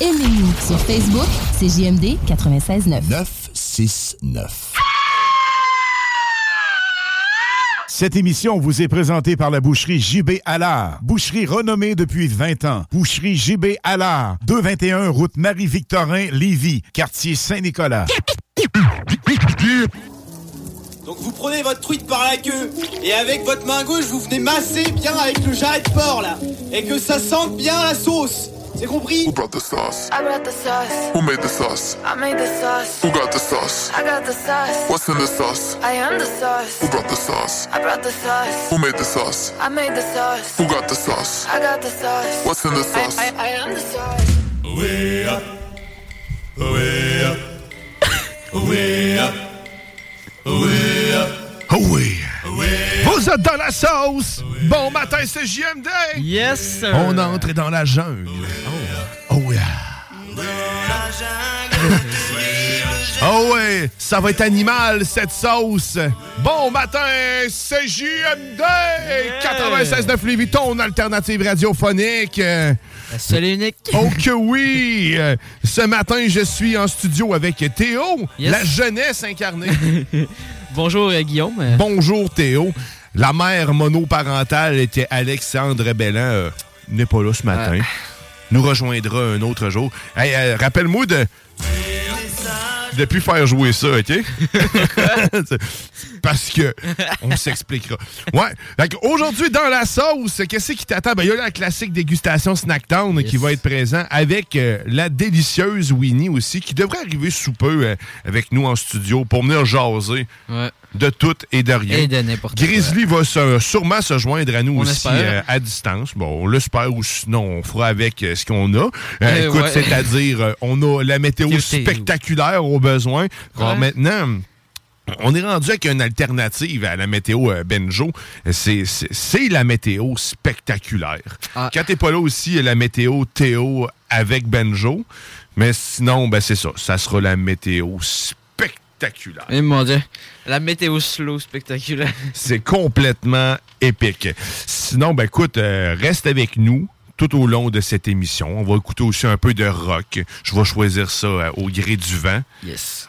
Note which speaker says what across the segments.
Speaker 1: Aimez-nous sur Facebook, c'est JMD 96.9.
Speaker 2: 969.
Speaker 3: Cette émission vous est présentée par la boucherie JB Allard. Boucherie renommée depuis 20 ans. Boucherie JB Allard. 221 route Marie-Victorin, Lévis, quartier Saint-Nicolas.
Speaker 4: Donc vous prenez votre truite par la queue et avec votre main gauche vous venez masser bien avec le jarret de porc là et que ça sente bien la sauce. C'est compris
Speaker 5: Who brought the sauce?
Speaker 6: I brought the sauce.
Speaker 5: Who made the sauce?
Speaker 6: I made the sauce.
Speaker 5: Who got the sauce?
Speaker 6: I got the sauce.
Speaker 5: What's in the sauce?
Speaker 6: I am the
Speaker 5: Who
Speaker 6: sauce.
Speaker 5: brought the sauce?
Speaker 6: I brought the sauce.
Speaker 5: Who made the sauce?
Speaker 6: I made the sauce.
Speaker 5: Who got the sauce?
Speaker 6: I got the sauce.
Speaker 5: What's in the
Speaker 6: I,
Speaker 5: sauce?
Speaker 6: I, I am the sauce.
Speaker 4: Way up, way up, way up, way up.
Speaker 3: Oh oui! Vous êtes dans la sauce! Bon matin, c'est JMD!
Speaker 7: Yes, sir.
Speaker 2: On entre dans la jungle. Oh, yeah. Oh ouais, ça va être animal cette sauce.
Speaker 3: Bon matin, c'est JMD! 96.9 Lévis, ton alternative radiophonique. Euh,
Speaker 7: La seule et unique.
Speaker 3: Oh que oui! Euh, Ce matin, je suis en studio avec Théo,
Speaker 7: Yes.
Speaker 3: la jeunesse incarnée.
Speaker 7: Bonjour euh, Guillaume. Euh,
Speaker 3: Bonjour Théo. La mère monoparentale était Alexandre Bellan. euh, n'est pas là ce matin. Nous rejoindra un autre jour. Hey, euh, rappelle-moi de. De plus faire jouer ça, OK? C'est Parce que on s'expliquera. Ouais. Fait Aujourd'hui, dans la sauce, qu'est-ce qui t'attend? Ben, Il y a la classique dégustation Snackdown qui
Speaker 7: Yes.
Speaker 3: va être présent avec euh, la délicieuse Winnie aussi, qui devrait arriver sous peu euh, avec nous en studio pour venir jaser
Speaker 7: Ouais.
Speaker 3: de tout et de rien.
Speaker 7: Et de n'importe quoi.
Speaker 3: Grizzly va se- sûrement se joindre à nous
Speaker 7: On
Speaker 3: aussi
Speaker 7: espère.
Speaker 3: euh, à distance. Bon, on l'espère ou sinon on fera avec euh, ce qu'on a. Euh,
Speaker 7: Eh
Speaker 3: écoute,
Speaker 7: ouais.
Speaker 3: c'est-à-dire euh, on a la météo
Speaker 7: Météo.
Speaker 3: spectaculaire au besoin.
Speaker 7: Ouais.
Speaker 3: Alors maintenant. On est rendu avec une alternative à la météo euh, Benjo. C'est- C'est c'est la météo spectaculaire.
Speaker 7: Ah.
Speaker 3: Quand t'es pas là aussi, il y a la météo Théo avec Benjo. Mais sinon, ben c'est ça. Ça sera la météo spectaculaire.
Speaker 7: Eh, mon dieu. La météo slow spectaculaire.
Speaker 3: C'est complètement épique. Sinon, ben écoute, euh, reste avec nous tout au long de cette émission. On va écouter aussi un peu de rock. Je vais choisir ça euh, au gré du vent.
Speaker 7: Yes.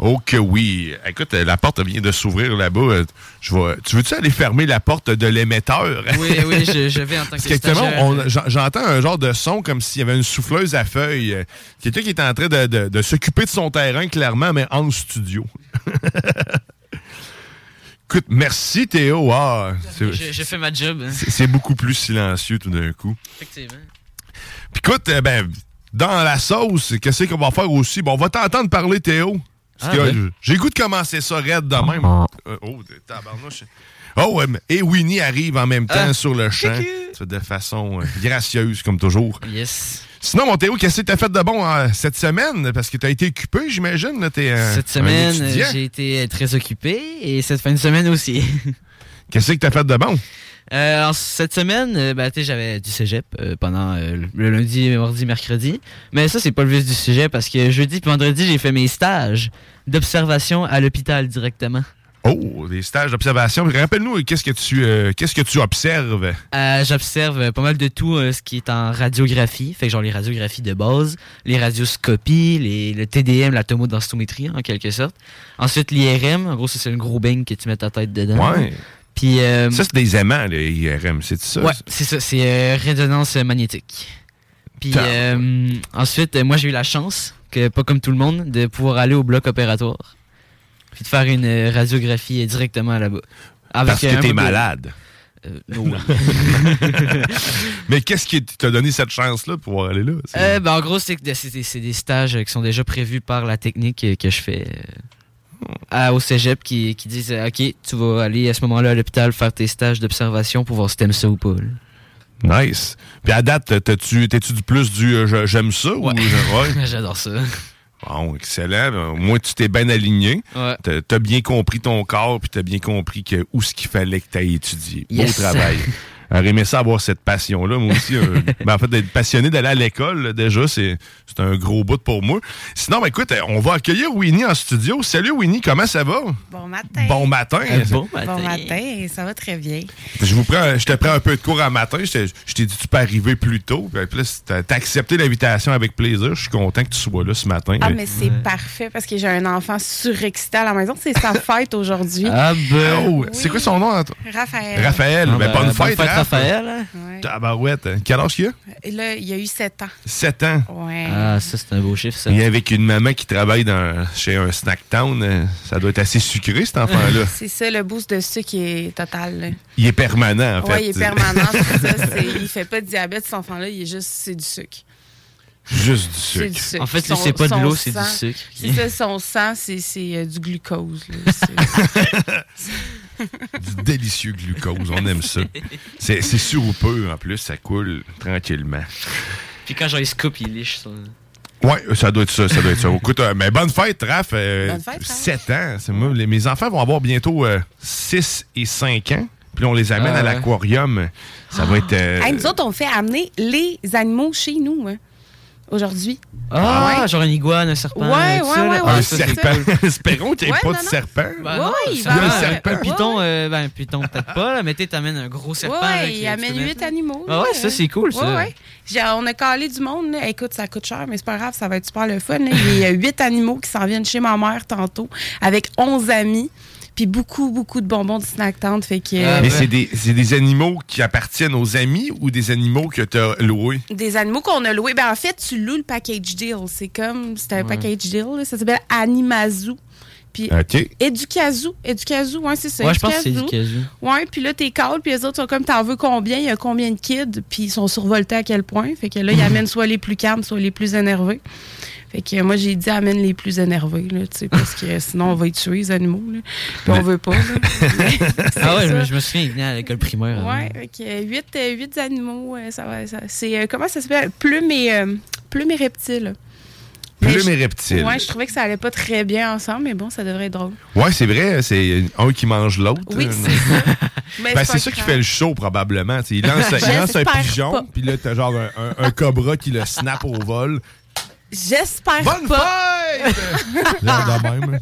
Speaker 3: Oh que oui. Écoute, euh, la porte vient de s'ouvrir là-bas. Euh, Je vais... Tu veux-tu aller fermer la porte de l'émetteur?
Speaker 7: Oui, oui, je, je vais en tant que
Speaker 3: Parce que justement,
Speaker 7: stagiaire.
Speaker 3: on- j'en- j'entends un genre de son comme s'il y avait une souffleuse à feuilles. Euh, Quelqu'un qui est en train de, de- de s'occuper de son terrain, clairement, mais en studio. Écoute, merci Théo. Ah, c'est-
Speaker 7: Je, je fais ma job, hein,
Speaker 3: c'est c'est beaucoup plus silencieux tout d'un coup.
Speaker 7: effectivement.
Speaker 3: Puis écoute, euh, ben, dans la sauce, qu'est-ce qu'on va faire aussi? Bon, on va t'entendre parler, Théo. Parce
Speaker 7: Ah,
Speaker 3: que
Speaker 7: ouais.
Speaker 3: euh, j'ai le goût de commencer ça raide de même. Euh, oh, tabarnouche. Oh, ouais, mais- et Winnie arrive en même temps
Speaker 7: Ah.
Speaker 3: sur le champ.
Speaker 7: Coucou.
Speaker 3: De façon euh, gracieuse, comme toujours.
Speaker 7: Yes.
Speaker 3: Sinon, mon Théo, qu'est-ce que t'as fait de bon euh, cette semaine? Parce que t'as été occupé, j'imagine. là, T'es, euh,
Speaker 7: Cette
Speaker 3: un
Speaker 7: semaine,
Speaker 3: étudiant.
Speaker 7: j'ai été euh, très occupé et cette fin de semaine aussi.
Speaker 3: Qu'est-ce que t'as fait de bon?
Speaker 7: Euh, alors, cette semaine, euh, ben, tu sais, j'avais du cégep euh, pendant euh, le lundi, mardi, mercredi. Mais ça, c'est pas le vif du sujet parce que jeudi et vendredi, j'ai fait mes stages d'observation à l'hôpital directement.
Speaker 3: Oh, des stages d'observation. Rappelle-nous, qu'est-ce que tu euh, qu'est-ce que tu observes?
Speaker 7: Euh, J'observe euh, pas mal de tout euh, ce qui est en radiographie, fait que genre les radiographies de base, les radioscopies, les, le TDM, la tomodensitométrie en quelque sorte. Ensuite l'IRM, en gros c'est c'est le gros bang que tu mets ta tête dedans. Puis, euh,
Speaker 3: Ça, c'est des aimants, les IRM, c'est ça?
Speaker 7: Ouais, c'est ça, c'est euh, résonance magnétique. Puis
Speaker 3: Tar-
Speaker 7: euh, ensuite, euh, moi j'ai eu la chance, que pas comme tout le monde, de pouvoir aller au bloc opératoire. Puis de faire une euh, radiographie euh, directement là-bas. Avec,
Speaker 3: Parce
Speaker 7: euh, un
Speaker 3: que
Speaker 7: peu
Speaker 3: t'es
Speaker 7: de-
Speaker 3: malade.
Speaker 7: Euh, non.
Speaker 3: Mais qu'est-ce qui t'a donné cette chance-là de pouvoir aller là? C'est-
Speaker 7: Euh, ben, en gros, c'est que c'est- c'est c'est des stages euh, qui sont déjà prévus par la technique euh, que je fais euh, à- au cégep qui, qui disent euh, Ok, tu vas aller à ce moment-là à l'hôpital faire tes stages d'observation pour voir si t'aimes ça ou pas. là.
Speaker 3: Nice. Puis à date, t'as-tu- t'es-tu du plus du euh, je- j'aime ça? ou je- ouais?
Speaker 7: J'adore ça.
Speaker 3: Bon, excellent. Ben, Au moins, tu t'es bien aligné.
Speaker 7: Ouais.
Speaker 3: T'as- T'as bien compris ton corps, puis t'as bien compris que, où ce qu'il fallait que t'ailles étudier.
Speaker 7: Yes.
Speaker 3: Beau travail. J'aurais aimé ça avoir cette passion-là, moi aussi. euh, ben, en fait, d'être passionné d'aller à l'école, là, déjà, c'est c'est un gros bout pour moi. Sinon, ben, écoute, euh, on va accueillir Winnie en studio. Salut Winnie, comment ça va?
Speaker 8: Bon matin.
Speaker 3: Bon matin.
Speaker 8: Euh,
Speaker 3: Bon
Speaker 8: Bon
Speaker 3: matin.
Speaker 8: matin, ça va très bien.
Speaker 3: Je vous prends, je te prends un peu de cours à matin. Je t'ai je t'ai dit tu peux arriver plus tôt. Puis après, t'as t'as accepté l'invitation avec plaisir. Je suis content que tu sois là ce matin.
Speaker 8: Ah, mais c'est parfait parce que j'ai un enfant surexcité à la maison. C'est sa fête aujourd'hui.
Speaker 3: Ah ben, oh, c'est quoi son nom? Anto-
Speaker 8: Raphaël.
Speaker 3: Raphaël.
Speaker 7: Ah
Speaker 3: ben,
Speaker 7: ben,
Speaker 3: bonne,
Speaker 7: bonne
Speaker 3: fête,
Speaker 7: fête,
Speaker 3: Raph.
Speaker 7: Raphaël, hein?
Speaker 3: Tabarouette. hein. Quel âge il a?
Speaker 8: Et Là, il y a eu 7 ans.
Speaker 3: 7 ans.
Speaker 8: Ouais.
Speaker 7: Ah, ça, c'est un beau chiffre, ça.
Speaker 3: Il est avec une maman qui travaille dans, chez un snack town. Euh, Ça doit être assez sucré, cet enfant-là.
Speaker 8: C'est ça, le boost de sucre qui est total. là.
Speaker 3: Il est permanent, en fait.
Speaker 8: ouais, il est permanent, c'est ça. c'est- Il fait pas de diabète, cet enfant-là. Il est juste, c'est du sucre.
Speaker 3: Juste du
Speaker 8: C'est du sucre.
Speaker 7: En fait, lui,
Speaker 8: Son-
Speaker 7: c'est pas de
Speaker 8: son
Speaker 7: l'eau, c'est du
Speaker 8: sang-
Speaker 7: sucre.
Speaker 8: C'est ça, son sang, c'est- c'est euh, du glucose. là.
Speaker 3: Du délicieux glucose. On aime ça. C'est c'est peu, en plus. Ça coule tranquillement.
Speaker 7: Puis quand genre il se coupe, il liche ça.
Speaker 3: Oui, ça doit être ça, ça doit être ça. Écoute, euh, mais bonne fête, Raph. euh,
Speaker 7: Bonne fête, Raph.
Speaker 3: 7 ans. c'est moi, les- mes enfants vont avoir bientôt 6 et 5 ans. Puis là, on les amène
Speaker 8: Ah
Speaker 3: à
Speaker 8: ouais.
Speaker 3: l'aquarium. Ça va être... euh,
Speaker 8: Hey, nous autres, on fait amener les animaux chez nous hein, aujourd'hui.
Speaker 7: Ah, genre un iguane, un serpent.
Speaker 8: Ouais,
Speaker 7: tout
Speaker 8: ouais,
Speaker 7: ça,
Speaker 8: ouais,
Speaker 7: là.
Speaker 8: ouais,
Speaker 7: Ah,
Speaker 8: Un
Speaker 7: ça, c'est
Speaker 8: serpent.
Speaker 7: cool.
Speaker 3: Espérons qu'il n'y ait
Speaker 8: Ouais,
Speaker 3: pas
Speaker 8: non,
Speaker 3: de
Speaker 8: non.
Speaker 3: serpent.
Speaker 7: Ben non,
Speaker 8: Ouais, il
Speaker 7: ça
Speaker 8: va-
Speaker 7: va.
Speaker 8: Un serpent.
Speaker 7: Un python, euh, ben, un python peut-être pas, là, mais tu sais, t'amènes un gros serpent.
Speaker 8: ouais,
Speaker 7: avec, euh,
Speaker 8: il
Speaker 7: tu peux
Speaker 8: amène
Speaker 7: mettre-
Speaker 8: huit animaux.
Speaker 7: Ah ouais, ça, c'est cool, ça. Euh,
Speaker 8: Ouais, ouais. J'ai- on a calé du monde. là. Écoute, ça coûte cher, mais c'est pas grave, ça va être super le fun. là. Il y a huit animaux qui s'en viennent chez ma mère tantôt avec onze amis. Puis beaucoup, beaucoup de bonbons de snack tente. Fait que,
Speaker 7: Ah,
Speaker 8: euh,
Speaker 3: mais c'est des, c'est des animaux qui appartiennent aux amis ou des animaux que tu as loués?
Speaker 8: des animaux qu'on a loués. Ben, en fait, tu loues le package deal. C'est comme, c'est un
Speaker 3: Ouais.
Speaker 8: package deal. là. Ça s'appelle Animazoo. Puis
Speaker 3: OK.
Speaker 8: Educazoo. Educazoo, ouais, c'est ça.
Speaker 7: Ouais, je pense que c'est
Speaker 8: Educazoo.
Speaker 7: Educazoo.
Speaker 8: Ouais, puis là, t'es calme, puis les autres sont comme, t'en veux combien, il y a combien de kids, puis ils sont survoltés à quel point. Fait que là, ils amènent soit les plus calmes, soit les plus énervés. Fait que euh, moi, j'ai dit, amène les plus énervés, là, tu sais, parce que euh, sinon, on va les tuer, les animaux, là. Puis on veut pas, là.
Speaker 7: Ah ouais,
Speaker 8: C'est
Speaker 7: je me-
Speaker 8: ça.
Speaker 7: je me souviens, il venait à l'école primaire. hein. avant.
Speaker 8: Ouais, fait que euh, huit, euh, huit animaux, euh, ça va. ça- c'est, euh, comment ça s'appelle? Plumes et, euh, plumes et reptiles.
Speaker 3: Plumes et reptiles.
Speaker 8: Ouais, je trouvais que ça allait pas très bien ensemble, mais bon, ça devrait être drôle.
Speaker 3: Ouais, c'est vrai, c'est un qui mange l'autre.
Speaker 8: Oui,
Speaker 3: Euh,
Speaker 8: c'est ça.
Speaker 3: Ben,
Speaker 8: Mais pas
Speaker 3: c'est ça qui
Speaker 8: grave.
Speaker 3: fait le show, probablement. Tu sais, il lance, il lance un
Speaker 8: J'espère
Speaker 3: pigeon,
Speaker 8: pas.
Speaker 3: puis là, t'as genre un, un- un cobra qui le snap au vol.
Speaker 8: J'espère
Speaker 3: Bonne
Speaker 8: pas.
Speaker 3: Genre de même.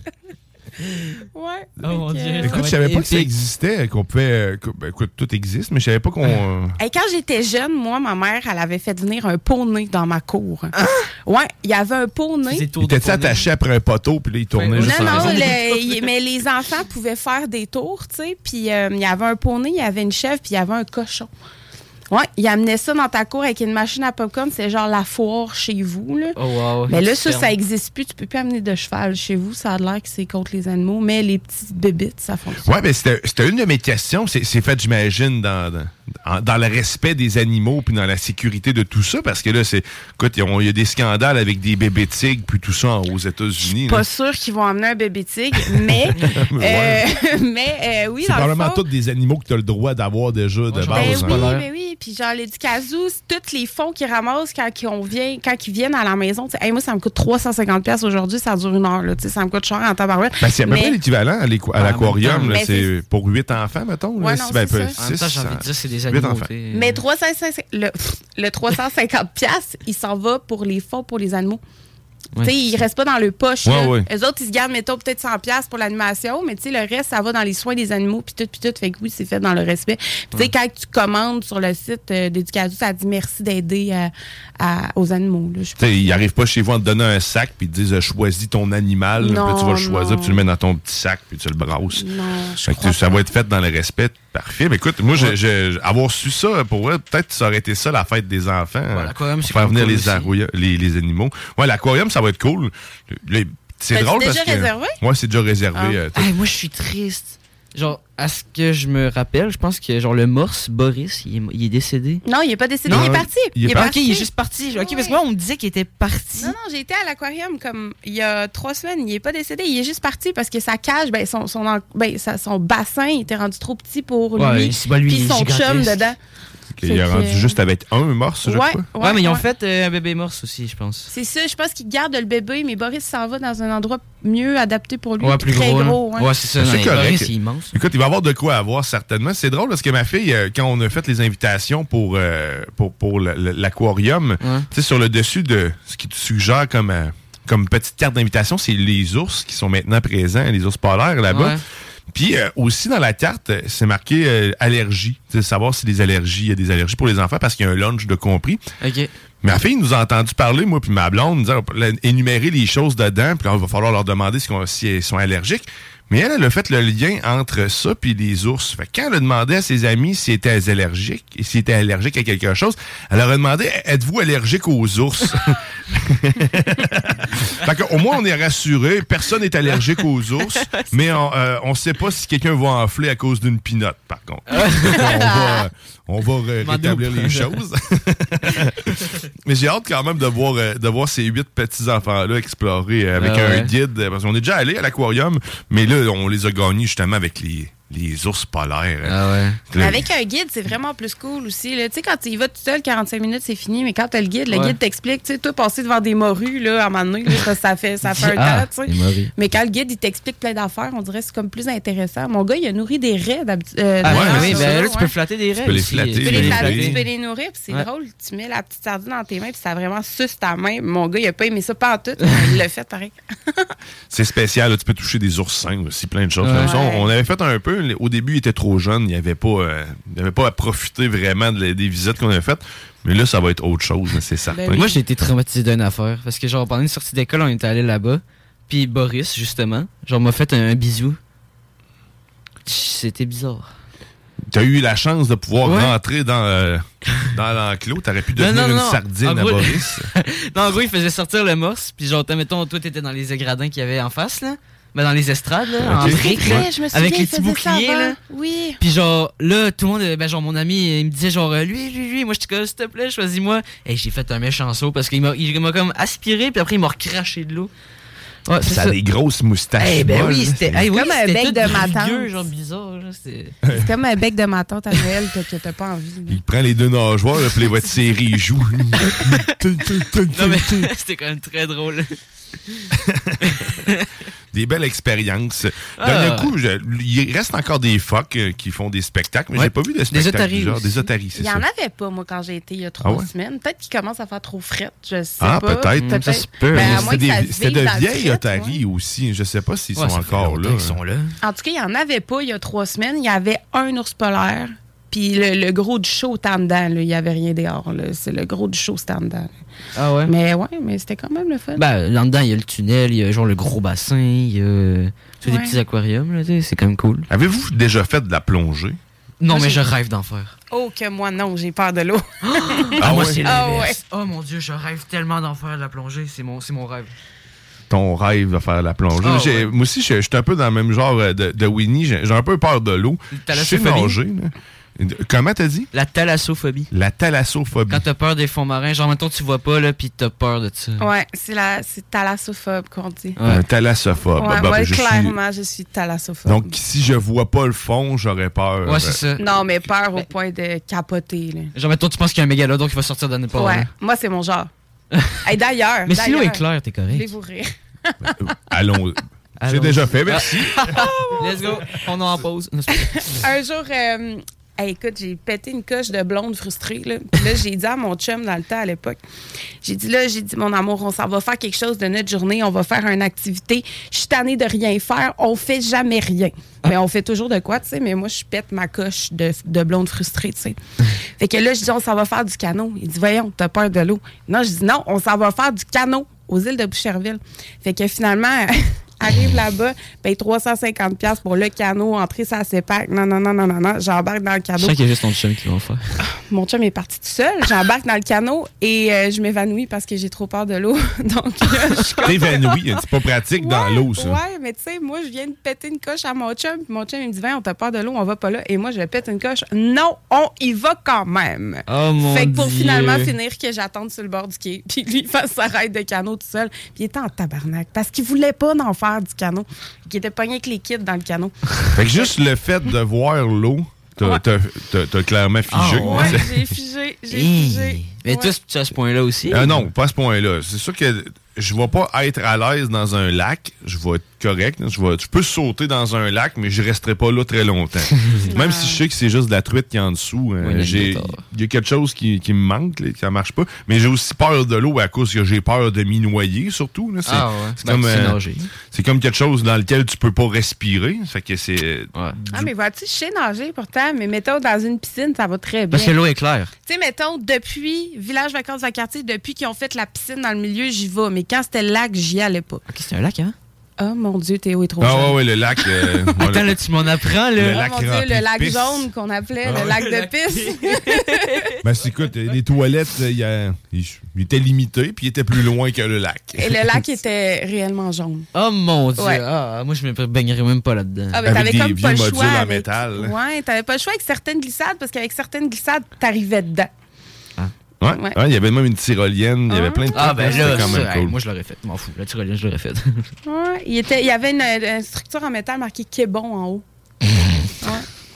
Speaker 8: ouais.
Speaker 7: Oh mon
Speaker 8: Fait que,
Speaker 7: dieu.
Speaker 3: Écoute, je savais pas que ça existait, qu'on pouvait. euh, que- ben, écoute, tout existe, mais je savais pas qu'on. euh,
Speaker 8: Hey, quand j'étais jeune, moi, ma mère, elle avait fait venir un poney dans ma cour.
Speaker 7: Ah!
Speaker 8: Ouais, il y avait un poney.
Speaker 3: Il était attaché après un poteau, puis là, il tournait juste
Speaker 8: Non,
Speaker 3: en
Speaker 8: non,
Speaker 3: rond.
Speaker 8: le- il- mais les enfants pouvaient faire des tours, tu sais. Puis euh, il y avait un poney, il y avait une chèvre, puis il y avait un cochon. Ouais, il amenait ça dans ta cour avec une machine à popcorn. C'est genre la foire chez vous, là.
Speaker 7: Oh wow.
Speaker 8: Mais là,
Speaker 7: Tu
Speaker 8: ça,
Speaker 7: fermes.
Speaker 8: ça n'existe plus. Tu peux plus amener de cheval chez vous. Ça a l'air que c'est contre les animaux. Mais les petites bébites, ça fonctionne.
Speaker 3: Ouais, mais c'était c'était une de mes questions. C'est c'est fait, j'imagine, dans, dans- en- dans le respect des animaux puis dans la sécurité de tout ça, parce que là, c'est. Écoute, on- il y a des scandales avec des bébés tigres puis tout ça en- aux États-Unis. là.
Speaker 8: Pas sûr qu'ils vont amener un bébé tigre, mais,
Speaker 3: Ouais.
Speaker 8: euh, mais euh, oui,
Speaker 3: c'est
Speaker 8: dans le
Speaker 3: probablement
Speaker 8: fond,
Speaker 3: tous des animaux que tu as le droit d'avoir déjà de base.
Speaker 8: Ben
Speaker 3: hein.
Speaker 8: oui, ben oui. Puis genre, les Ducazou, c'est tous les fonds qu'ils ramassent quand, ils- on vient, quand ils viennent à la maison. Tu sais, Hey, moi, ça me coûte 350$ aujourd'hui, ça dure une heure. Là, Tu sais, ça me coûte cher en tabarouette.
Speaker 3: Ben, c'est à peu
Speaker 8: Mais-
Speaker 3: près l'équivalent à
Speaker 7: Ah,
Speaker 3: l'équ- à
Speaker 8: en même
Speaker 3: l'aquarium.
Speaker 8: temps,
Speaker 3: là,
Speaker 8: mais
Speaker 3: C'est pour 8 enfants, mettons. là,
Speaker 8: Ouais,
Speaker 3: si-
Speaker 8: non,
Speaker 3: ben,
Speaker 8: c'est
Speaker 3: peu-
Speaker 8: ça.
Speaker 7: En même temps, j'ai envie de
Speaker 3: six,
Speaker 7: dire, c'est des
Speaker 3: huit
Speaker 7: animaux.
Speaker 3: enfants.
Speaker 7: t'sais.
Speaker 8: Mais 350, le, le 350$, il s'en va pour les fonds pour les animaux.
Speaker 7: Ouais.
Speaker 8: Tu sais, il reste pas dans le poche.
Speaker 7: Ouais,
Speaker 8: là.
Speaker 7: ouais.
Speaker 8: Eux autres, ils se gardent, mettons, peut-être 100$ pour l'animation, mais tu sais, le reste, ça va dans les soins des animaux, puis tout, puis tout. Fait que oui, c'est fait dans le respect. Puis tu sais,
Speaker 7: Ouais.
Speaker 8: quand tu commandes sur le site euh, d'Éducation, ça dit merci d'aider à- euh. à- aux animaux. là. Je
Speaker 3: Tu sais, ils n'arrivent pas chez vous en te donnant un sac puis ils te disent euh, choisis ton animal. Puis là, tu vas
Speaker 8: Non,
Speaker 3: le choisir,
Speaker 8: non.
Speaker 3: puis tu le mets dans ton petit sac puis tu le brasses.
Speaker 8: Non, je
Speaker 3: Fait que
Speaker 8: crois
Speaker 3: ça va être fait dans le respect Parfait. Mais écoute, moi, j'ai- j'ai- avoir su ça, pour vrai, peut-être ça aurait été ça, la fête des enfants.
Speaker 7: l'aquarium,
Speaker 3: Pour
Speaker 7: c'est
Speaker 3: Faire
Speaker 7: cool
Speaker 3: venir les,
Speaker 7: aussi.
Speaker 3: arrouilles- les, les animaux. Ouais, l'aquarium, ça va être cool. Le- le- C'est
Speaker 7: T'as-tu
Speaker 3: drôle
Speaker 7: déjà
Speaker 3: parce que...
Speaker 7: réservé?
Speaker 3: Ouais, c'est déjà réservé.
Speaker 7: Ah.
Speaker 3: euh, t'as-
Speaker 7: Hey, moi, je suis triste. Genre, à ce que je me rappelle, je pense que genre le morse, Boris, il est, il est décédé.
Speaker 8: Non, il est pas décédé,
Speaker 7: Non,
Speaker 8: il est
Speaker 7: il-
Speaker 8: parti.
Speaker 7: il est parti. Ok, il est juste
Speaker 8: parti.
Speaker 7: Ok, parce que moi, on me disait qu'il était parti.
Speaker 8: Non, non, j'ai été à l'aquarium comme il y a trois semaines. Il est pas décédé, il est juste parti parce que sa cage, ben, son, son, en- ben, sa- son bassin il était rendu trop petit pour lui.
Speaker 3: Ouais, c'est pas lui, il
Speaker 8: puis
Speaker 3: est
Speaker 8: son chum
Speaker 3: gigantesque.
Speaker 8: dedans.
Speaker 3: Il est
Speaker 8: Fait que-
Speaker 3: rendu juste avec un morse, je
Speaker 8: Ouais,
Speaker 3: crois.
Speaker 8: ouais, Ouais, mais ils ont ouais.
Speaker 7: fait euh, un bébé morse aussi, je pense.
Speaker 8: C'est ça, je pense qu'il garde le bébé, mais Boris s'en va dans un endroit mieux adapté pour lui.
Speaker 3: Ouais,
Speaker 8: puis très ouais.
Speaker 7: dans les
Speaker 3: correct.
Speaker 7: forêts, hein. c'est immense.
Speaker 3: Écoute, il va y avoir de quoi avoir certainement. C'est drôle parce que ma fille, euh, quand on a fait les invitations pour, euh, pour, pour le- le- l'aquarium, tu sais, sur le dessus de ce qui te suggère comme, euh, comme petite carte d'invitation, c'est les ours qui sont maintenant présents, les ours polaires là-bas.
Speaker 7: Ouais.
Speaker 3: Puis euh, aussi dans la carte, euh, c'est marqué euh, allergie. Tu sais, savoir si des allergies, il y a des allergies pour les enfants parce qu'il y a un lunch de compris.
Speaker 7: OK.
Speaker 3: Ma fille nous a entendu parler, moi puis ma blonde, dire, la- énumérer les choses dedans, puis là, il va falloir leur demander si, si elles sont allergiques. Mais elle, elle a fait le lien entre ça puis les ours. Fait que quand elle a demandé à ses amis si étaient allergiques, et s'ils étaient allergiques à quelque chose, elle leur a demandé « Êtes-vous allergique aux ours? » Fait qu'au moins, on est rassuré. Personne n'est allergique aux ours, mais on euh, on sait pas si quelqu'un va enfler à cause d'une pinotte, par contre. Donc, on va, on va ré-
Speaker 2: M'en doute.
Speaker 3: rétablir les choses. Mais j'ai hâte quand même de voir, euh, de voir ces huit petits-enfants-là explorer euh, avec
Speaker 2: Ah ouais.
Speaker 3: un guide. euh, Parce qu'on est déjà allé à l'aquarium, mais là, on les a gagnés justement avec les, les ours polaires. hein.
Speaker 2: Ah.
Speaker 7: Ah
Speaker 3: Le-
Speaker 8: Avec un guide, c'est vraiment plus cool aussi. là. Tu sais, quand tu y vas tout seul, 45 minutes, c'est fini. Mais quand t'as le guide, le
Speaker 3: Ouais.
Speaker 8: guide t'explique. Tu sais, toi, passer devant des morues, là, à un moment donné, là, ça, ça fait, ça fait un
Speaker 7: Ah,
Speaker 8: temps. tu
Speaker 7: les
Speaker 8: sais.
Speaker 7: morues.
Speaker 8: Mais quand le guide, il t'explique plein d'affaires, on dirait que c'est comme plus intéressant. Mon gars, il a nourri des raies d'habitude.
Speaker 7: Ah, ouais, mais oui, ben, là, tu peux flatter des raies.
Speaker 3: peux les
Speaker 7: aussi.
Speaker 3: flatter,
Speaker 8: Tu peux,
Speaker 3: les
Speaker 8: les
Speaker 3: flatter.
Speaker 8: flatter, tu peux les nourrir, puis c'est
Speaker 7: Ouais.
Speaker 8: drôle. Tu mets la petite sardine dans tes mains, puis ça vraiment suce ta main. Mon gars, il a pas aimé ça pas en tout, mais il l'a fait pareil.
Speaker 3: C'est spécial, là, tu peux toucher des oursins aussi, plein de choses.
Speaker 2: Ouais.
Speaker 3: Ça, on, on avait fait un peu, au début, il était trop jeune, il n'avait pas, euh, il avait pas à profiter vraiment de la- des visites qu'on avait faites. Mais là, ça va être autre chose, c'est certain.
Speaker 7: Ben
Speaker 8: Ben
Speaker 7: Moi, j'ai été traumatisé d'une affaire. Parce que, genre, pendant une sortie d'école, on était allé là-bas. Puis Boris, justement, genre, m'a fait un, un bisou. C'était bizarre.
Speaker 3: T'as eu la chance de pouvoir
Speaker 7: Ouais.
Speaker 3: rentrer dans, euh, dans l'enclos. T'aurais pu
Speaker 7: Non,
Speaker 3: devenir
Speaker 7: non,
Speaker 3: une
Speaker 7: non. Ah,
Speaker 3: sardine
Speaker 7: En
Speaker 3: à
Speaker 7: gros-
Speaker 3: Boris.
Speaker 7: non, en gros, il faisait sortir le morse. Puis, genre, t'as- mettons, toi, t'étais dans les égradins qu'il y avait en face, là. Mais dans les estrades, là,
Speaker 3: Ok.
Speaker 7: en briques, là, avec les petits boucliers, là.
Speaker 8: Oui.
Speaker 7: Puis genre là tout le monde euh, ben genre mon ami euh, il me disait genre euh, lui lui lui moi je te colle s'il te plaît choisis-moi et j'ai fait un méchant saut parce qu'il m'a il m'a comme aspiré puis après il m'a recraché de l'eau. Ouais, c'est
Speaker 3: ça a
Speaker 7: ça.
Speaker 3: des grosses moustaches.
Speaker 7: Eh ben
Speaker 3: molles.
Speaker 7: oui, c'était eh oui,
Speaker 8: Comme un
Speaker 7: c'était
Speaker 8: bec
Speaker 7: tout
Speaker 8: de ma
Speaker 7: rugueux,
Speaker 8: tante.
Speaker 7: genre bizarre là, c'est
Speaker 8: C'est comme un bec de ma tante à Noël que, que t'as pas envie.
Speaker 3: Il prend les deux nageoires, là, puis les voit de série, il joue.
Speaker 7: Non mais c'était quand même très drôle.
Speaker 3: Des belles expériences.
Speaker 7: Ah.
Speaker 3: Dernier coup, je- il reste encore des phoques euh, qui font des spectacles, mais
Speaker 7: Ouais.
Speaker 3: j'ai pas vu de
Speaker 7: Des
Speaker 3: spectacle.
Speaker 7: otaries
Speaker 3: du genre.
Speaker 7: aussi.
Speaker 3: Des otaries, c'est
Speaker 8: Il y
Speaker 3: ça.
Speaker 8: en avait pas, moi, quand j'ai été il y a trois
Speaker 3: Ah ouais?
Speaker 8: semaines. Peut-être qu'il commence à faire trop frette, je sais
Speaker 3: Ah,
Speaker 8: pas.
Speaker 7: Hmm,
Speaker 3: peut-être. Ça se peut.
Speaker 8: Ben, à
Speaker 3: C'était
Speaker 8: moins que
Speaker 3: des-
Speaker 8: ça se
Speaker 3: C'était
Speaker 8: vive dans
Speaker 3: de
Speaker 8: le
Speaker 3: vieilles
Speaker 8: fret,
Speaker 3: otaries aussi. Je sais pas s'ils
Speaker 7: Ouais,
Speaker 3: sont
Speaker 7: ça fait
Speaker 3: encore
Speaker 7: longtemps
Speaker 3: là.
Speaker 7: qu'ils sont là.
Speaker 8: En tout cas, il n'y en avait pas il y a trois semaines. Il y avait un ours polaire, puis le, le gros du show était en dedans. là. Il n'y avait rien dehors. là. C'est le gros du show, c'était en dedans.
Speaker 7: Ah ouais.
Speaker 8: Mais ouais, mais c'était quand même le fun.
Speaker 7: Ben là dedans il y a le tunnel, il y a genre le gros bassin, il y a euh, tous des
Speaker 8: Ouais.
Speaker 7: petits aquariums là, tu sais, c'est quand même cool.
Speaker 3: Avez-vous déjà fait de la plongée?
Speaker 7: Non
Speaker 8: Moi,
Speaker 7: mais
Speaker 8: j'ai-
Speaker 7: je rêve d'en faire.
Speaker 8: Oh, que moi, non, j'ai peur de l'eau.
Speaker 3: Ah,
Speaker 7: moi
Speaker 3: ouais?
Speaker 7: c'est
Speaker 8: Ah
Speaker 7: l'inverse. Oh mon dieu, je rêve tellement d'en faire de la plongée, c'est mon c'est mon rêve.
Speaker 3: ton rêve de faire la plongée.
Speaker 7: Ah,
Speaker 3: J'ai-
Speaker 7: ouais.
Speaker 3: Moi aussi, je je suis un peu dans le même genre euh, de, de Winnie. J'ai j'ai un peu peur de l'eau. Je sais
Speaker 7: thalassophobie?
Speaker 3: nager. là. Comment t'as dit?
Speaker 7: La thalassophobie.
Speaker 3: La thalassophobie.
Speaker 7: Quand t'as peur des fonds marins, genre mettons tu vois pas là puis t'as peur de ça.
Speaker 8: Ouais, c'est la, c'est thalassophobe qu'on dit.
Speaker 3: Un thalassophobe.
Speaker 8: Ouais,
Speaker 3: Bah,
Speaker 8: moi,
Speaker 3: je suis-
Speaker 8: clairement, je suis thalassophobe.
Speaker 3: Donc, si je vois pas le fond, j'aurais peur.
Speaker 8: Non, mais peur au point de capoter. là.
Speaker 7: Genre mettons tu penses qu'il y a un mégalodon qui va sortir d'un épaule.
Speaker 8: Ouais, moi, c'est mon genre. Hey, d'ailleurs.
Speaker 7: Mais si l'eau
Speaker 8: d'ailleurs,
Speaker 7: est claire, t'es correct.
Speaker 8: Voulez-vous rire?
Speaker 3: Allons. J'ai
Speaker 7: Allons-y.
Speaker 3: Euh, déjà fait, merci.
Speaker 7: Let's go, on est en pause. Non, c'est pas vrai.
Speaker 8: un jour, euh, hey, écoute, j'ai pété une coche de blonde frustrée. Là, Puis là j'ai dit à mon chum dans le temps à l'époque, j'ai dit là, j'ai dit mon amour, on s'en va faire quelque chose de notre journée, on va faire une activité. Je suis tannée de rien faire, on fait jamais rien.
Speaker 3: Ah.
Speaker 8: Mais on fait toujours de quoi, tu sais. Mais moi, je pète ma coche de, de blonde frustrée, tu sais. fait que là, je dis on s'en va faire du canot. Il dit voyons, t'as peur de l'eau. Non, je dis non, on s'en va faire du canot aux îles de Boucherville. Fait que finalement. arrive là-bas, paye 350$ piastres pour le canot, entrer sa CEPAC. Non, non, non, non, non, non. J'embarque dans le
Speaker 7: Je
Speaker 8: canot.
Speaker 7: sens qu'il y a juste ton chum qui va le faire.
Speaker 8: Mon chum est parti tout seul. J'embarque dans le canot et euh, je m'évanouis parce que j'ai trop peur de l'eau. Donc, là, je suis comme-
Speaker 3: T'évanouis, hein, c'est pas pratique dans l'eau, ça.
Speaker 8: Ouais, mais tu sais, moi, je viens de péter une coche à mon chum. Puis mon chum, il me dit, viens, on t'a peur de l'eau, on va pas là. Et moi, je pète une coche. Non, on y va quand même.
Speaker 7: Oh, mon
Speaker 8: fait que pour
Speaker 7: Dieu.
Speaker 8: finalement finir que j'attende sur le bord du quai. Puis lui, il fasse sa raide de canot tout seul. Puis il était en tabarnak parce qu'il voulait pas en faire du canot. Il était pogné avec les kids dans le canot.
Speaker 3: Fait que juste le fait de voir l'eau, t'as- t'as t'as- t'as clairement
Speaker 7: Ah,
Speaker 3: figé.
Speaker 8: ouais, j'ai figé, j'ai figé.
Speaker 7: Mais toi, tu as ce point-là aussi?
Speaker 3: Euh, non, pas à ce point-là. C'est sûr que je vais pas être à l'aise dans un lac. Je vais être correct. Je, vais, je peux sauter dans un lac, mais je resterai pas là très longtemps. Même si je sais que c'est juste de la truite qui est en dessous. euh,
Speaker 7: Oui, il y a
Speaker 3: j'ai-
Speaker 7: une
Speaker 3: il y a quelque chose qui, qui me manque, là, ça marche pas. Mais j'ai aussi peur de l'eau à cause que j'ai peur de m'y noyer, surtout. là. C'est
Speaker 7: Ah ouais.
Speaker 3: c'est
Speaker 7: Ben,
Speaker 3: comme,
Speaker 7: tu sais
Speaker 3: euh,
Speaker 7: nager.
Speaker 3: c'est comme quelque chose dans lequel tu peux pas respirer. Fait que c'est.
Speaker 8: Ah, mais vois-tu, je sais nager pourtant, mais mettons dans une piscine, ça va très bien.
Speaker 3: Ben,
Speaker 7: Parce que l'eau est claire.
Speaker 8: Tu sais, mettons, depuis Village Vacances à Quartier, depuis qu'ils ont fait la piscine dans le milieu, j'y vais. Mais quand c'était le lac, j'y allais pas.
Speaker 7: C'est un lac, hein?
Speaker 8: Oh mon Dieu, Théo est trop
Speaker 3: Ah
Speaker 8: jeune. Oh
Speaker 3: ouais, ouais, le lac. euh, voilà.
Speaker 7: Attends, là, tu m'en apprends, là.
Speaker 3: Le lac
Speaker 8: Mon Dieu,
Speaker 3: rempli
Speaker 8: le
Speaker 3: de
Speaker 8: lac
Speaker 3: pisse.
Speaker 8: jaune qu'on appelait,
Speaker 3: Ah
Speaker 8: le
Speaker 3: ouais.
Speaker 8: lac
Speaker 3: Le
Speaker 8: de
Speaker 3: lac
Speaker 8: piste.
Speaker 3: Ben, c'est écoute, les toilettes, il y a- il il était limité, puis il était plus loin que le lac.
Speaker 8: Et le lac était réellement jaune.
Speaker 7: Oh mon Dieu.
Speaker 8: Ouais.
Speaker 7: Ah, moi, je me baignerais même pas là-dedans.
Speaker 8: Ah, mais t'avais comme pas le choix.
Speaker 3: en
Speaker 8: avec-
Speaker 3: métal, là.
Speaker 8: Ouais, t'avais pas le choix avec certaines glissades, parce qu'avec certaines glissades, t'arrivais dedans.
Speaker 3: Ouais, ouais, il y avait même une tyrolienne, il y avait plein de
Speaker 7: Ah,
Speaker 3: trucs,
Speaker 7: ben
Speaker 3: c'était
Speaker 7: là,
Speaker 3: quand même
Speaker 7: ça, hey,
Speaker 3: cool.
Speaker 7: moi, je l'aurais fait. M'en fous. La tyrolienne, je l'aurais fait.
Speaker 8: Ouais, il, était, il y avait une, une structure en métal marquée Québon en haut. ouais,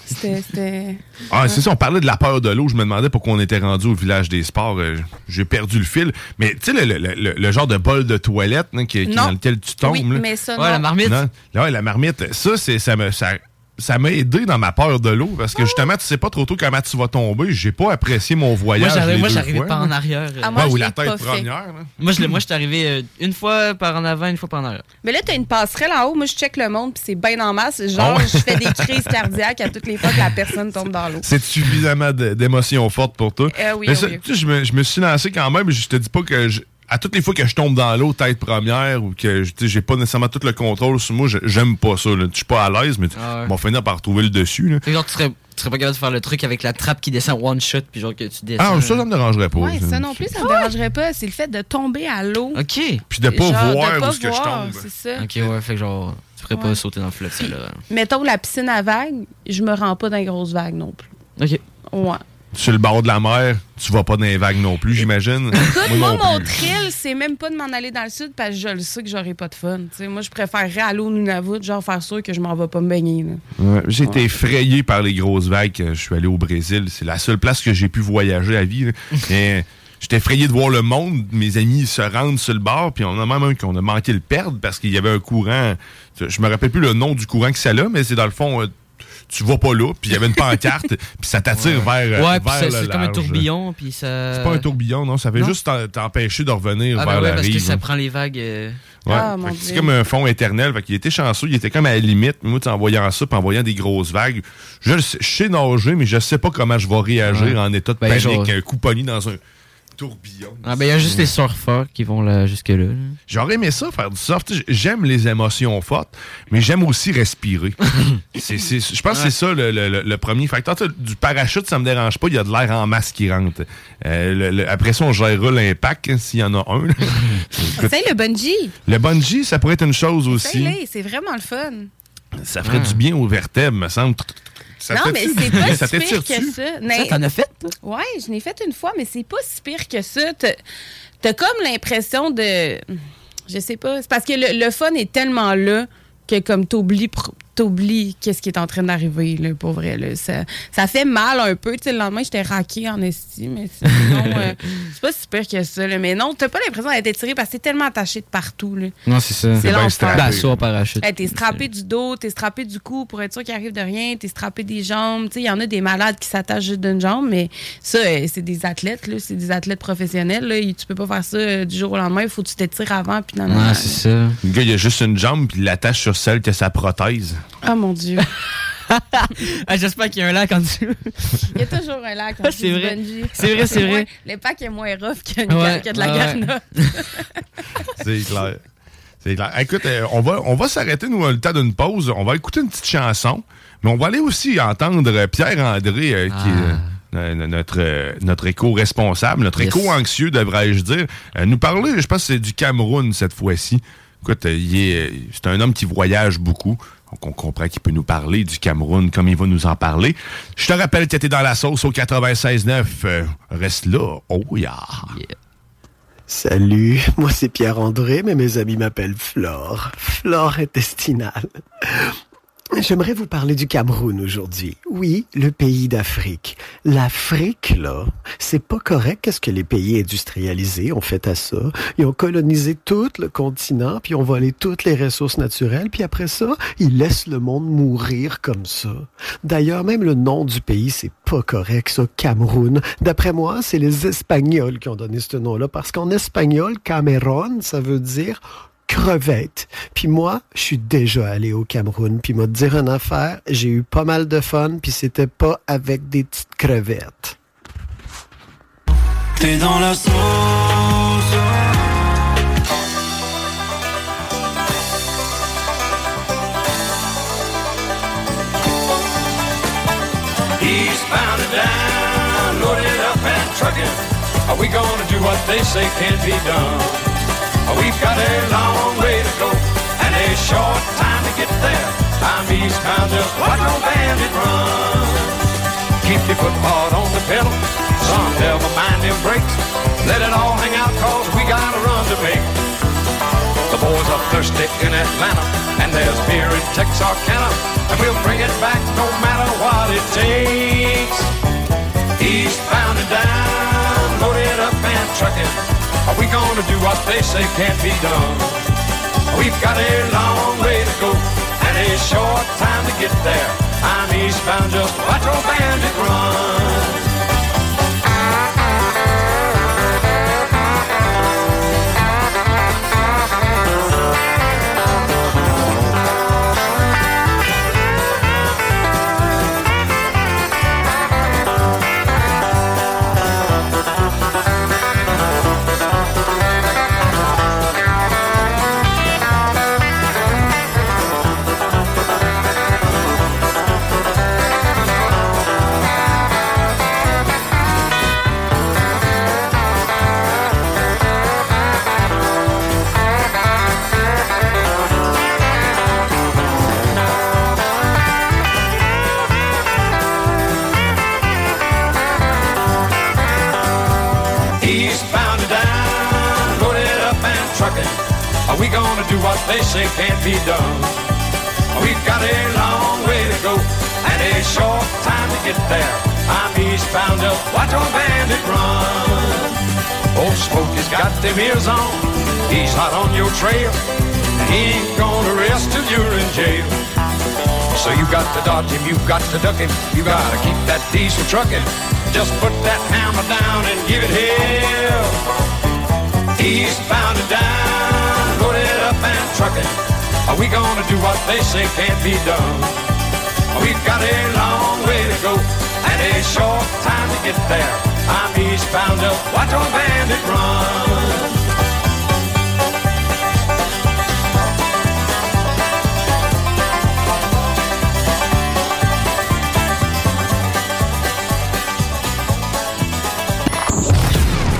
Speaker 8: c'était- c'était.
Speaker 3: Ah, c'est ça, on parlait de la peur de l'eau. Je me demandais pourquoi on était rendu au village des sports. Euh, J'ai perdu le fil. Mais tu sais, le, le- le- le genre de bol de toilette hein, qui, qui-
Speaker 8: Non.
Speaker 3: dans lequel tu tombes.
Speaker 8: Oui,
Speaker 3: là.
Speaker 8: mais ça, Ouais, non. la marmite.
Speaker 3: Non. Là, ouais, la marmite. Ça, c'est- ça me. Ça, ça m'a aidé dans ma peur de l'eau parce que justement, tu sais pas trop tôt comment tu vas tomber. J'ai pas apprécié mon voyage.
Speaker 7: Moi, j'arrivais-
Speaker 3: les
Speaker 7: moi,
Speaker 3: deux
Speaker 7: j'arrivais
Speaker 3: fois,
Speaker 7: pas en
Speaker 3: là.
Speaker 7: arrière.
Speaker 8: Ah, moi,
Speaker 3: Ouais,
Speaker 8: je
Speaker 3: ou
Speaker 8: l'ai
Speaker 3: la
Speaker 8: pas
Speaker 3: tête
Speaker 8: fait.
Speaker 3: première. là.
Speaker 7: moi, je, l'ai- moi, je suis arrivé euh, une fois par en avant, une fois par en arrière.
Speaker 8: Mais là, t'as une passerelle en haut. Moi, je check le monde, puis c'est bien en
Speaker 3: Ah
Speaker 8: masse. Genre, je fais des crises cardiaques à toutes les fois que la personne tombe dans l'eau.
Speaker 3: C'est suffisamment de- d'émotions fortes pour toi.
Speaker 8: Euh, oui,
Speaker 3: Mais
Speaker 8: oui,
Speaker 3: ça,
Speaker 8: oui.
Speaker 3: tu sais, je, me, je me suis lancé quand même. Je te dis pas que je- à toutes les fois que je tombe dans l'eau tête première ou que je- tu sais, j'ai pas nécessairement tout le contrôle sur moi, je- j'aime pas ça. là. Je suis pas à l'aise, mais tu-
Speaker 7: Ah ouais.
Speaker 3: bon, on finira par retrouver le dessus. là.
Speaker 7: C'est genre, tu serais, tu serais pas capable de faire le truc avec la trappe qui descend one shot, puis genre que tu descends.
Speaker 3: Ah, ça, ça me dérangerait pas.
Speaker 8: Ouais,
Speaker 3: ça.
Speaker 8: ça non plus, ça me dérangerait pas. C'est le fait de tomber à l'eau.
Speaker 7: OK.
Speaker 3: Puis de pas
Speaker 8: Genre, de
Speaker 3: voir
Speaker 8: pas
Speaker 3: où ce que je
Speaker 8: voir,
Speaker 3: tombe.
Speaker 8: c'est ça.
Speaker 7: OK, ouais, fait que genre, tu pourrais
Speaker 8: Ouais.
Speaker 7: pas sauter dans le fleuve, celle-là.
Speaker 8: Mettons la piscine à vagues, je me rends pas dans les grosses vagues non plus.
Speaker 7: OK.
Speaker 8: Ouais.
Speaker 3: Sur le bord de la mer, tu vas pas dans les vagues non plus, j'imagine.
Speaker 8: Écoute,
Speaker 3: Moi
Speaker 8: moi,
Speaker 3: non
Speaker 8: mon
Speaker 3: plus.
Speaker 8: thrill, c'est même pas de m'en aller dans le sud parce que je le sais que j'aurai pas de fun. Tu sais, moi, je préférerais aller au Nunavut, genre faire sûr que je m'en vais pas me baigner. là.
Speaker 3: Ouais, j'ai été effrayé par les grosses vagues. que Je suis allé au Brésil. C'est la seule place que j'ai pu voyager à vie. là. Et j'étais effrayé de voir le monde. Mes amis se rendent sur le bord. Puis on a même un qu'on a manqué le perdre parce qu'il y avait un courant. Je me rappelle plus le nom du courant que ça là, mais c'est dans le fond. euh, tu vas pas là, puis il y avait une pancarte, puis ça t'attire vers, euh,
Speaker 7: ouais, puis
Speaker 3: vers
Speaker 7: c'est-
Speaker 3: le
Speaker 7: c'est comme un
Speaker 3: large.
Speaker 7: tourbillon, puis ça.
Speaker 3: C'est pas un tourbillon, non. Ça fait
Speaker 7: Non?
Speaker 3: juste t'en- t'empêcher de revenir
Speaker 7: Ah,
Speaker 3: vers
Speaker 7: ben ouais,
Speaker 3: la
Speaker 7: parce
Speaker 3: rive. hein.
Speaker 7: que ça
Speaker 3: là.
Speaker 7: prend les vagues. euh,
Speaker 3: Ouais.
Speaker 7: Ah,
Speaker 3: Fait
Speaker 7: mon
Speaker 3: que c'est
Speaker 7: Dieu.
Speaker 3: comme un fond éternel. Fait qu'il était chanceux, il était comme à la limite. Mais Moi, tu sais, en voyant ça, puis en voyant des grosses vagues, je, le sais- je sais nager, mais je sais pas comment je vais réagir
Speaker 7: Ouais.
Speaker 3: en état de
Speaker 7: Ben,
Speaker 3: panique,
Speaker 7: genre-
Speaker 3: un coup pogné dans un tourbillon.
Speaker 7: Ah, ben, il y a juste les surfeurs qui vont là, jusque-là. là.
Speaker 3: J'aurais aimé ça, faire du surf. Tu sais, J'aime les émotions fortes, mais j'aime aussi respirer. C'est- c'est- je pense que c'est ça le, le- le- le premier facteur. Tu sais, Du parachute, ça me dérange pas. Il y a de l'air en masse qui rentre. Euh, le- le- après ça, on gérera l'impact, hein, s'il y en a un. là. Écoute,
Speaker 8: Essaye le bungee.
Speaker 3: le bungee, ça pourrait être une chose aussi.
Speaker 8: Essaye-le, c'est vraiment le fun.
Speaker 3: Ça ferait du bien aux vertèbres, me semble. Ça
Speaker 8: non, mais
Speaker 3: t'attire-
Speaker 8: c'est pas
Speaker 3: ça
Speaker 8: si pire
Speaker 3: t'attire-tu?
Speaker 8: que ça. Mais-
Speaker 7: t'en as fait,
Speaker 8: Ouais, je l'ai fait une fois, mais c'est pas si pire que ça. T'as- T'as comme l'impression de. Je sais pas. C'est parce que le, le fun est tellement là que, comme t'oublies. pro- T'oublies qu'est-ce qui est en train d'arriver, là, pour vrai. là. Ça, ça fait mal un peu. Tu sais, le lendemain, j'étais raqué en estime, mais sinon, euh, c'est pas si pire que ça. là. Mais non, t'as pas l'impression d'être étiré parce que t'es tellement attaché de partout. Là.
Speaker 7: Non, c'est ça.
Speaker 8: C'est
Speaker 7: bien
Speaker 8: l'enfer.
Speaker 7: strappé. Ben, ça, en parachute.
Speaker 8: Hey, t'es strappé du dos, t'es strappé du cou pour être sûr qu'il arrive de rien, t'es strappé des jambes. Tu sais, Il y en a des malades qui s'attachent juste d'une jambe, mais ça, euh, c'est des athlètes, là, c'est des athlètes professionnels. Là, Et tu peux pas faire ça euh, du jour au lendemain, il faut que tu t'étires avant. Puis non, non, non.
Speaker 7: Ouais, c'est ça.
Speaker 3: Le gars, il a juste une jambe, puis il l'attache sur celle que ça prothèse.
Speaker 8: Ah mon Dieu.
Speaker 7: Ah, j'espère qu'il y a un lac en dessous.
Speaker 8: Il y a toujours un lac
Speaker 7: Ah,
Speaker 8: quand
Speaker 7: c'est
Speaker 8: c'est
Speaker 7: vrai.
Speaker 8: vrai.
Speaker 7: C'est vrai, c'est vrai.
Speaker 8: Les packs est moins rough que,
Speaker 7: Ouais,
Speaker 8: que de la
Speaker 7: ouais, ouais.
Speaker 8: garnotte.
Speaker 3: C'est clair. C'est clair. Écoute, euh, on va, on va s'arrêter, nous, le temps d'une pause. On va écouter une petite chanson, mais on va aller aussi entendre euh, Pierre-André, euh, qui est euh, euh, notre, euh, notre éco-responsable, notre
Speaker 9: Yes.
Speaker 3: éco-anxieux, devrais-je dire, euh, nous parler, je pense que c'est du Cameroun cette fois-ci. Écoute, euh, il est- c'est un homme qui voyage beaucoup. Donc, on comprend qu'il peut nous parler du Cameroun comme il va nous en parler. Je te rappelle que t'es dans la sauce au 96.9. Euh, reste là. Oh, yeah.
Speaker 10: Salut, moi c'est Pierre-André, mais mes amis m'appellent Flore. Flore intestinale. J'aimerais vous parler du Cameroun aujourd'hui. Oui, le pays d'Afrique. L'Afrique, là, c'est pas correct qu'est-ce que les pays industrialisés ont fait à ça. Ils ont colonisé tout le continent, puis ont volé toutes les ressources naturelles, puis après ça, ils laissent le monde mourir comme ça. D'ailleurs, même le nom du pays, c'est pas correct, ça, Cameroun. D'après moi, c'est les Espagnols qui ont donné ce nom-là, parce qu'en espagnol, Cameroun, ça veut dire crevette. Puis moi, je suis déjà allé au Cameroun, puis m'a dire une affaire, j'ai eu pas mal de fun, puis c'était pas avec des petites crevettes.
Speaker 9: T'es dans la sauce.
Speaker 11: Eastbound and down, loaded up and trucking. Are we gonna do what they say can't be done? We've got a long way to go and a short time to get there. I'm eastbound, just watch no bandit run. Keep your foot hard on the pedal. Some never mind them brakes. Let it all hang out, cause we got a run to make. The boys are thirsty in Atlanta, and there's beer in Texarkana, and we'll bring it back no matter what it takes. Eastbound and down, loaded up and trucking. Are we gonna do what they say can't be done? We've got a long way to go and a short time to get there. I'm eastbound, just watch old bandit run. Eastbound and down, loaded up and trucking. Are we gonna do what they say can't be done? We've got a long way to go and a short time to get there. I'm eastbound, just watch old bandit run. Old Smokey's got them ears on. He's hot on your trail. And he ain't gonna rest till you're in jail. So you got to dodge him, you got to duck him, you gotta keep that diesel trucking. Just put that hammer down and give it hell. Eastbound and down, loaded up and trucking. Are we gonna do what they say can't be done? We've got a long way to go and a short time to get there. I'm eastbound, just watch old bandit run.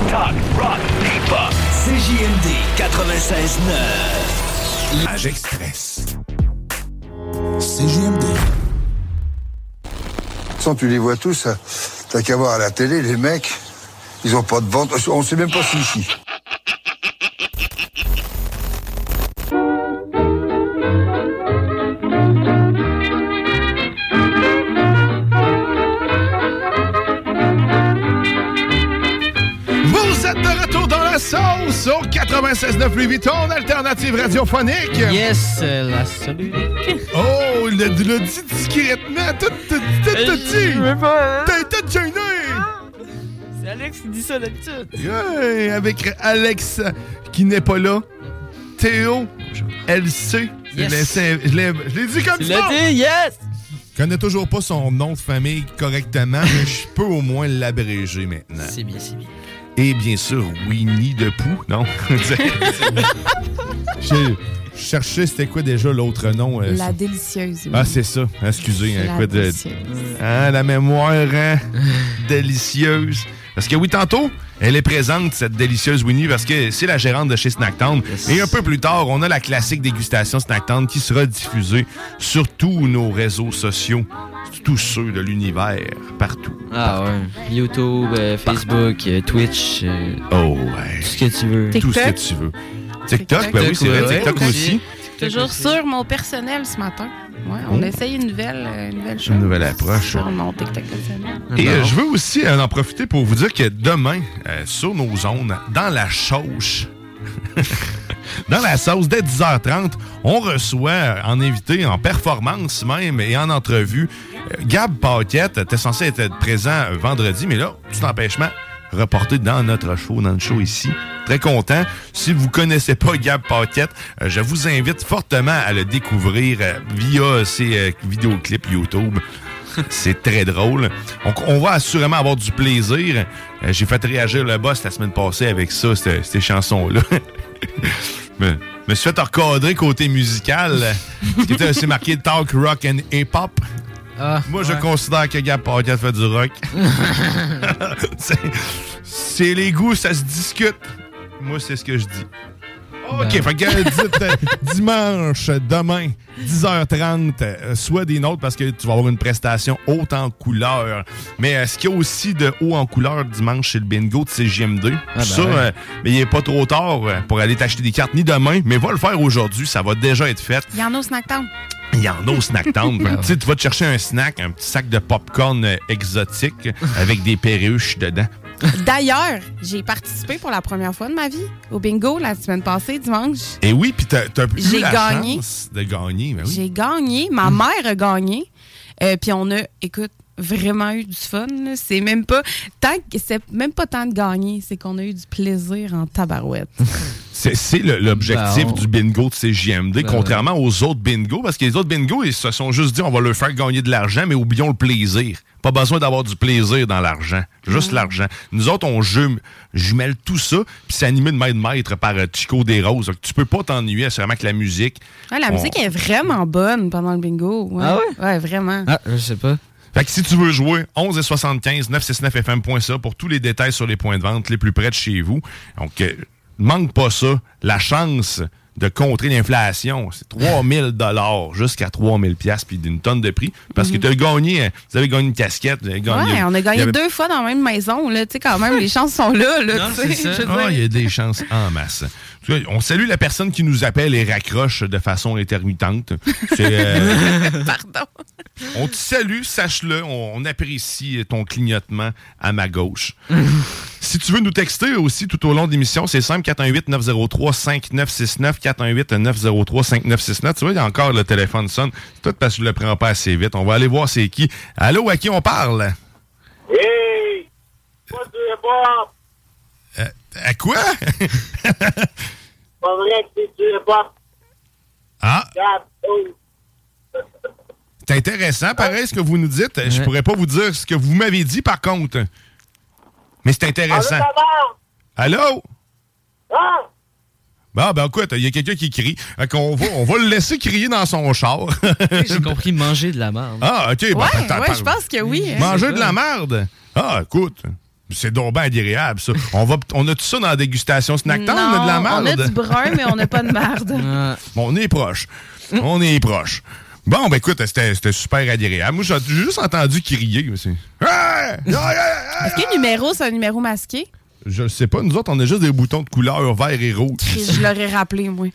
Speaker 12: Talk, rock, hip-hop. CJMD 96.9. L'âge express.
Speaker 13: CGMD. Sans tu les vois tous, euh, t'as qu'à voir à la télé, les mecs, ils ont pas de ventre, on sait même pas s'ils chient.
Speaker 3: Vous êtes de retour dans la sauce au 96.9 Louis Vuitton, alternative radiophonique.
Speaker 7: Yes, euh, la salut.
Speaker 3: Oh, il l'a il l'a dit discrètement. Tout, tout, tout, tout dit. T'as été gêné.
Speaker 7: C'est Alex qui dit ça d'habitude.
Speaker 3: Yeah, avec Alex qui n'est pas là. Théo, LC. Je l'ai- c'est- Je l'ai je l'ai dit comme
Speaker 7: Tu
Speaker 3: ça.
Speaker 7: l'as dit, yes.
Speaker 3: Je connais toujours pas son nom de famille correctement, mais je peux au moins l'abréger maintenant.
Speaker 7: C'est bien, c'est bien.
Speaker 3: Et bien sûr, Winnie de Pou. Non. J'ai cherché c'était quoi déjà l'autre nom. euh,
Speaker 8: La
Speaker 3: ça.
Speaker 8: délicieuse. oui.
Speaker 3: Ah, c'est ça. Excusez. hein,
Speaker 8: La
Speaker 3: quoi de-
Speaker 8: délicieuse.
Speaker 3: Hein, la mémoire, hein? délicieuse. Parce que oui, tantôt, elle est présente, cette délicieuse Winnie, parce que c'est la gérante de chez Snacktown. Et un peu plus tard, on a la classique dégustation Snacktown qui sera diffusée sur tous nos réseaux sociaux, tous ceux de l'univers, partout.
Speaker 7: Ah ouais. YouTube, euh, Facebook, euh, Twitch.
Speaker 3: oh ouais.
Speaker 7: Tout ce que tu veux.
Speaker 8: TikTok. Tout ce que
Speaker 3: tu veux. TikTok, ben oui, c'est vrai, TikTok aussi.
Speaker 8: Toujours sur mon personnel ce matin. Ouais, on
Speaker 3: Oh.
Speaker 8: essaye une nouvelle, euh, une nouvelle chose.
Speaker 3: Une nouvelle approche.
Speaker 8: Sur mon TikTok personnel.
Speaker 3: Et euh, je veux aussi euh, en profiter pour vous dire que demain, euh, sur nos zones, dans la chauche, dans la sauce, dès 10h30, on reçoit euh, en invité, en performance même et en entrevue, euh, Gab Paquette. T'es censé être présent euh, vendredi, mais là, tout empêchement, reporté dans notre show, dans le show ici. Très content. Si vous connaissez pas Gab Paquette, euh, je vous invite fortement à le découvrir euh, via ses euh, vidéoclips YouTube. C'est très drôle. On, on va assurément avoir du plaisir. Euh, J'ai fait réagir le boss la semaine passée avec ça, cette- ces chansons-là. me, me suis fait recadrer côté musical. euh, qui était aussi marqué Talk, Rock and Hip-Hop. Moi, je considère que Gab Podcast fait du rock. C'est- c'est les goûts, ça se discute. Moi, c'est ce que je dis.
Speaker 9: Ben.
Speaker 3: OK, fait que euh, dites, euh, dimanche, demain, 10h30, euh, soit des notes parce que tu vas avoir une prestation haute en couleur. Mais euh, ce qu'il y a aussi de haut en couleur dimanche, c'est le bingo de CGM2.
Speaker 9: ben
Speaker 3: ça,
Speaker 9: ouais.
Speaker 3: euh, mais il n'est pas trop tard euh, pour aller t'acheter des cartes ni demain, mais va le faire aujourd'hui. Ça va déjà être fait.
Speaker 8: Il y en a au Snacktown.
Speaker 3: Il y en a au snack town. tu sais, tu vas te chercher un snack, un petit sac de popcorn euh, exotique avec des perruches dedans.
Speaker 8: D'ailleurs, j'ai participé pour la première fois de ma vie au bingo la semaine passée, dimanche.
Speaker 3: Et Eh oui, puis t'as t'as eu
Speaker 8: J'ai
Speaker 3: la
Speaker 8: gagné.
Speaker 3: chance de gagner. ben oui.
Speaker 8: J'ai gagné, ma mère a gagné. Euh, Puis on a, écoute, vraiment eu du fun. là. C'est même pas tant que- c'est même pas tant de gagner, c'est qu'on a eu du plaisir en tabarouette.
Speaker 3: C'est c'est le- l'objectif
Speaker 9: Ben, on-
Speaker 3: du bingo de CJMD,
Speaker 9: Ben,
Speaker 3: contrairement aux autres bingos, parce que les autres bingos, ils se sont juste dit on va leur faire gagner de l'argent, mais oublions le plaisir. Pas besoin d'avoir du plaisir dans l'argent,
Speaker 8: Mm.
Speaker 3: juste l'argent. Nous autres, on jume- jumelle tout ça, puis c'est animé de maître maître par euh, Chico des Roses. Donc, Tu peux pas t'ennuyer, c'est vraiment que la musique.
Speaker 8: Ouais, Ah, la
Speaker 3: on-
Speaker 8: musique est vraiment bonne pendant le bingo. Ouais.
Speaker 3: Ah
Speaker 8: ouais? Ouais, vraiment.
Speaker 3: Ah, je sais pas. Fait que si tu veux jouer, 11 et 75 969fm.ca pour tous les détails sur les points de vente les plus près de chez vous. Donc, euh, manque pas ça. La chance de contrer l'inflation, c'est 3000 dollars jusqu'à 3000 pièces puis d'une tonne de prix parce que
Speaker 8: Mhm.
Speaker 3: tu as gagné, euh, vous avez gagné une casquette, vous avez gagné.
Speaker 8: Ouais, on Ben, a
Speaker 3: il y
Speaker 8: gagné
Speaker 3: avait-
Speaker 8: deux fois dans la même maison, là. Tu sais, quand même, les chances sont là, là. tu sais, je veux dire.
Speaker 3: ah, il y a des chances en masse. En tout cas, On salue la personne qui nous appelle et raccroche de façon intermittente. C'est, euh,
Speaker 8: Pardon.
Speaker 3: On te salue, sache-le. On, on apprécie ton clignotement à ma gauche. si tu veux nous texter aussi tout au long de l'émission, c'est simple 418-903-5969. 418-903-5969. Tu vois, il y a encore le téléphone sonne. C'est tout parce que je le prends pas assez vite. On va aller voir c'est qui. Allô, à qui on parle?
Speaker 14: Hey! Moi, tu es Bob!
Speaker 3: À quoi?
Speaker 14: Pas vrai que tu es Bob!
Speaker 3: ah,
Speaker 14: Gab, oh!
Speaker 3: C'est intéressant, pareil, ce que vous nous dites. Je pourrais pas vous dire ce que vous m'avez dit, par contre. Mais c'est intéressant.
Speaker 14: Allô, Gabard?
Speaker 3: Allô?
Speaker 14: Ah!
Speaker 3: Bon, ben écoute, il y a quelqu'un qui crie. Fait qu'on va, on va le laisser crier dans son char. J'ai compris manger de la merde. Ah, OK. ben,
Speaker 8: Ouais,
Speaker 3: attends,
Speaker 8: ouais,
Speaker 3: par-
Speaker 8: je pense que oui, hein.
Speaker 3: Manger de la merde? Ah, écoute, c'est donc ben agréable, ça. on, va, on a tout ça dans la dégustation snack time, on a de la
Speaker 8: Non,
Speaker 3: merde.
Speaker 8: On a du brun, mais on n'a pas de merde.
Speaker 3: Bon, on est proche. On est proche. Bon, ben écoute, c'était c'était super agréable. Moi, j'ai j'ai juste entendu crier. mais c'est- Hey! Hey! Hey!
Speaker 8: Est-ce que numéro, c'est un numéro masqué?
Speaker 3: Je le sais pas, nous autres, on a juste des boutons de couleur vert et rouge.
Speaker 8: Chris, Je l'aurais rappelé, moi.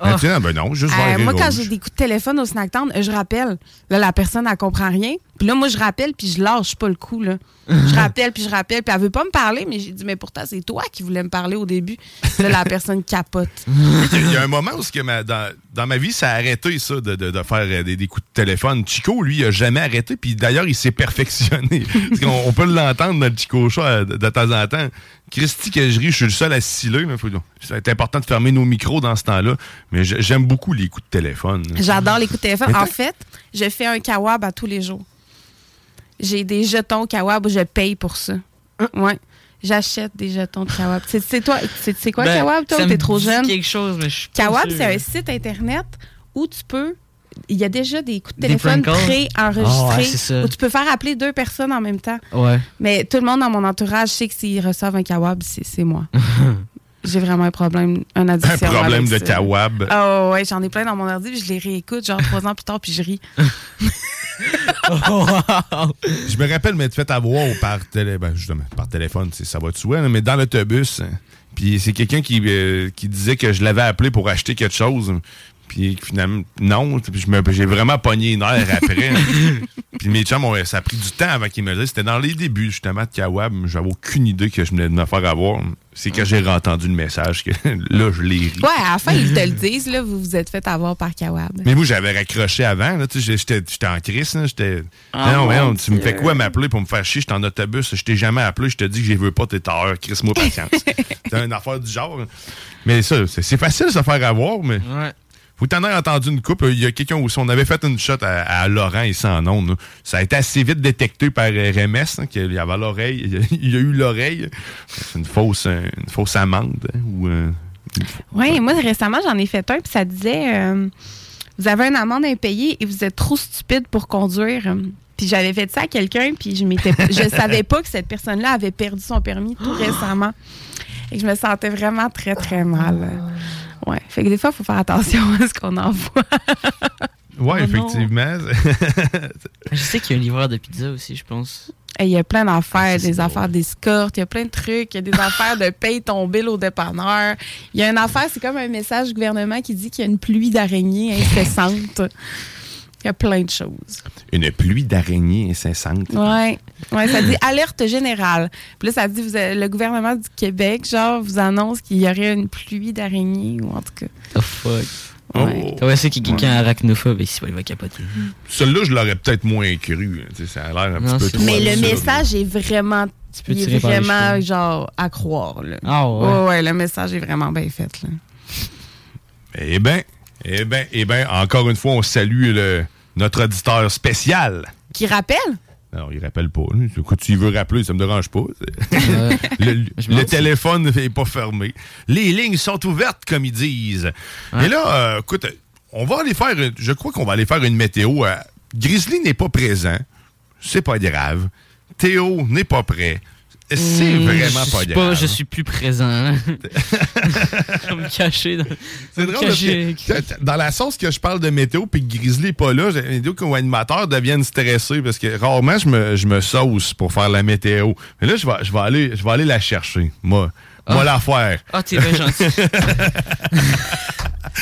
Speaker 3: Ah, tiens, ben non, juste
Speaker 8: Euh,
Speaker 3: vert et
Speaker 8: moi, quand
Speaker 3: rouge.
Speaker 8: j'ai des coups de téléphone au snack town, euh, je rappelle. Là, la personne, elle comprend rien. Puis là, moi, je rappelle, puis je lâche pas le coup. Là. Je rappelle, puis je rappelle. Puis elle veut pas me parler, mais j'ai dit, mais pourtant, c'est toi qui voulais me parler au début. Là, la personne capote.
Speaker 3: Il y a un moment où ce que ma- dans, dans ma vie, ça a arrêté, ça, de, de- de faire euh, des, des coups de téléphone. Chico, lui, il a jamais arrêté, puis d'ailleurs, il s'est perfectionné. Parce qu'on- on, peut l'entendre dans le Chico Show euh, de, de temps en temps. Christy, que je ris, je suis le seul à sciller. mais faut- C'est important de fermer nos micros dans ce temps-là, mais je- j'aime beaucoup les coups de téléphone.
Speaker 8: J'adore les coups de téléphone.
Speaker 3: Mais
Speaker 8: En
Speaker 3: t'as-
Speaker 8: fait, je fais un kawab à tous les jours. J'ai des jetons kawab où je paye pour ça. Ouais. J'achète des jetons de Kawab. C'est- C'est toi, c'est c'est quoi
Speaker 7: Ben,
Speaker 8: Kawab, toi,
Speaker 7: ça
Speaker 8: ou
Speaker 7: me
Speaker 8: t'es trop
Speaker 7: dit
Speaker 8: jeune?
Speaker 7: quelque chose, mais je suis pas
Speaker 8: Kawab,
Speaker 7: sûr.
Speaker 8: c'est un site internet où tu peux. Il y a déjà des coups de
Speaker 7: Des
Speaker 8: téléphone
Speaker 7: prank calls? Ah ouais, c'est
Speaker 8: pré-enregistrés
Speaker 7: ça.
Speaker 8: où tu peux faire appeler deux personnes en même temps.
Speaker 7: Ouais.
Speaker 8: Mais tout le monde dans mon entourage sait que s'ils reçoivent un Kawab, c'est c'est moi. J'ai vraiment un problème, un addiction.
Speaker 3: Un problème
Speaker 8: avec
Speaker 3: de
Speaker 8: ça.
Speaker 3: Kawab.
Speaker 8: Ah ouais, j'en ai plein dans mon ordi, puis je les réécoute genre trois ans plus tard, puis je ris.
Speaker 3: Je me rappelle m'être fait avoir par, télé, ben, justement, par téléphone, c'est- ça va de soi, là, mais dans l'autobus. hein. Puis c'est quelqu'un qui, euh, qui disait que je l'avais appelé pour acheter quelque chose. Puis finalement, non. Puis je me- j'ai vraiment pogné une heure après. hein. Puis mes chums, ont- ça a pris du temps avant qu'ils me le disent. C'était dans les débuts, justement, de Kawab. J'avais aucune idée que je venais de me faire avoir. C'est quand j'ai entendu le message que là, je l'ai ri.
Speaker 8: Ouais, à la fin, ils te le disent, là, vous vous êtes fait avoir par Kawab.
Speaker 3: Mais moi, j'avais raccroché avant. là, tu sais, J'étais j'étais en crise. là, J'étais.
Speaker 8: Ah,
Speaker 3: non,
Speaker 8: mon
Speaker 3: voyons, tu me fais
Speaker 8: Dieu.
Speaker 3: quoi m'appeler pour me faire chier? J'étais en autobus. Je t'ai jamais appelé. Je te dis que je veux pas tes tard. Chris, moi, patience. c'est une affaire du genre. Mais ça, c'est c'est facile de se faire avoir, mais. Vous t'en avez entendu une coupe. Il y a quelqu'un aussi. On avait fait une shot à, à Laurent et sans ondes. là. Ça a été assez vite détecté par RMS hein, qu'il y avait l'oreille. Il y a eu l'oreille. C'est une fausse, euh, une fausse amende. hein, ou, euh,
Speaker 8: Oui, moi récemment, j'en ai fait un, puis ça disait euh, Vous avez une amende impayée et vous êtes trop stupide pour conduire. Puis j'avais fait ça à quelqu'un, puis je m'étais, je savais pas que cette personne-là avait perdu son permis tout récemment. Et que je me sentais vraiment très, très mal. Ouais. Fait que des fois, il faut faire attention à ce qu'on envoie.
Speaker 3: Ouais,
Speaker 7: Oh non.
Speaker 3: effectivement.
Speaker 7: Je sais qu'il y a un livreur de pizza aussi, je pense. Ah,
Speaker 8: Et Il y a plein d'affaires, des affaires d'escorte, il y a plein de trucs, il y a des affaires de paye ton bill au dépanneur. Il y a une affaire, c'est comme un message du gouvernement qui dit qu'il y a une pluie d'araignées incessante. Il y a plein de choses.
Speaker 3: Une pluie d'araignées incessante.
Speaker 8: Ouais. ouais, ça dit alerte générale. Puis là, ça dit vous avez- le gouvernement du Québec, genre, vous annonce qu'il y aurait une pluie d'araignées, ou en tout cas.
Speaker 7: Oh fuck.
Speaker 3: Oh.
Speaker 7: Ouais. T'as c'est qu'il y a quelqu'un arachnophobe et il va capoter.
Speaker 3: Celui-là, je l'aurais peut-être moins cru. hein. Tu sais, Ça a l'air un
Speaker 7: Non,
Speaker 3: petit peu
Speaker 7: c'est-
Speaker 3: trop
Speaker 8: Mais le
Speaker 3: absurde.
Speaker 8: message est vraiment,
Speaker 7: peux
Speaker 8: il est
Speaker 7: tirer par les
Speaker 8: vraiment,
Speaker 7: cheveux.
Speaker 8: genre, à croire. Là.
Speaker 7: Ah ouais.
Speaker 8: Ouais, ouais, le message est vraiment bien fait. Là.
Speaker 3: Eh bien, eh bien, eh bien, encore une fois, on salue le, notre auditeur spécial.
Speaker 8: Qui rappelle?
Speaker 3: Non, il rappelle pas. là. Écoute, s'il veut rappeler, ça me dérange pas. le le téléphone n'est pas fermé. Les lignes sont ouvertes, comme ils disent. Et là, euh, écoute, on va aller faire. une- Je crois qu'on va aller faire une météo. euh, Grizzly n'est pas présent. C'est pas grave. Théo n'est pas prêt. C'est
Speaker 7: Mmh,
Speaker 3: vraiment
Speaker 7: je
Speaker 3: pas
Speaker 7: suis
Speaker 3: grave. hein.
Speaker 7: Je suis plus présent. hein. je vais me cacher. dans- je
Speaker 3: C'est
Speaker 7: vais me
Speaker 3: drôle parce
Speaker 7: cacher.
Speaker 3: que t- t- dans la sauce que je parle de météo puis que Grizzly n'est pas là, j'ai l'idée qu'un animateur devienne stressé parce que rarement je me, je me sauce pour faire la météo. Mais là, je vais, je vais, aller, je vais aller la chercher, moi. Moi, la faire.
Speaker 7: Ah, t'es bien gentil.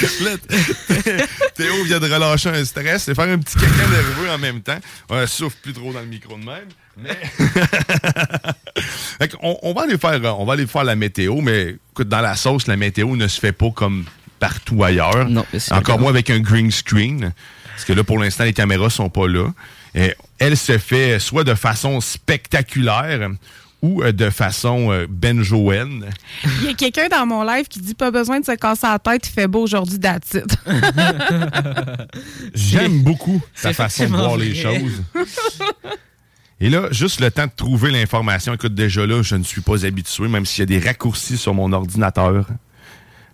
Speaker 3: Théo vient de relâcher un stress et faire un petit caca nerveux en même temps. On souffle plus trop dans le micro de même. Mais... Fait qu'on- on, va aller faire, euh, on va aller faire la météo, mais écoute, dans la sauce, la météo ne se fait pas comme partout ailleurs. Encore moins avec un green screen. Parce que là, pour l'instant, les caméras sont pas là. Et elle se fait soit de façon spectaculaire ou euh, de façon euh, benjoenne.
Speaker 8: Il y a quelqu'un dans mon live qui dit pas besoin de se casser la tête, il fait beau aujourd'hui d'attitude.
Speaker 3: J'aime beaucoup sa façon de voir les
Speaker 8: effectivement
Speaker 3: choses. Et là, juste le temps de trouver l'information. Écoute, déjà là, je ne suis pas habitué, même s'il y a des raccourcis sur mon ordinateur.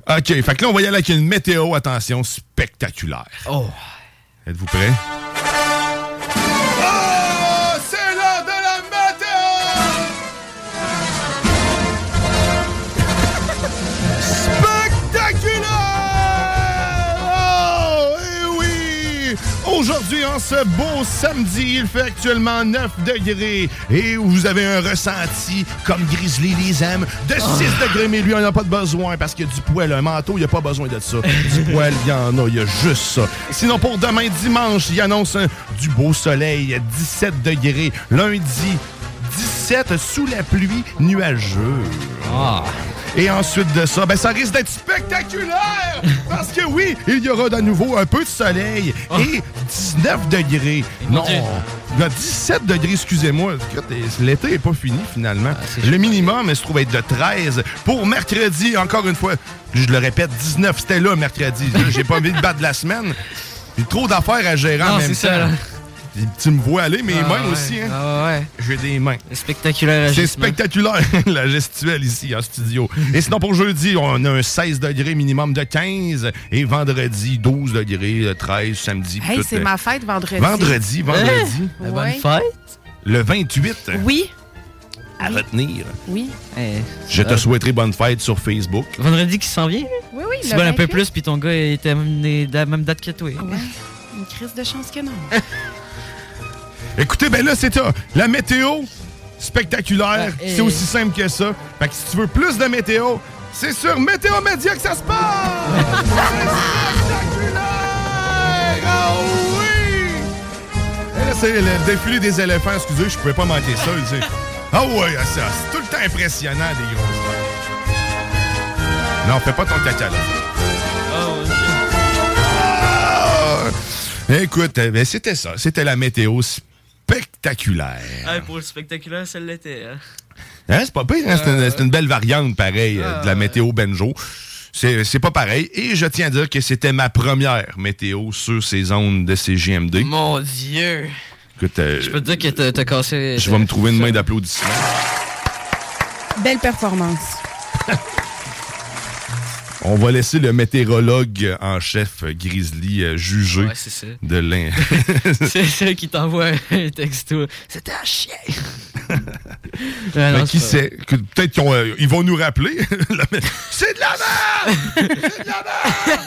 Speaker 3: OK, fait que là, on va y aller avec une météo, attention, spectaculaire.
Speaker 7: Oh.
Speaker 3: Êtes-vous prêts?
Speaker 11: Oh, c'est l'heure de la météo!
Speaker 3: Spectaculaire! Oh, eh oui! Aujourd'hui, en ce beau samedi, il fait actuellement 9 degrés et vous avez un ressenti comme Grizzly les aime de 6 degrés, mais lui, on n'a pas de besoin parce que du poêle, un manteau, il n'y a pas besoin de ça. Du poêle, il y en a, il y a juste ça. Sinon, pour demain dimanche, il annonce un- du beau soleil, 17 degrés. Lundi, 17 sous la pluie nuageux. Et ensuite de ça, ben ça risque d'être spectaculaire! Parce que oui, il y aura de nouveau un peu de soleil et 19 degrés. non, il y a 17 degrés, excusez-moi. Écoute, L'été n'est pas fini finalement. le minimum, il se trouve être de 13. Pour mercredi, encore une fois, je le répète, 19, c'était là mercredi. Là, J'ai pas envie de battre la semaine. J'ai trop d'affaires à gérer Ah, en
Speaker 7: Non,
Speaker 3: même temps.
Speaker 7: c'est ça, là.
Speaker 3: Tu me vois aller, mes
Speaker 7: Ah
Speaker 3: mains
Speaker 7: ouais,
Speaker 3: aussi. Hein?
Speaker 7: ah ouais.
Speaker 3: J'ai des mains.
Speaker 7: Spectaculaire.
Speaker 3: C'est
Speaker 7: ajustement.
Speaker 3: spectaculaire, la gestuelle ici en studio. Et sinon, pour jeudi, on a un 16 degrés minimum de 15 et vendredi, 12 degrés, euh, 13, samedi. puis
Speaker 8: Hey,
Speaker 3: tout,
Speaker 8: c'est
Speaker 3: euh,
Speaker 8: ma fête vendredi.
Speaker 3: Vendredi, vendredi.
Speaker 8: Hein? Ouais.
Speaker 3: Le 28.
Speaker 8: Oui.
Speaker 3: À retenir.
Speaker 8: Oui.
Speaker 3: Je te souhaiterai bonne fête sur Facebook.
Speaker 7: Eh, Vendredi qui s'en vient.
Speaker 8: Oui, oui.
Speaker 7: Tu
Speaker 8: le
Speaker 7: vois un peu
Speaker 8: 28.
Speaker 7: plus, puis ton gars était amené de la même date que toi.
Speaker 8: Une crise de chance que non.
Speaker 3: Écoutez, ben là, c'est ça. La météo, spectaculaire.
Speaker 8: Ah, et-
Speaker 3: C'est aussi simple que ça. Fait que si tu veux plus de météo, c'est sur Météo Média que ça se passe! Ah oui! Et là, c'est le défilé des éléphants. Excusez, je pouvais pas manquer ça. tu sais. Ah ouais, ça, c'est tout le temps impressionnant, des grosses vagues. Non, fais pas ton caca, là. Ah! Écoute, euh, ben, c'était ça. C'était la météo spectaculaire.
Speaker 7: Ah, pour le spectaculaire, ça l'était. hein.
Speaker 3: Hein, c'est pas pire, hein? c'est, une, c'est une belle variante, pareil, euh, de la météo Benjo. C'est, c'est pas pareil. Et je tiens à dire que c'était ma première météo sur ces ondes de CGMD.
Speaker 7: Mon Dieu!
Speaker 3: Écoute, euh,
Speaker 7: Je peux te dire que t'as- t'as cassé.
Speaker 3: je vais me trouver une main d'applaudissement.
Speaker 8: Belle performance.
Speaker 3: On va laisser le météorologue en chef, euh, Grizzly, euh, juger
Speaker 7: Ouais, c'est ça.
Speaker 3: de l'in...
Speaker 7: C'est celle qui t'envoie un texto. C'était un chien.
Speaker 3: Mais
Speaker 7: non,
Speaker 3: qui
Speaker 7: c'est
Speaker 3: sait? Que Peut-être qu'ils ont, euh, ils vont nous rappeler. La mé- c'est de la merde! C'est de la merde!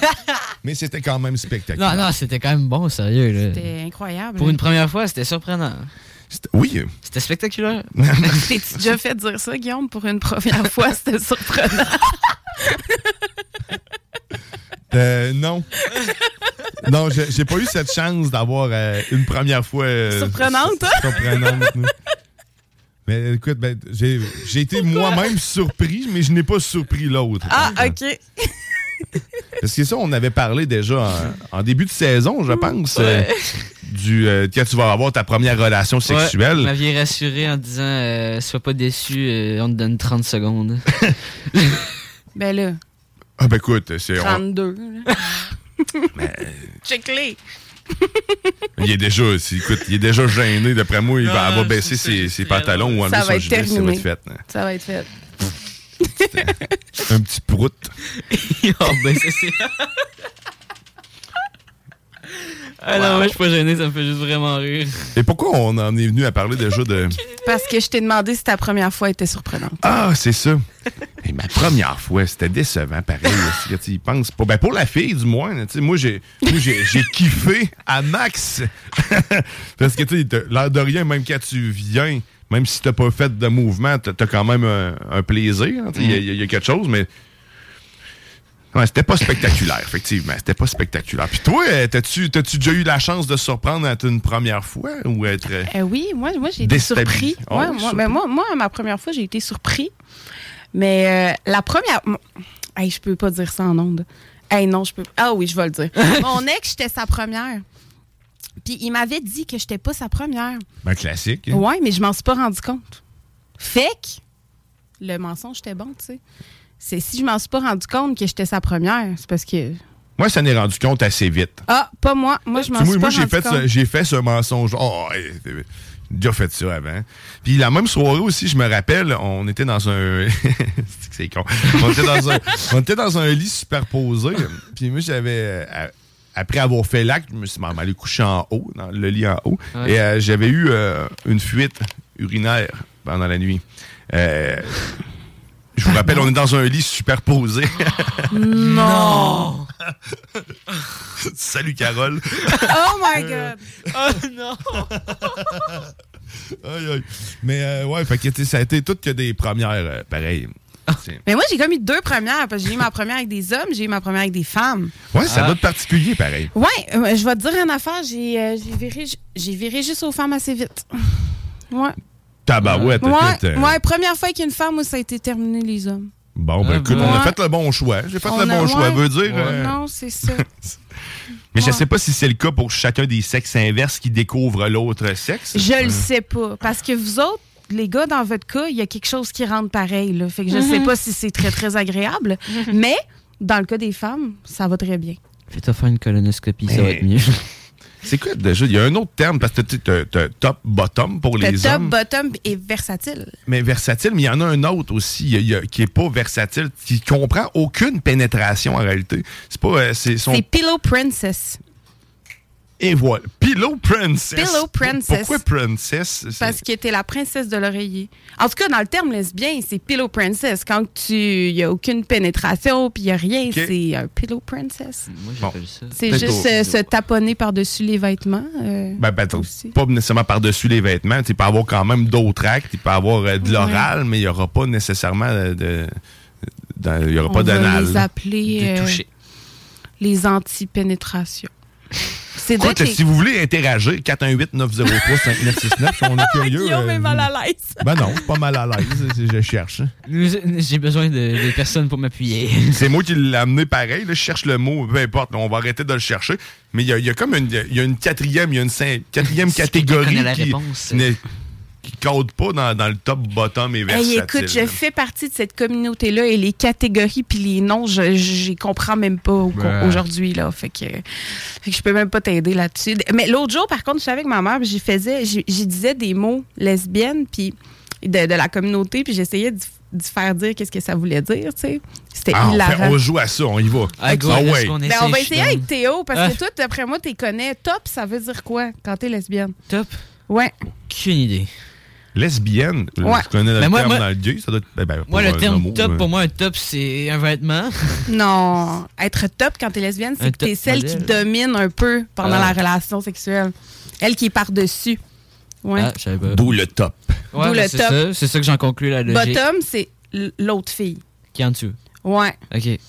Speaker 3: Mais c'était quand même spectaculaire.
Speaker 7: Non, non, c'était quand même bon, sérieux. Là.
Speaker 8: C'était incroyable.
Speaker 7: Pour une première fois, c'était surprenant.
Speaker 3: Oui.
Speaker 7: C'était spectaculaire.
Speaker 8: T'es-tu déjà fait dire ça, Guillaume? Pour une première fois, c'était surprenant.
Speaker 3: Euh, non. non, j'ai j'ai pas eu cette chance d'avoir euh, une première fois. euh,
Speaker 8: Surprenante, hein?
Speaker 3: Surprenante. non. Mais écoute, ben, j'ai j'ai été moi-même surpris, mais je n'ai pas surpris l'autre. Euh.
Speaker 8: Ah, OK.
Speaker 3: Parce que ça, on avait parlé déjà en, en début de saison, je pense, euh, du euh, quand tu vas avoir ta première relation sexuelle.
Speaker 7: Ouais, vous m'aviez rassuré en disant euh, Sois pas déçu, euh, on te donne 30 secondes.
Speaker 8: Ben là,
Speaker 3: Ah ben écoute, c'est on-
Speaker 8: 32. là. check les
Speaker 3: il est déjà, c'est- écoute, il est déjà gêné. D'après moi, il va,
Speaker 8: Ah,
Speaker 3: elle va baisser ses, ses pantalons ou enlever
Speaker 8: Ça
Speaker 3: son
Speaker 8: va être
Speaker 3: gilet,
Speaker 8: terminé.
Speaker 3: ça va être fait. hein.
Speaker 8: Ça va être fait.
Speaker 3: Un petit prout. Oh, ben,
Speaker 7: ah non, moi, je suis pas gêné, ça me fait juste vraiment rire.
Speaker 3: Et pourquoi on en est venu à parler déjà de.
Speaker 8: Parce que je t'ai demandé si ta première fois était surprenante.
Speaker 3: Ah, c'est ça. Et ma première fois, c'était décevant, pareil. là, si tu y penses pas. Ben, pour la fille, du moins. là, tu sais, moi, j'ai moi, j'ai- j'ai kiffé à max. Parce que, tu sais, t'as- l'air de rien, même quand tu viens, même si t'as pas fait de mouvement, t'as as quand même un, un plaisir. hein, tu sais, Il y a- il y, a- il y a quelque chose, mais. Ouais, c'était pas spectaculaire, effectivement. C'était pas spectaculaire. Puis toi, euh, t'as-tu t'as-tu déjà eu la chance de surprendre à une première fois ou être. euh,
Speaker 8: Euh, oui, moi, moi j'ai été
Speaker 3: Déstabilisé.
Speaker 8: surpris.
Speaker 3: Ah
Speaker 8: Ouais,
Speaker 3: oui,
Speaker 8: moi,
Speaker 3: surpris.
Speaker 8: ben, moi, moi, ma première fois, j'ai été surpris. Mais euh, la première. mon- Hey, je peux pas dire ça en ondes. Hey, non, je peux. Ah oui, je vais le dire. Mon ex, j'étais sa première. Puis il m'avait dit que j'étais pas sa première.
Speaker 3: Ben, classique. hein?
Speaker 8: Ouais, mais je m'en suis pas rendu compte. Fait que le mensonge était bon, tu sais. C'est si je m'en suis pas rendu compte que j'étais sa première, c'est parce que
Speaker 3: Moi, ça n'ai rendu compte assez vite.
Speaker 8: ah pas moi, moi je m'en
Speaker 3: Tu sais,
Speaker 8: suis
Speaker 3: moi, moi,
Speaker 8: pas
Speaker 3: j'ai
Speaker 8: rendu
Speaker 3: fait,
Speaker 8: compte.
Speaker 3: ce- j'ai fait ce mensonge. Oh, hey, t'es- j'ai déjà fait ça avant. Puis la même soirée aussi, je me rappelle, on était dans un. C'est que c'est con. On était, dans un, on était dans un lit superposé. Puis moi, j'avais. euh, à- Après avoir fait l'acte, je me suis m'en allé coucher en haut, dans le lit en haut.
Speaker 7: Ouais.
Speaker 3: Et euh, j'avais eu euh, une fuite urinaire pendant la nuit. Euh, je vous rappelle, on est dans un lit superposé.
Speaker 8: Non.
Speaker 3: Salut Carole.
Speaker 8: Oh my god.
Speaker 7: oh non.
Speaker 3: Aïe, aïe. Mais euh, ouais, fait que, tu sais, ça a été toutes que des premières, euh, pareil.
Speaker 8: Mais moi j'ai comme eu deux premières parce que j'ai eu ma première avec des hommes, j'ai eu ma première avec des femmes.
Speaker 3: Ouais, ça doit être particulier, pareil.
Speaker 8: Ouais, euh, je vais te dire une affaire, j'ai euh, j'ai viré ju- j'ai viré juste aux femmes assez vite. Ouais.
Speaker 3: Tabarouette, écoute.
Speaker 8: ouais,
Speaker 3: euh,
Speaker 8: ouais, première fois avec une femme où ça a été terminé les hommes.
Speaker 3: Bon,
Speaker 7: Ah,
Speaker 3: ben écoute,
Speaker 8: Ouais.
Speaker 3: on a fait le bon choix. J'ai fait
Speaker 8: On
Speaker 3: le bon
Speaker 8: a-
Speaker 3: choix,
Speaker 8: ouais.
Speaker 3: veut dire.
Speaker 8: Ouais.
Speaker 3: euh,
Speaker 8: Non, c'est ça.
Speaker 3: Mais je sais pas si c'est le cas pour chacun des sexes inverses qui découvrent l'autre sexe.
Speaker 8: Je
Speaker 3: Euh,
Speaker 8: le sais pas. Parce que vous autres, les gars, dans votre cas, il y a quelque chose qui rentre pareil. Là. Fait que je
Speaker 7: Mhm.
Speaker 8: sais pas si c'est très, très agréable. Mais dans le cas des femmes, ça va très bien.
Speaker 7: Fais-toi faire une colonoscopie, ça va
Speaker 3: Mais-
Speaker 7: être mieux.
Speaker 3: C'est quoi déjà? Il y a un autre terme parce que tu as top-bottom pour
Speaker 8: Le
Speaker 3: les
Speaker 8: top,
Speaker 3: hommes.
Speaker 8: bottom est versatile.
Speaker 3: Mais versatile, mais il y en a un autre aussi il y a- il y a- qui est pas versatile, qui comprend aucune pénétration en réalité. C'est pas. euh, c'est son.
Speaker 8: C'est Pillow Princess.
Speaker 3: Et voilà. Pillow Princess.
Speaker 8: Pillow Princess.
Speaker 3: Pourquoi Princess? C'est-
Speaker 8: Parce que t'es la princesse de l'oreiller. En tout cas, dans le terme lesbien, c'est Pillow Princess. Quand tu y a aucune pénétration puis y a rien, c'est un Pillow Princess.
Speaker 3: Bon.
Speaker 8: C'est
Speaker 3: Peut-être
Speaker 8: juste
Speaker 3: au-
Speaker 8: euh, se taponner par-dessus les vêtements. euh,
Speaker 3: Ben, ben, t'as- pas nécessairement par-dessus les vêtements. Tu peux avoir quand même d'autres actes. Il peut avoir euh, de l'oral, mais il n'y aura pas nécessairement euh, de. dans- Il n'y aura
Speaker 8: on
Speaker 3: pas
Speaker 8: va
Speaker 3: d'anal.
Speaker 8: les appeler euh,
Speaker 3: toucher.
Speaker 8: les anti-pénétrations. C'est
Speaker 3: Écoute,
Speaker 8: dire que-
Speaker 3: si vous voulez interagir, 418-903-5969, on est curieux.
Speaker 8: Guillaume est
Speaker 3: euh,
Speaker 8: mal à l'aise.
Speaker 3: Ben non, c'est pas mal à l'aise, c'est- je cherche.
Speaker 7: J'ai besoin de, de personnes pour m'appuyer.
Speaker 3: C'est moi qui l'ai amené pareil, là, je cherche le mot, peu importe, là, on va arrêter de le chercher. Mais il y a, il y a comme une, il y a une quatrième, il y a une cin- quatrième catégorie
Speaker 7: connaît la
Speaker 3: qui,
Speaker 7: réponse.
Speaker 3: ne- qui code pas dans, dans le top, bottom et
Speaker 8: Hey,
Speaker 3: versatile.
Speaker 8: écoute, je fais partie de cette communauté-là et les catégories puis les noms, je j'y comprends même pas au-
Speaker 3: Ouais.
Speaker 8: aujourd'hui. là. Fait que, fait que je peux même pas t'aider là-dessus. Mais l'autre jour, par contre, je suis avec ma mère puis j'y faisais, j'y j'y disais des mots lesbiennes puis de, de la communauté puis j'essayais d'y d'y faire dire qu'est-ce que ça voulait dire, tu sais. C'était
Speaker 3: Ah, on, fait-
Speaker 8: hilarant.
Speaker 3: on joue à ça, on y va.
Speaker 7: Ah, go,
Speaker 3: Ah
Speaker 7: laisse
Speaker 3: ouais.
Speaker 7: qu'on
Speaker 8: Ben, on va essayer avec Théo parce
Speaker 7: Ah.
Speaker 8: que toi, d'après moi, t'es connais. Top, ça veut dire quoi quand t'es lesbienne?
Speaker 7: Top?
Speaker 8: Ouais.
Speaker 7: Aucune idée.
Speaker 3: Lesbienne,
Speaker 8: Ouais.
Speaker 3: je connais le
Speaker 7: Ben, moi-
Speaker 3: terme
Speaker 7: moi-
Speaker 3: dans le gay, ça doit être- ben, ben,
Speaker 7: Moi,
Speaker 3: pas
Speaker 7: le
Speaker 3: un
Speaker 7: terme
Speaker 3: homo,
Speaker 7: top,
Speaker 3: mais-
Speaker 7: pour moi, un top, c'est un vêtement.
Speaker 8: Non, être top quand t'es lesbienne,
Speaker 7: Un
Speaker 8: c'est que t'es
Speaker 7: top
Speaker 8: celle qui
Speaker 7: modèle.
Speaker 8: domine un peu pendant
Speaker 7: Ah.
Speaker 8: la relation sexuelle. Elle qui est par-dessus. Ouais.
Speaker 7: Ah, je savais pas.
Speaker 3: D'où le top.
Speaker 7: Ouais,
Speaker 8: D'où
Speaker 7: ben,
Speaker 8: le
Speaker 7: c'est
Speaker 8: top.
Speaker 7: ça, C'est ça que j'en conclus la logique.
Speaker 8: Bottom, c'est l- l'autre fille.
Speaker 7: Qui est en dessous.
Speaker 8: Ouais.
Speaker 7: OK.
Speaker 8: ouais.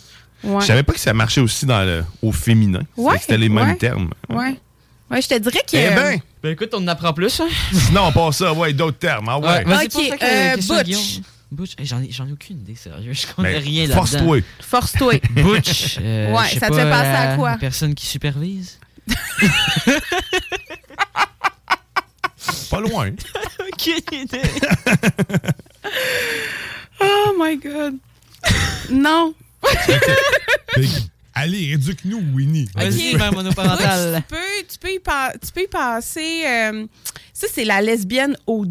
Speaker 3: Je savais pas que ça marchait aussi dans le, au féminin.
Speaker 8: Ouais,
Speaker 3: C'était les mêmes
Speaker 8: ouais.
Speaker 3: termes.
Speaker 8: Ouais. Ouais, je te dirais que.
Speaker 3: Eh ben.
Speaker 7: Ben écoute, on en apprend plus. Hein?
Speaker 3: Sinon, pas ça, ouais, d'autres termes. Ah ouais.
Speaker 7: Vas-y, pose
Speaker 8: Ok,
Speaker 7: ta que-
Speaker 8: euh,
Speaker 7: question à
Speaker 8: Butch.
Speaker 7: Guillaume. Butch, hey, j'en ai, j'en ai aucune idée, sérieux. Je connais
Speaker 3: Ben,
Speaker 7: rien là-dedans.
Speaker 3: force-toi.
Speaker 8: Force-toi.
Speaker 7: Butch. euh,
Speaker 8: Ouais,
Speaker 7: je sais
Speaker 8: ça te
Speaker 7: pas,
Speaker 8: fait penser à
Speaker 7: la-
Speaker 8: quoi?
Speaker 7: La personne qui supervise.
Speaker 3: Pas loin.
Speaker 7: Aucune idée.
Speaker 8: Oh my God. non.
Speaker 3: Allez, éduque-nous, Winnie.
Speaker 8: Ok. Oui, tu, peux, tu, peux y pa- tu peux y passer. euh, ça, c'est la lesbienne OG,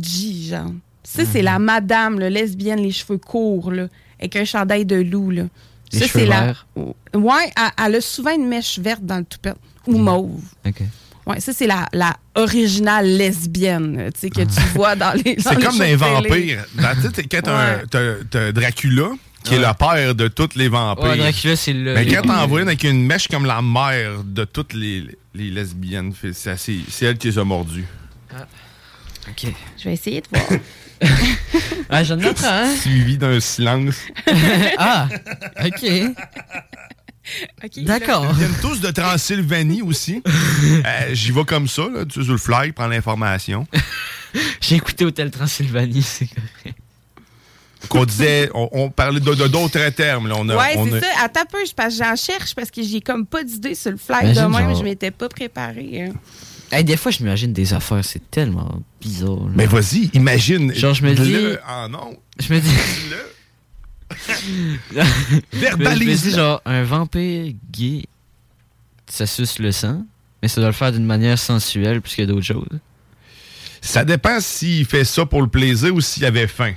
Speaker 8: genre. Ça, c'est
Speaker 7: Ah.
Speaker 8: la madame, là, lesbienne, les cheveux courts, là, avec un chandail de loup. Là.
Speaker 7: Les
Speaker 8: ça,
Speaker 7: cheveux
Speaker 8: c'est la.
Speaker 7: verts.
Speaker 8: Ouais, elle, elle a souvent une mèche verte dans le toupette ou mauve.
Speaker 7: OK.
Speaker 8: Ouais, ça, c'est la, la originale lesbienne euh, tu sais, que tu vois dans les. dans
Speaker 3: C'est
Speaker 8: les
Speaker 3: comme dans
Speaker 8: shows
Speaker 3: les
Speaker 8: de télé.
Speaker 3: vampires. Dans- tu sais, t'es- Quand t'as un-
Speaker 8: Ouais.
Speaker 3: t'as- t'as Dracula, qui est le père de tous les vampires.
Speaker 7: Ouais, Dracula, c'est le-
Speaker 3: Mais quand
Speaker 7: le-
Speaker 3: t'en vois une avec une mèche comme la mère de toutes les, les lesbiennes, fait- c'est assez- c'est elle qui les a mordues.
Speaker 7: OK.
Speaker 8: Je vais essayer de voir.
Speaker 7: Ah, j'en apprends, hein?
Speaker 3: Suivi d'un silence.
Speaker 7: ah, OK.
Speaker 8: OK,
Speaker 7: D'accord.
Speaker 3: Ils viennent tous de Transylvanie aussi. Euh, J'y vais comme ça, là, tu sais, sur le fly, prends l'information.
Speaker 7: J'ai écouté Hôtel Transylvanie, c'est correct.
Speaker 3: Qu'on disait, on, on parlait de- de- d'autres termes. Là. On a,
Speaker 8: ouais,
Speaker 3: on
Speaker 8: c'est
Speaker 3: a-
Speaker 8: ça. Attends un peu, je- parce que j'en cherche parce que j'ai comme pas d'idée sur le fly de
Speaker 7: Imagine,
Speaker 8: même.
Speaker 7: genre-
Speaker 8: Ah, ben, Je m'étais pas préparée. hein.
Speaker 7: Hey, des fois, je m'imagine des affaires, c'est tellement bizarre. là.
Speaker 3: Mais vas-y, imagine.
Speaker 7: Genre, je me
Speaker 3: le-
Speaker 7: dis-
Speaker 3: Ah non.
Speaker 7: Je me dis.
Speaker 3: Verbalise-le.
Speaker 7: Mais Je me dis, genre, un vampire gay, ça suce le sang, mais ça doit le faire d'une manière sensuelle plus que d'autres choses.
Speaker 3: Ça dépend s'il fait ça pour le plaisir ou s'il avait faim.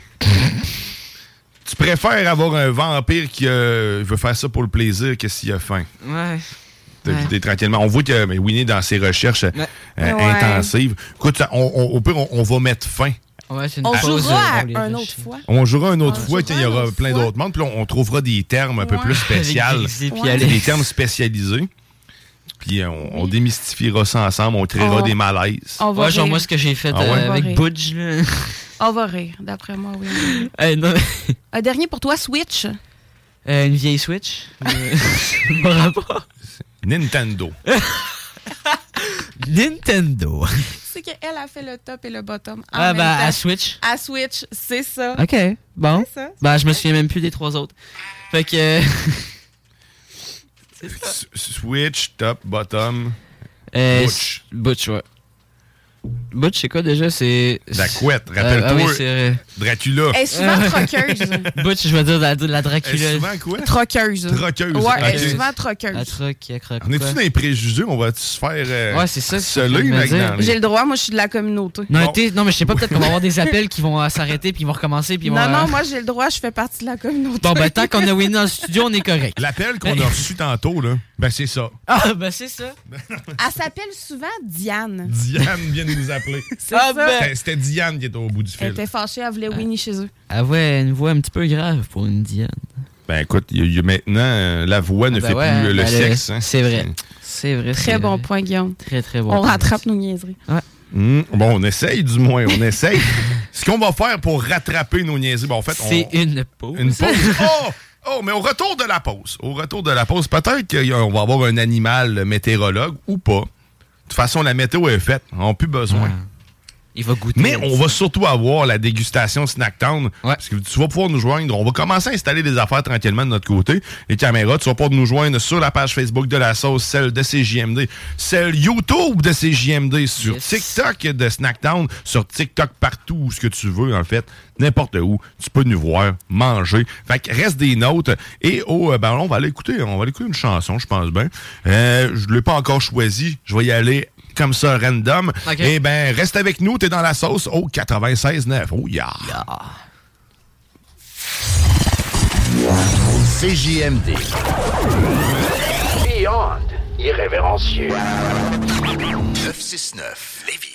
Speaker 3: tu préfères avoir un vampire qui euh, veut faire ça pour le plaisir que s'il a faim.
Speaker 7: Ouais.
Speaker 3: T'as vu, t'es tranquillement. On voit que mais Winnie, dans ses recherches euh, euh,
Speaker 8: Ouais.
Speaker 3: intensives, écoute, ça, on, on- au pire, on, on va mettre fin.
Speaker 7: une
Speaker 8: On
Speaker 7: pause,
Speaker 8: jouera
Speaker 7: euh,
Speaker 8: à
Speaker 7: pour les
Speaker 8: un
Speaker 7: riches.
Speaker 8: autre fois.
Speaker 3: On jouera une autre
Speaker 8: On
Speaker 3: fois
Speaker 8: jouera
Speaker 3: qu'il y
Speaker 8: une
Speaker 3: aura
Speaker 8: autre
Speaker 3: plein
Speaker 8: fois.
Speaker 3: d'autres mondes. Puis là, on trouvera des termes un peu
Speaker 8: Ouais.
Speaker 3: plus spéciaux.
Speaker 7: Avec Jay-Z puis
Speaker 3: C'est Des
Speaker 7: Alex.
Speaker 3: termes spécialisés. Puis euh, on, on démystifiera ça ensemble. On créera
Speaker 8: On-
Speaker 3: des malaises.
Speaker 8: on va
Speaker 7: Ouais, genre,
Speaker 8: rire.
Speaker 7: moi, ce que j'ai fait
Speaker 3: Ah
Speaker 7: euh,
Speaker 3: ouais?
Speaker 7: avec
Speaker 8: On va
Speaker 7: Budge, là.
Speaker 8: On va rire, d'après moi, oui.
Speaker 7: Hey, non,
Speaker 8: Un dernier pour toi, Switch.
Speaker 7: euh, une vieille Switch. Euh, par rapport.
Speaker 3: Nintendo.
Speaker 7: Nintendo.
Speaker 8: C'est qu'elle a fait le top et le bottom. en
Speaker 7: Ah,
Speaker 8: même
Speaker 7: bah,
Speaker 8: temps.
Speaker 7: à Switch.
Speaker 8: À Switch, c'est ça.
Speaker 7: Ok, bon.
Speaker 8: C'est ça.
Speaker 7: Bah, je me souviens même plus des trois autres. Fait que. euh,
Speaker 3: S- Switch, top, bottom.
Speaker 7: Euh,
Speaker 3: Butch.
Speaker 7: Butch, ouais. euh, Butch, c'est quoi déjà? C'est.
Speaker 3: La couette,
Speaker 7: Euh,
Speaker 3: rappelle-toi.
Speaker 7: ah oui, c'est vrai.
Speaker 3: Dracula.
Speaker 8: Elle est souvent troqueuse.
Speaker 7: Butch, je vais dire la, la Dracula.
Speaker 3: Elle est souvent quoi?
Speaker 8: Troqueuse.
Speaker 3: Troqueuse,
Speaker 8: Ouais, elle
Speaker 3: ok.
Speaker 8: est souvent troqueuse.
Speaker 7: La troque, la croque.
Speaker 3: On est-tu
Speaker 7: quoi?
Speaker 3: dans les préjugés? On va-tu se faire. euh,
Speaker 7: Ouais, c'est ça que je suis en train de
Speaker 3: Seler,
Speaker 7: me
Speaker 3: mec,
Speaker 7: dire.
Speaker 3: dans les-
Speaker 8: J'ai le droit, moi, je suis de la communauté.
Speaker 7: Non, t'es- non, mais je sais pas, peut-être qu'on va avoir des appels qui vont euh, s'arrêter puis ils vont recommencer. Puis ils vont,
Speaker 8: Non,
Speaker 7: euh,
Speaker 8: non, moi, j'ai le droit, je fais partie de la communauté.
Speaker 7: Bon, ben, tant qu'on a Winnie dans le studio, on est correct.
Speaker 3: L'appel qu'on a reçu tantôt, là, ben c'est ça.
Speaker 7: Ah, ben, c'est ça.
Speaker 8: Elle s'appelle souvent Diane.
Speaker 3: Diane vient de nous appeler.
Speaker 8: C'est Ah, ça. ben.
Speaker 3: C'était- C'était Diane qui était au bout du
Speaker 8: Elle
Speaker 3: fil.
Speaker 8: était fâchée, elle voulait Winnie chez eux.
Speaker 7: Ah ouais, une voix un petit peu grave pour une Diane.
Speaker 3: Ben écoute, il y a- il y a maintenant, euh, la voix ne
Speaker 7: Ben
Speaker 3: fait
Speaker 7: ouais,
Speaker 3: plus euh, le
Speaker 7: ben,
Speaker 3: sexe. hein.
Speaker 7: C'est vrai. C'est vrai.
Speaker 8: Très
Speaker 7: c'est
Speaker 8: bon
Speaker 7: vrai.
Speaker 8: point, Guillaume.
Speaker 7: Très, très bon.
Speaker 8: On
Speaker 7: point.
Speaker 8: rattrape nos niaiseries.
Speaker 3: Hmm, Bon, on essaye du moins, on essaye. Ce qu'on va faire pour rattraper nos niaiseries, ben, en fait, on-
Speaker 7: C'est une pause.
Speaker 3: Une pause. Oh! Oh, mais au retour de la pause, au retour de la pause, peut-être qu'on va avoir un animal météorologue ou pas. De toute façon, la météo est faite. On n'a plus besoin.
Speaker 7: Ah. Il va goûter.
Speaker 3: Mais on va surtout avoir la dégustation Snack Town. Parce que tu vas pouvoir nous joindre. On va commencer à installer des affaires tranquillement de notre côté. Les caméras, tu vas pouvoir nous joindre sur la page Facebook de la sauce, celle de CJMD, celle YouTube de CJMD, sur TikTok de Snack Town, sur TikTok partout où ce que tu veux, en fait. N'importe où. Tu peux nous voir, manger. Fait que reste des notes. Et oh, euh, ben, on va aller écouter. On va aller écouter une chanson, je pense bien. Euh, je ne l'ai pas encore choisi. Je vais y aller comme ça, random.
Speaker 7: Ok.
Speaker 3: Et ben, reste avec nous, t'es dans la sauce au 96.9. Oh yeah!
Speaker 12: CJMD. Beyond irrévérencieux. 969 Lévis.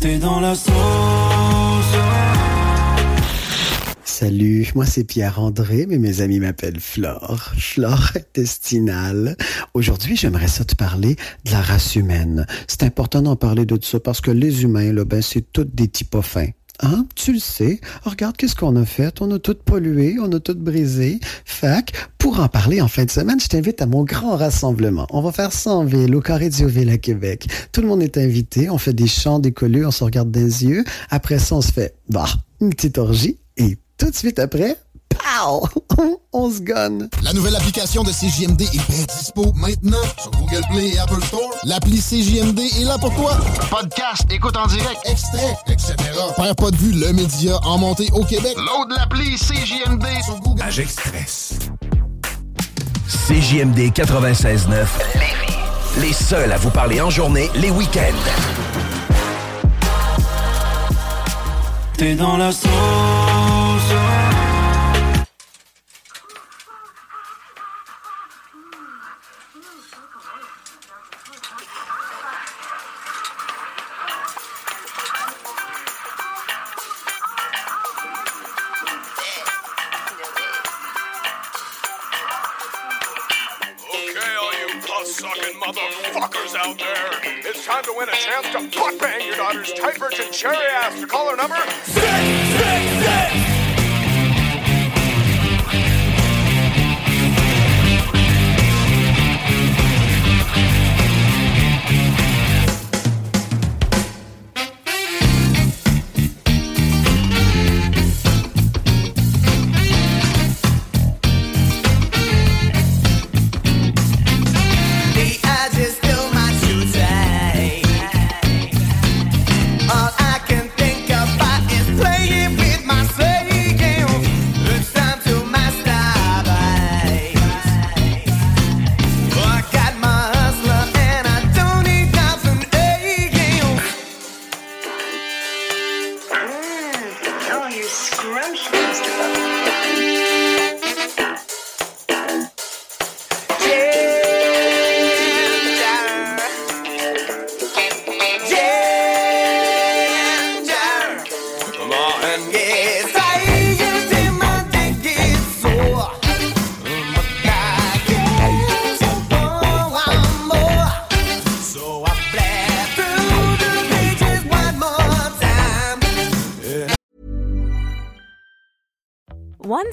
Speaker 14: T'es dans la sauce.
Speaker 10: Salut, moi c'est Pierre-André, mais mes amis m'appellent Flore, Flore intestinale. Aujourd'hui, j'aimerais ça te parler de la race humaine. C'est important d'en parler de ça parce que les humains, là, ben, c'est tous des types pas fins. Hein? Tu le sais. Regarde qu'est-ce qu'on a fait. On a tout pollué, on a tout brisé. Fac, pour en parler en fin de semaine, je t'invite à mon grand rassemblement. On va faire ça en ville, au Carré Diouville à Québec. Tout le monde est invité. On fait des chants, des collus, on se regarde des yeux. Après ça, on se fait, bah, une petite orgie. Et tout de suite après, pow! on se gonne.
Speaker 3: La nouvelle application de CJMD est bien dispo maintenant sur Google Play et Apple Store. L'appli CJMD est là pour toi. Podcast, écoute en direct, extrait, etc. Père pas de vue, le média en montée au Québec. Load l'appli CJMD sur Google. Express.
Speaker 15: CJMD 96.9 Lévis. Les seuls à vous parler en journée, les week-ends.
Speaker 14: T'es dans la sauce.
Speaker 16: Okay, all you puss-sucking motherfuckers out there, it's time to win a chance to butt-bang your daughter's tight virgin cherry ass. To call her number six six six.
Speaker 2: The odds is still my today. All I can think about is playing with myself. It's time to masturbate. I got my hustler and I don't need thousand eggs. Oh, you scrumptious.
Speaker 14: Come on and
Speaker 2: Yes, I used to my dick is sore.
Speaker 17: One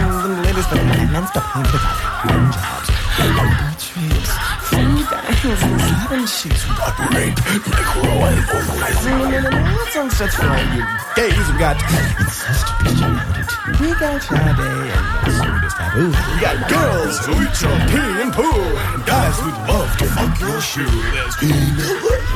Speaker 2: commenced to point to the hand jobs, the lumber trees, funny dances, even she's got rape, necro, and organizing. That sounds just fine, you days. We got incest pigeon, we got Friday, and sweetest taboo. We got girls who eat your pee and poo, and guys who'd love to fuck your shoe. There's me.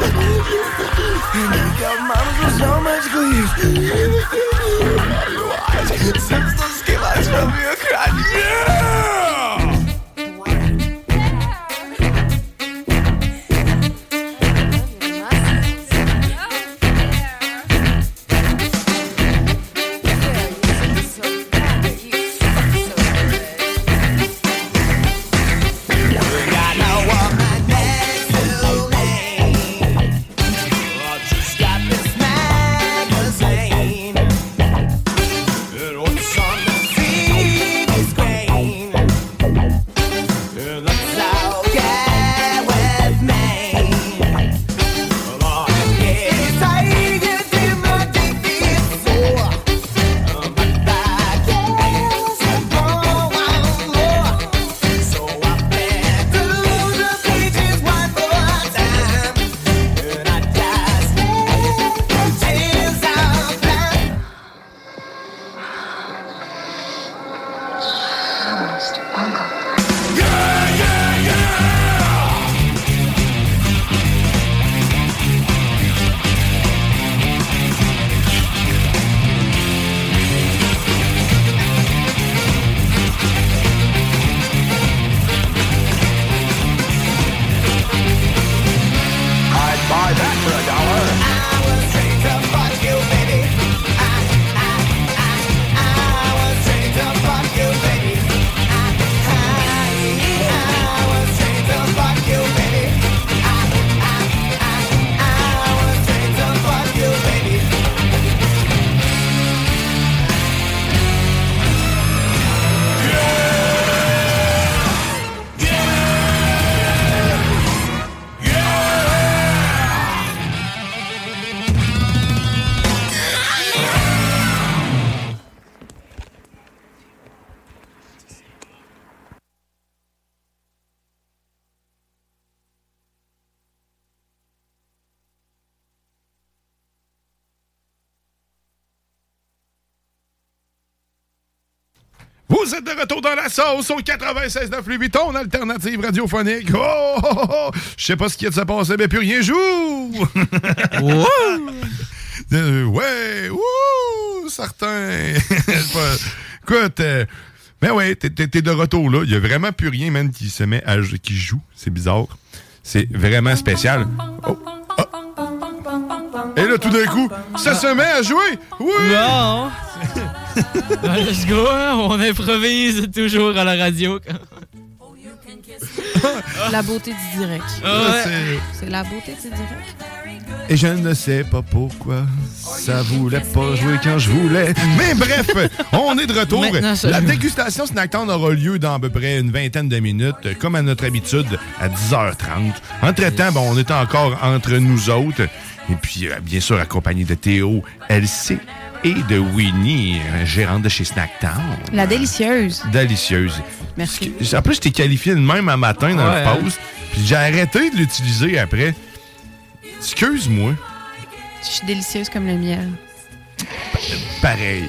Speaker 2: And we got mamas with so much glee. Blue eyes, since those skin eyes from your crotch. Yeah!
Speaker 18: I'd buy that for a dollar.
Speaker 3: Vous êtes de retour dans la sauce au 96.9 Louis Vuitton, en alternative radiophonique. Oh, oh, oh, oh. Je sais pas ce qui est de se passer, mais plus rien joue! Euh, ouais, ouh, certain. C'est pas- Écoute, euh, ben ouais, t'es- t'es t'es de retour là. Il y a vraiment plus rien, man, qui se met à qui joue. C'est bizarre. C'est vraiment spécial. Oh, ah. Et là, tout d'un coup, ça se met à jouer. Oui.
Speaker 7: Non. Ah, Let's go, hein, on improvise toujours à la radio.
Speaker 8: La beauté du direct.
Speaker 3: Ah ouais.
Speaker 8: C'est la beauté du direct.
Speaker 3: Et je ne sais pas pourquoi ça voulait pas jouer quand je voulais. Mais bref, on est de retour.
Speaker 19: Maintenant, ça
Speaker 3: La
Speaker 19: joue.
Speaker 3: dégustation Snack Town aura lieu dans à peu près une vingtaine de minutes, euh, comme à notre habitude, à 10h30. Entre-temps, bon, on est encore entre nous autres. Et puis, euh, bien sûr, accompagné de Théo, LC et de Winnie, euh, gérante de chez Snack Town.
Speaker 8: La délicieuse.
Speaker 3: Délicieuse.
Speaker 8: Merci.
Speaker 3: En plus, t'es qualifié de même un matin dans
Speaker 8: Ouais, hein?
Speaker 3: le post. Puis j'ai arrêté de l'utiliser après. Excuse-moi.
Speaker 8: Je suis délicieuse comme le miel.
Speaker 3: pareil.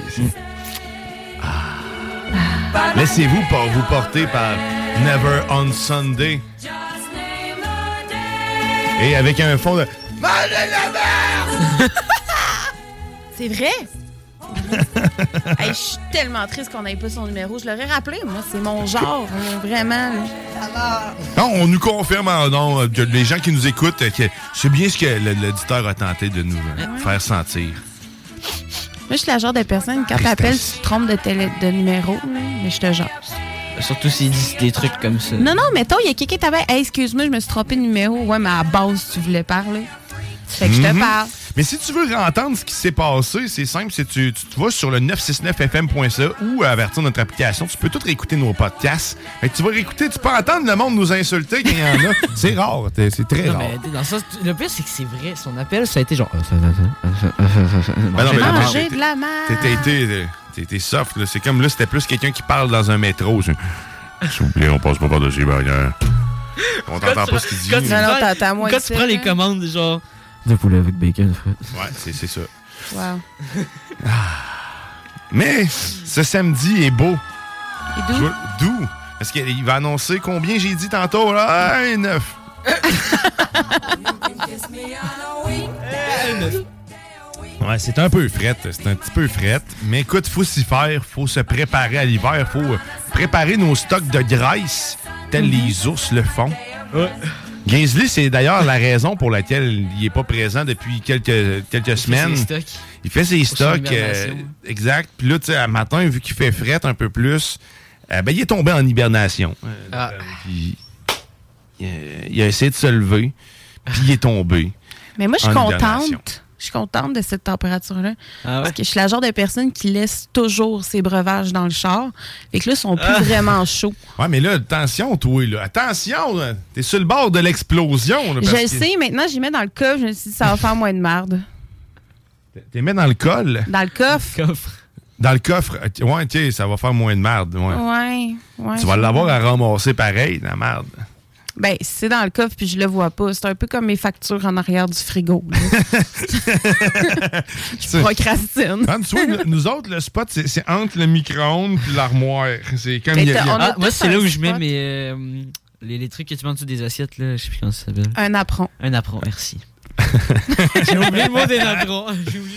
Speaker 3: Ah. Laissez-vous par vous porter par Never on Sunday. Et avec un fond de.
Speaker 8: C'est vrai? Hey, je suis tellement triste qu'on n'ait pas son numéro. Je l'aurais rappelé. Moi, c'est mon genre. euh, Vraiment. là.
Speaker 3: Non, on nous confirme, ah, non, que les gens qui nous écoutent, euh, que c'est bien ce que le- l'auditeur a tenté de nous euh,
Speaker 8: Ouais.
Speaker 3: faire sentir.
Speaker 8: Moi, je suis la genre de personne, quand t'appelles, tu te trompes de, télé- de numéro, là, mais je te jase.
Speaker 7: Surtout s'il dit des trucs comme ça.
Speaker 8: Non, non, mettons, il y a quelqu'un qui t'avait. Hey, excuse-moi, je me suis trompé de numéro. Ouais, mais à base, tu voulais parler. Fait que je te
Speaker 3: Mhm.
Speaker 8: parle.
Speaker 3: Mais si tu veux entendre ce qui s'est passé, c'est simple, c'est tu, tu te vas sur le 969fm.ca ou à partir de notre application, tu peux tout réécouter nos podcasts. Fait que tu vas réécouter, tu peux entendre le monde nous insulter quand il y en a. C'est rare, t'es- c'est très
Speaker 7: Non,
Speaker 3: rare.
Speaker 7: mais dans ça, le pire, c'est que c'est vrai. Son appel, ça a été genre.
Speaker 3: Ben non, mais là,
Speaker 8: Manger
Speaker 3: t'es-
Speaker 8: de la merde.
Speaker 3: t'es- t'es- t'es- t'es- t'es- T'es soft, là. C'est comme là, c'était plus quelqu'un qui parle dans un métro. C'est- S'il vous plaît, on passe pas par-dessus, barrière. On t'entend pas ce qu'il dit.
Speaker 7: Quand tu,
Speaker 8: Non, non,
Speaker 7: prends-
Speaker 8: t'entends moins
Speaker 7: quand
Speaker 8: que
Speaker 7: tu
Speaker 8: ça,
Speaker 7: prends les
Speaker 8: hein.
Speaker 7: commandes, genre. De poulet avec bacon.
Speaker 3: Ouais, c'est c'est ça.
Speaker 8: Wow.
Speaker 3: Mais ce samedi est beau.
Speaker 8: Et
Speaker 3: Je vois- Doux. Parce qu'il va annoncer combien j'ai dit tantôt, là. Un, neuf. Ouais, c'est un peu frette, c'est un petit peu frette. Mais écoute, faut s'y faire, faut se préparer à l'hiver, faut euh, préparer nos stocks de graisse,
Speaker 7: Mhm.
Speaker 3: tels les ours le font. Gaisley, c'est d'ailleurs la raison pour laquelle il n'est pas présent depuis quelques, quelques semaines.
Speaker 7: ses stocks.
Speaker 3: Il fait ses
Speaker 7: Pour son
Speaker 3: stocks. euh,
Speaker 7: hibernation. hein.
Speaker 3: exact. Puis là, tu sais, à matin, vu qu'il fait frette un peu plus, euh, ben, il est tombé en hibernation. Euh,
Speaker 7: Ah.
Speaker 3: puis, il, a- il a essayé de se lever, puis il est tombé.
Speaker 8: Mais moi, je suis
Speaker 3: en hibernation.
Speaker 8: contente. Je suis contente de cette température-là.
Speaker 3: Ah ouais?
Speaker 8: Parce que je suis la genre de personne qui laisse toujours ses breuvages dans le char. Fait que là, ils sont plus vraiment chauds.
Speaker 3: Ouais, mais là, attention, toi, là. Attention, là. T'es sur le bord de l'explosion, là,
Speaker 8: Je
Speaker 3: parce
Speaker 8: le
Speaker 3: que
Speaker 8: sais, maintenant, j'y mets dans le coffre. Je me suis dit, ça va faire moins de merde.
Speaker 3: T'es mis dans le col.
Speaker 8: Dans le coffre.
Speaker 3: Dans le coffre. Ok, Ouais, ok, ça va faire moins de merde. ouais.
Speaker 8: Ouais. ouais
Speaker 3: tu vas
Speaker 8: je-
Speaker 3: l'avoir à ramasser pareil, la merde.
Speaker 8: Ben, si c'est dans le coffre puis je le vois pas, c'est un peu comme mes factures en arrière du frigo. là.
Speaker 3: Tu-
Speaker 8: procrastine.
Speaker 3: Ah, tu vois, nous- nous autres, le spot, c'est c'est entre le micro-ondes et l'armoire. C'est comme il y a- il y a-
Speaker 7: Ah, moi, c'est là où je mets mes, euh, les, les trucs que tu mets en dessous des assiettes, là. Je sais plus comment ça s'appelle.
Speaker 8: Un apron.
Speaker 7: Un apron, merci. J'ai oublié le mot des natrons.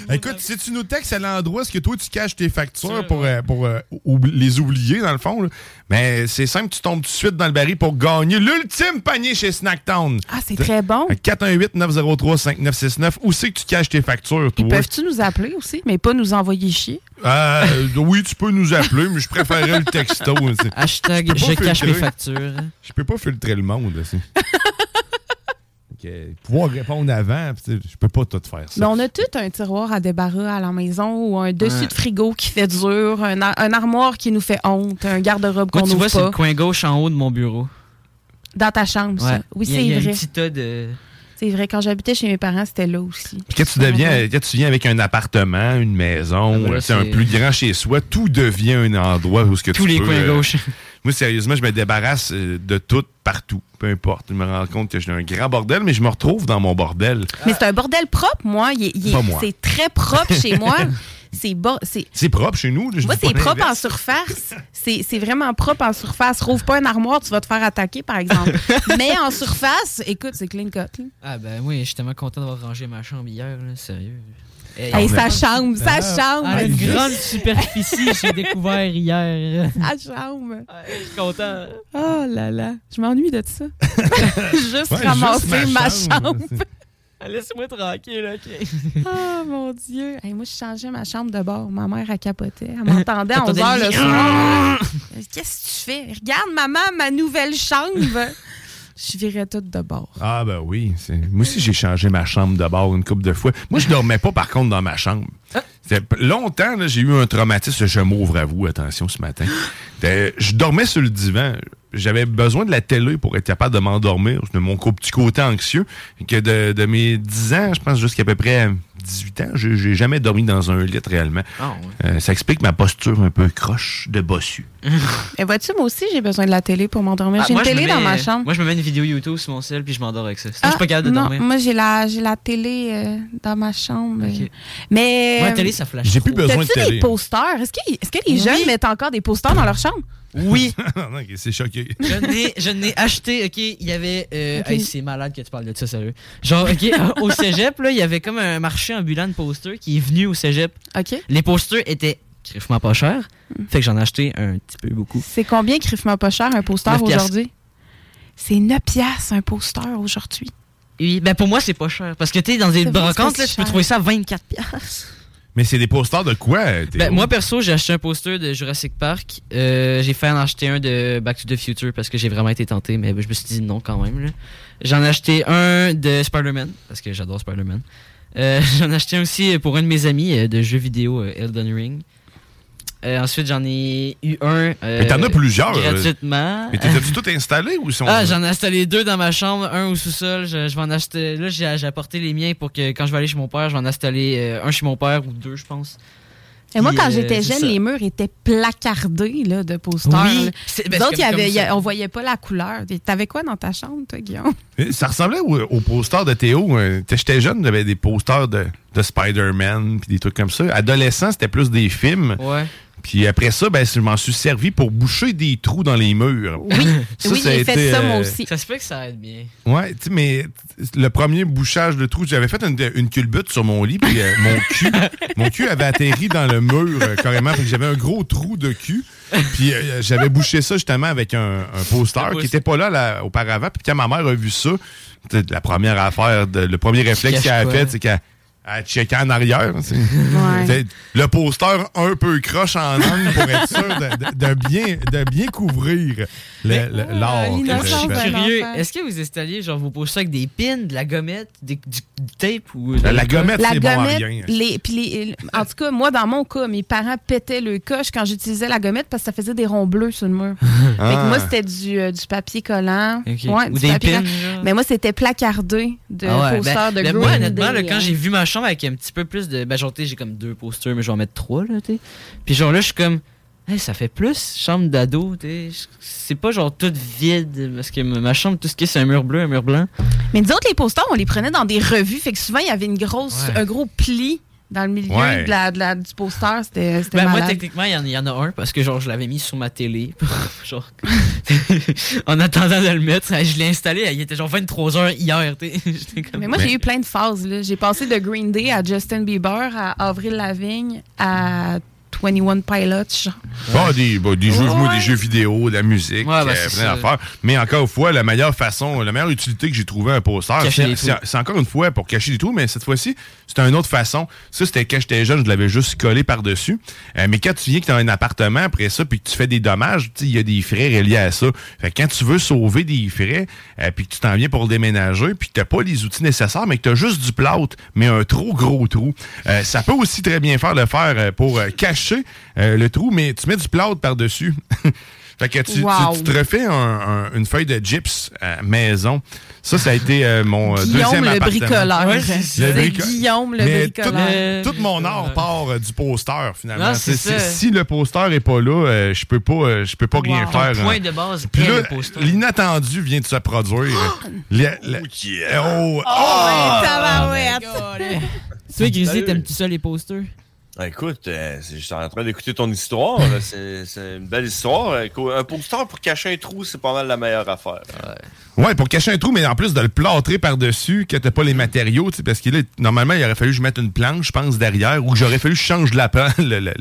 Speaker 3: Écoute, si tu nous textes à l'endroit, est-ce que toi, tu caches tes factures pour, euh, pour euh, oubli- les oublier, dans le fond? là? Mais c'est simple, tu tombes tout de suite dans le baril pour gagner l'ultime panier chez Snacktown.
Speaker 8: Ah, c'est très bon.
Speaker 3: 418-903-5969. Où c'est que tu caches tes factures, toi?
Speaker 8: Peuvent-tu nous appeler aussi, mais pas nous envoyer chier?
Speaker 3: Euh, oui, tu peux nous appeler, mais je préférais le texto. hein, c'est-
Speaker 7: Hashtag
Speaker 3: peux pas
Speaker 7: je cache
Speaker 3: filtrer.
Speaker 7: mes factures. hein.
Speaker 3: Je peux pas filtrer le monde. aussi. Ok, Pouvoir répondre avant, pis tu sais, je peux pas tout faire ça.
Speaker 8: Mais on a tout un tiroir à débarras à la maison ou un dessus
Speaker 7: Ouais.
Speaker 8: de frigo qui fait dur, un, a- un armoire qui nous fait honte, un garde-robe
Speaker 7: Moi,
Speaker 8: qu'on
Speaker 7: tu
Speaker 8: n'ouvre
Speaker 7: vois, c'est
Speaker 8: pas.
Speaker 7: le coin gauche en haut de mon bureau.
Speaker 8: Dans ta chambre, ça.
Speaker 7: Ouais.
Speaker 8: Oui,
Speaker 7: Il y a- il y
Speaker 8: c'est
Speaker 7: a
Speaker 8: vrai.
Speaker 7: un petit tas de.
Speaker 8: C'est vrai. Quand j'habitais chez mes parents, c'était là aussi.
Speaker 3: Puis quand tu deviens, quand tu viens avec un appartement, une maison,
Speaker 7: ben là,
Speaker 3: euh, c'est un
Speaker 7: c'est-
Speaker 3: plus grand chez soi, tout devient un endroit où ce que
Speaker 7: Tous
Speaker 3: tu
Speaker 7: les
Speaker 3: peux,
Speaker 7: coins
Speaker 3: euh,
Speaker 7: gauches.
Speaker 3: Moi, sérieusement, je me débarrasse euh, de tout partout, peu importe. Je me rends compte que j'ai un grand bordel, mais je me retrouve dans mon bordel.
Speaker 8: Mais c'est un bordel propre, moi. Il est- il est-
Speaker 3: Pas moi.
Speaker 8: C'est très propre chez moi. C'est bas. c'est-
Speaker 3: C'est propre chez nous. là, je
Speaker 8: Moi,
Speaker 3: dis pas
Speaker 8: c'est propre en
Speaker 3: l'inverse.
Speaker 8: surface. C'est c'est vraiment propre en surface. Rouvre pas une armoire, tu vas te faire attaquer, par exemple. Mais en surface, écoute, c'est clean cut. là.
Speaker 7: Ah, ben oui, je suis tellement content d'avoir rangé ma chambre hier, là, sérieux. Hey,
Speaker 8: Hey, sa chambre, sa chambre.
Speaker 7: Ah, une
Speaker 8: Yes.
Speaker 7: grande superficie, j'ai découvert hier.
Speaker 8: Sa chambre.
Speaker 7: Je suis content. Ah,
Speaker 8: Oh là là. Je m'ennuie de ça. juste
Speaker 7: Ouais, juste
Speaker 8: ramasser
Speaker 7: ma
Speaker 8: ma
Speaker 7: chambre.
Speaker 8: chambre.
Speaker 7: Laisse-moi tranquille, ok.
Speaker 8: Ah, mon Dieu. Hey, moi, je changeais ma chambre de bord. Ma mère, a capoté. Elle m'entendait à
Speaker 7: T'entendais
Speaker 8: 11h
Speaker 7: le-
Speaker 8: le soir. Qu'est-ce que tu fais? Regarde, maman, ma nouvelle chambre. je virais toute de bord.
Speaker 3: Ah ben oui. c'est- Moi aussi, j'ai changé ma chambre de bord une couple de fois. Moi, je dormais pas, par contre, dans ma chambre.
Speaker 7: Ah.
Speaker 3: C'était p- Longtemps, là, j'ai eu un traumatisme. Je m'ouvre à vous, attention, ce matin. Euh, Je dormais sur le divan. J'avais besoin de la télé pour être capable de m'endormir. De mon co- petit côté anxieux. Et Que de, de mes 10 ans, je pense jusqu'à peu près 18 ans, j'ai j'ai jamais dormi dans un lit réellement.
Speaker 7: Ah,
Speaker 3: Euh, ça explique ma posture un peu croche de bossu.
Speaker 8: Mais Eh, vois-tu, moi aussi, j'ai besoin de la télé pour m'endormir.
Speaker 7: Ah,
Speaker 8: J'ai
Speaker 7: moi,
Speaker 8: une
Speaker 7: je me
Speaker 8: télé dans
Speaker 7: mets-
Speaker 8: ma chambre.
Speaker 7: Moi, je me mets une vidéo YouTube sur mon cell puis je m'endors avec ça. Sinon, je suis
Speaker 8: Ah,
Speaker 7: pas capable de
Speaker 8: non,
Speaker 7: dormir.
Speaker 8: Moi, j'ai la, j'ai la télé euh, dans ma chambre. Mais.
Speaker 7: Moi, la télé, ça flash J'ai plus trop. besoin de
Speaker 8: T'as-tu
Speaker 3: télé.
Speaker 8: des posters? Est-ce que, est-ce que les
Speaker 7: Oui.
Speaker 8: jeunes mettent encore des posters dans leur chambre?
Speaker 7: Oui.
Speaker 3: Non, ok, Ah, C'est choqué.
Speaker 7: Je n'ai- je n'ai acheté, ok, il y avait. euh,
Speaker 8: Ok.
Speaker 7: hey, c'est malade que tu parles de ça, sérieux. Genre, ok, euh, au cégep, là, il y avait comme un marché ambulant de posters qui est venu au cégep.
Speaker 8: Ok. Mm.
Speaker 7: Les posters étaient griffement pas chers. Fait que j'en ai acheté un petit peu beaucoup.
Speaker 8: C'est combien, Criffement pas cher, un poster
Speaker 7: Neuf piastres.
Speaker 8: aujourd'hui? C'est 9 piastres, un poster aujourd'hui.
Speaker 7: Oui, ben pour moi, c'est pas cher. Parce que tu es dans des
Speaker 8: C'est vrai,
Speaker 7: brocantes,
Speaker 8: c'est
Speaker 7: là, tu peux
Speaker 8: cher.
Speaker 7: trouver ça à 24 piastres.
Speaker 3: Mais c'est des posters de quoi? Théo?
Speaker 7: Ben, moi, perso, j'ai acheté un poster de Jurassic Park. Euh, j'ai fait en acheter un de Back to the Future parce que j'ai vraiment été tenté, mais je me suis dit non quand même. là. J'en ai acheté un de Spider-Man parce que j'adore Spider-Man. Euh, j'en ai acheté un aussi pour un de mes amis euh, de jeux vidéo euh, Elden Ring. Euh, ensuite, j'en ai eu un. euh,
Speaker 3: Mais t'en as plusieurs. là.
Speaker 7: Gratuitement.
Speaker 3: Mais t'étais-tu tout installé ou ils sont.
Speaker 7: Ah, j'en ai installé deux dans ma chambre, un au sous-sol. Je, je vais en acheter. Là, j'ai j'ai apporté les miens pour que quand je vais aller chez mon père, je vais en installer euh, un chez mon père ou deux, je pense.
Speaker 8: Et moi,
Speaker 7: Puis,
Speaker 8: quand
Speaker 7: euh,
Speaker 8: j'étais
Speaker 7: c'est
Speaker 8: jeune,
Speaker 7: ça.
Speaker 8: les murs étaient placardés là, de posters.
Speaker 7: Oui,
Speaker 8: là.
Speaker 7: c'est- ben,
Speaker 8: Nous autres,
Speaker 7: c'est
Speaker 8: il y
Speaker 7: comme-
Speaker 8: avait,
Speaker 7: comme
Speaker 8: il y a-
Speaker 7: ça.
Speaker 8: on voyait pas la couleur. T'avais quoi dans ta chambre, toi, Guillaume?
Speaker 3: Eh, Ça ressemblait au, au poster de Théo. euh, t'sais, J'étais jeune, j'avais des posters de, de Spider-Man puis des trucs comme ça. Adolescent, c'était plus des films.
Speaker 7: Ouais.
Speaker 3: Puis après ça, ben, je m'en suis servi pour boucher des trous dans les murs.
Speaker 7: oui,
Speaker 3: a
Speaker 7: j'ai fait
Speaker 3: été,
Speaker 7: ça,
Speaker 3: euh,
Speaker 7: moi aussi. Ça se peut que ça aide bien.
Speaker 3: Ouais, tu sais, mais le premier bouchage de trou, j'avais fait une, une culbute sur mon lit, puis euh, mon cul, mon cul avait atterri dans le mur euh, carrément, fait que j'avais un gros trou de cul, puis euh, j'avais bouché ça justement avec un, un poster qui était pas là, là, auparavant, puis quand ma mère a vu ça, tu sais, la première affaire, de- le premier réflexe
Speaker 2: caches
Speaker 3: qu'elle
Speaker 2: pas.
Speaker 3: a fait, c'est qu'elle a checké en arrière. tu sais.
Speaker 2: Ouais.
Speaker 3: Fait, Le poster un peu croche en angle pour être sûr de, de- de bien, de bien couvrir le- le- l'art.
Speaker 8: oh,
Speaker 3: que
Speaker 7: Je suis
Speaker 3: j'avais fait.
Speaker 7: curieux. Est-ce que vous installiez genre vos posters avec des pins, de la gommette, des- du, du tape ou.
Speaker 3: La- la gommette,
Speaker 8: la
Speaker 3: c'est bon à
Speaker 8: gommette,
Speaker 3: rien.
Speaker 8: les- puis les- en tout cas, moi, dans mon cas, mes parents pétaient le coche quand j'utilisais la gommette parce que ça faisait des ronds bleus sur le mur. Fait que
Speaker 7: Ah.
Speaker 8: moi, c'était du, euh, du papier collant.
Speaker 7: Ok.
Speaker 8: Ouais,
Speaker 7: Ou
Speaker 8: du
Speaker 7: des
Speaker 8: papier
Speaker 7: pins,
Speaker 8: collant.
Speaker 7: genre.
Speaker 8: Mais moi, c'était placardé de
Speaker 7: Ah ouais,
Speaker 8: posters
Speaker 7: ben-
Speaker 8: de
Speaker 7: ben
Speaker 8: Green
Speaker 7: moi, honnêtement, là,
Speaker 8: Day,
Speaker 7: quand
Speaker 8: hein.
Speaker 7: j'ai vu ma chambre avec un petit peu plus de. Ben, genre, tu sais, j'ai comme deux posters, mais je vais en mettre trois, là, tu sais. Puis, genre, là, je suis comme. Hey, ça fait plus chambre d'ado, tu sais. C'est pas genre toute vide, parce que ma ma chambre, tout ce qui est, c'est un mur bleu, un mur blanc.
Speaker 8: Mais nous autres, les posters, on les prenait dans des revues. Fait que souvent, il y avait une grosse,
Speaker 7: Ouais.
Speaker 8: un gros pli dans le milieu
Speaker 7: Ouais.
Speaker 8: de la, de la- du poster. C'était c'était
Speaker 7: Ben, moi,
Speaker 8: malade.
Speaker 7: techniquement, il y, en- il y en a un parce que genre, je l'avais mis sur ma télé. genre, en attendant de le mettre, je l'ai installé. Il était genre 23h hier. t'sais. J'étais comme-
Speaker 8: Mais moi, j'ai eu plein de phases. là. J'ai passé de Green Day à Justin Bieber, à Avril Lavigne, à 21 Pilots. genre.
Speaker 3: Bon, des, bon, des jeux, moi, des jeux vidéo, de la musique,
Speaker 2: Ouais, ben,
Speaker 3: euh,
Speaker 2: c'est
Speaker 3: plein
Speaker 2: ça.
Speaker 3: d'affaires. Mais encore une fois, la meilleure façon, la meilleure utilité que j'ai trouvé à un poster,
Speaker 2: Cacher
Speaker 3: c'est-
Speaker 2: les
Speaker 3: c'est
Speaker 2: trous.
Speaker 3: c'est encore une fois pour cacher des trous, mais cette fois-ci, c'était une autre façon. Ça, c'était quand j'étais jeune, je l'avais juste collé par-dessus. Euh, mais quand tu viens que tu as un appartement après ça, puis que tu fais des dommages, tu sais, il y a des frais reliés à ça. Fait que quand tu veux sauver des frais, euh, puis que tu t'en viens pour déménager, puis que tu n'as pas les outils nécessaires, mais que tu as juste du plâtre, mais un trop gros trou. Euh, ça peut aussi très bien faire le faire euh, pour euh, cacher euh, le trou, mais tu mets du plâtre par-dessus. Fait que tu, tu-
Speaker 2: Wow.
Speaker 3: tu te refais un- un- une feuille de gyps à maison. Ça, ça a été euh, mon euh,
Speaker 8: Guillaume
Speaker 3: deuxième
Speaker 8: le
Speaker 7: Ah,
Speaker 3: appartement.
Speaker 8: bricoleur. Ouais, c'est ça.
Speaker 3: Le
Speaker 8: C'est
Speaker 3: brico-
Speaker 8: Guillaume le
Speaker 3: Mais
Speaker 8: bricoleur.
Speaker 3: Tout, tout mon art part euh, du poster, finalement.
Speaker 7: Non, c'est
Speaker 3: C'est- c'est-
Speaker 7: ça.
Speaker 3: si le poster est pas là, euh, je peux pas, euh, je peux pas rien
Speaker 7: Wow.
Speaker 3: faire.
Speaker 7: Ton point
Speaker 3: hein.
Speaker 7: de base
Speaker 3: Puis
Speaker 7: est
Speaker 3: là,
Speaker 7: le poster.
Speaker 3: l'inattendu vient de se produire. Le- le- Oh,
Speaker 8: Oh,
Speaker 7: Ah, Tu sais, Grizzly,
Speaker 20: Salut.
Speaker 7: t'aimes-tu ça les posters?
Speaker 20: Ah, écoute, euh, c'est- j'étais en train d'écouter ton histoire. là. C'est c'est une belle histoire. Euh, co- Un poster pour cacher un trou, c'est pas mal la meilleure affaire.
Speaker 3: Ouais, pour cacher un trou, mais en plus de le plâtrer par-dessus, que t'as pas les matériaux, tu sais, parce que là, normalement, il aurait fallu que je mette une planche, je pense, derrière, ou que j'aurais fallu que je change la, pan- le- le- le-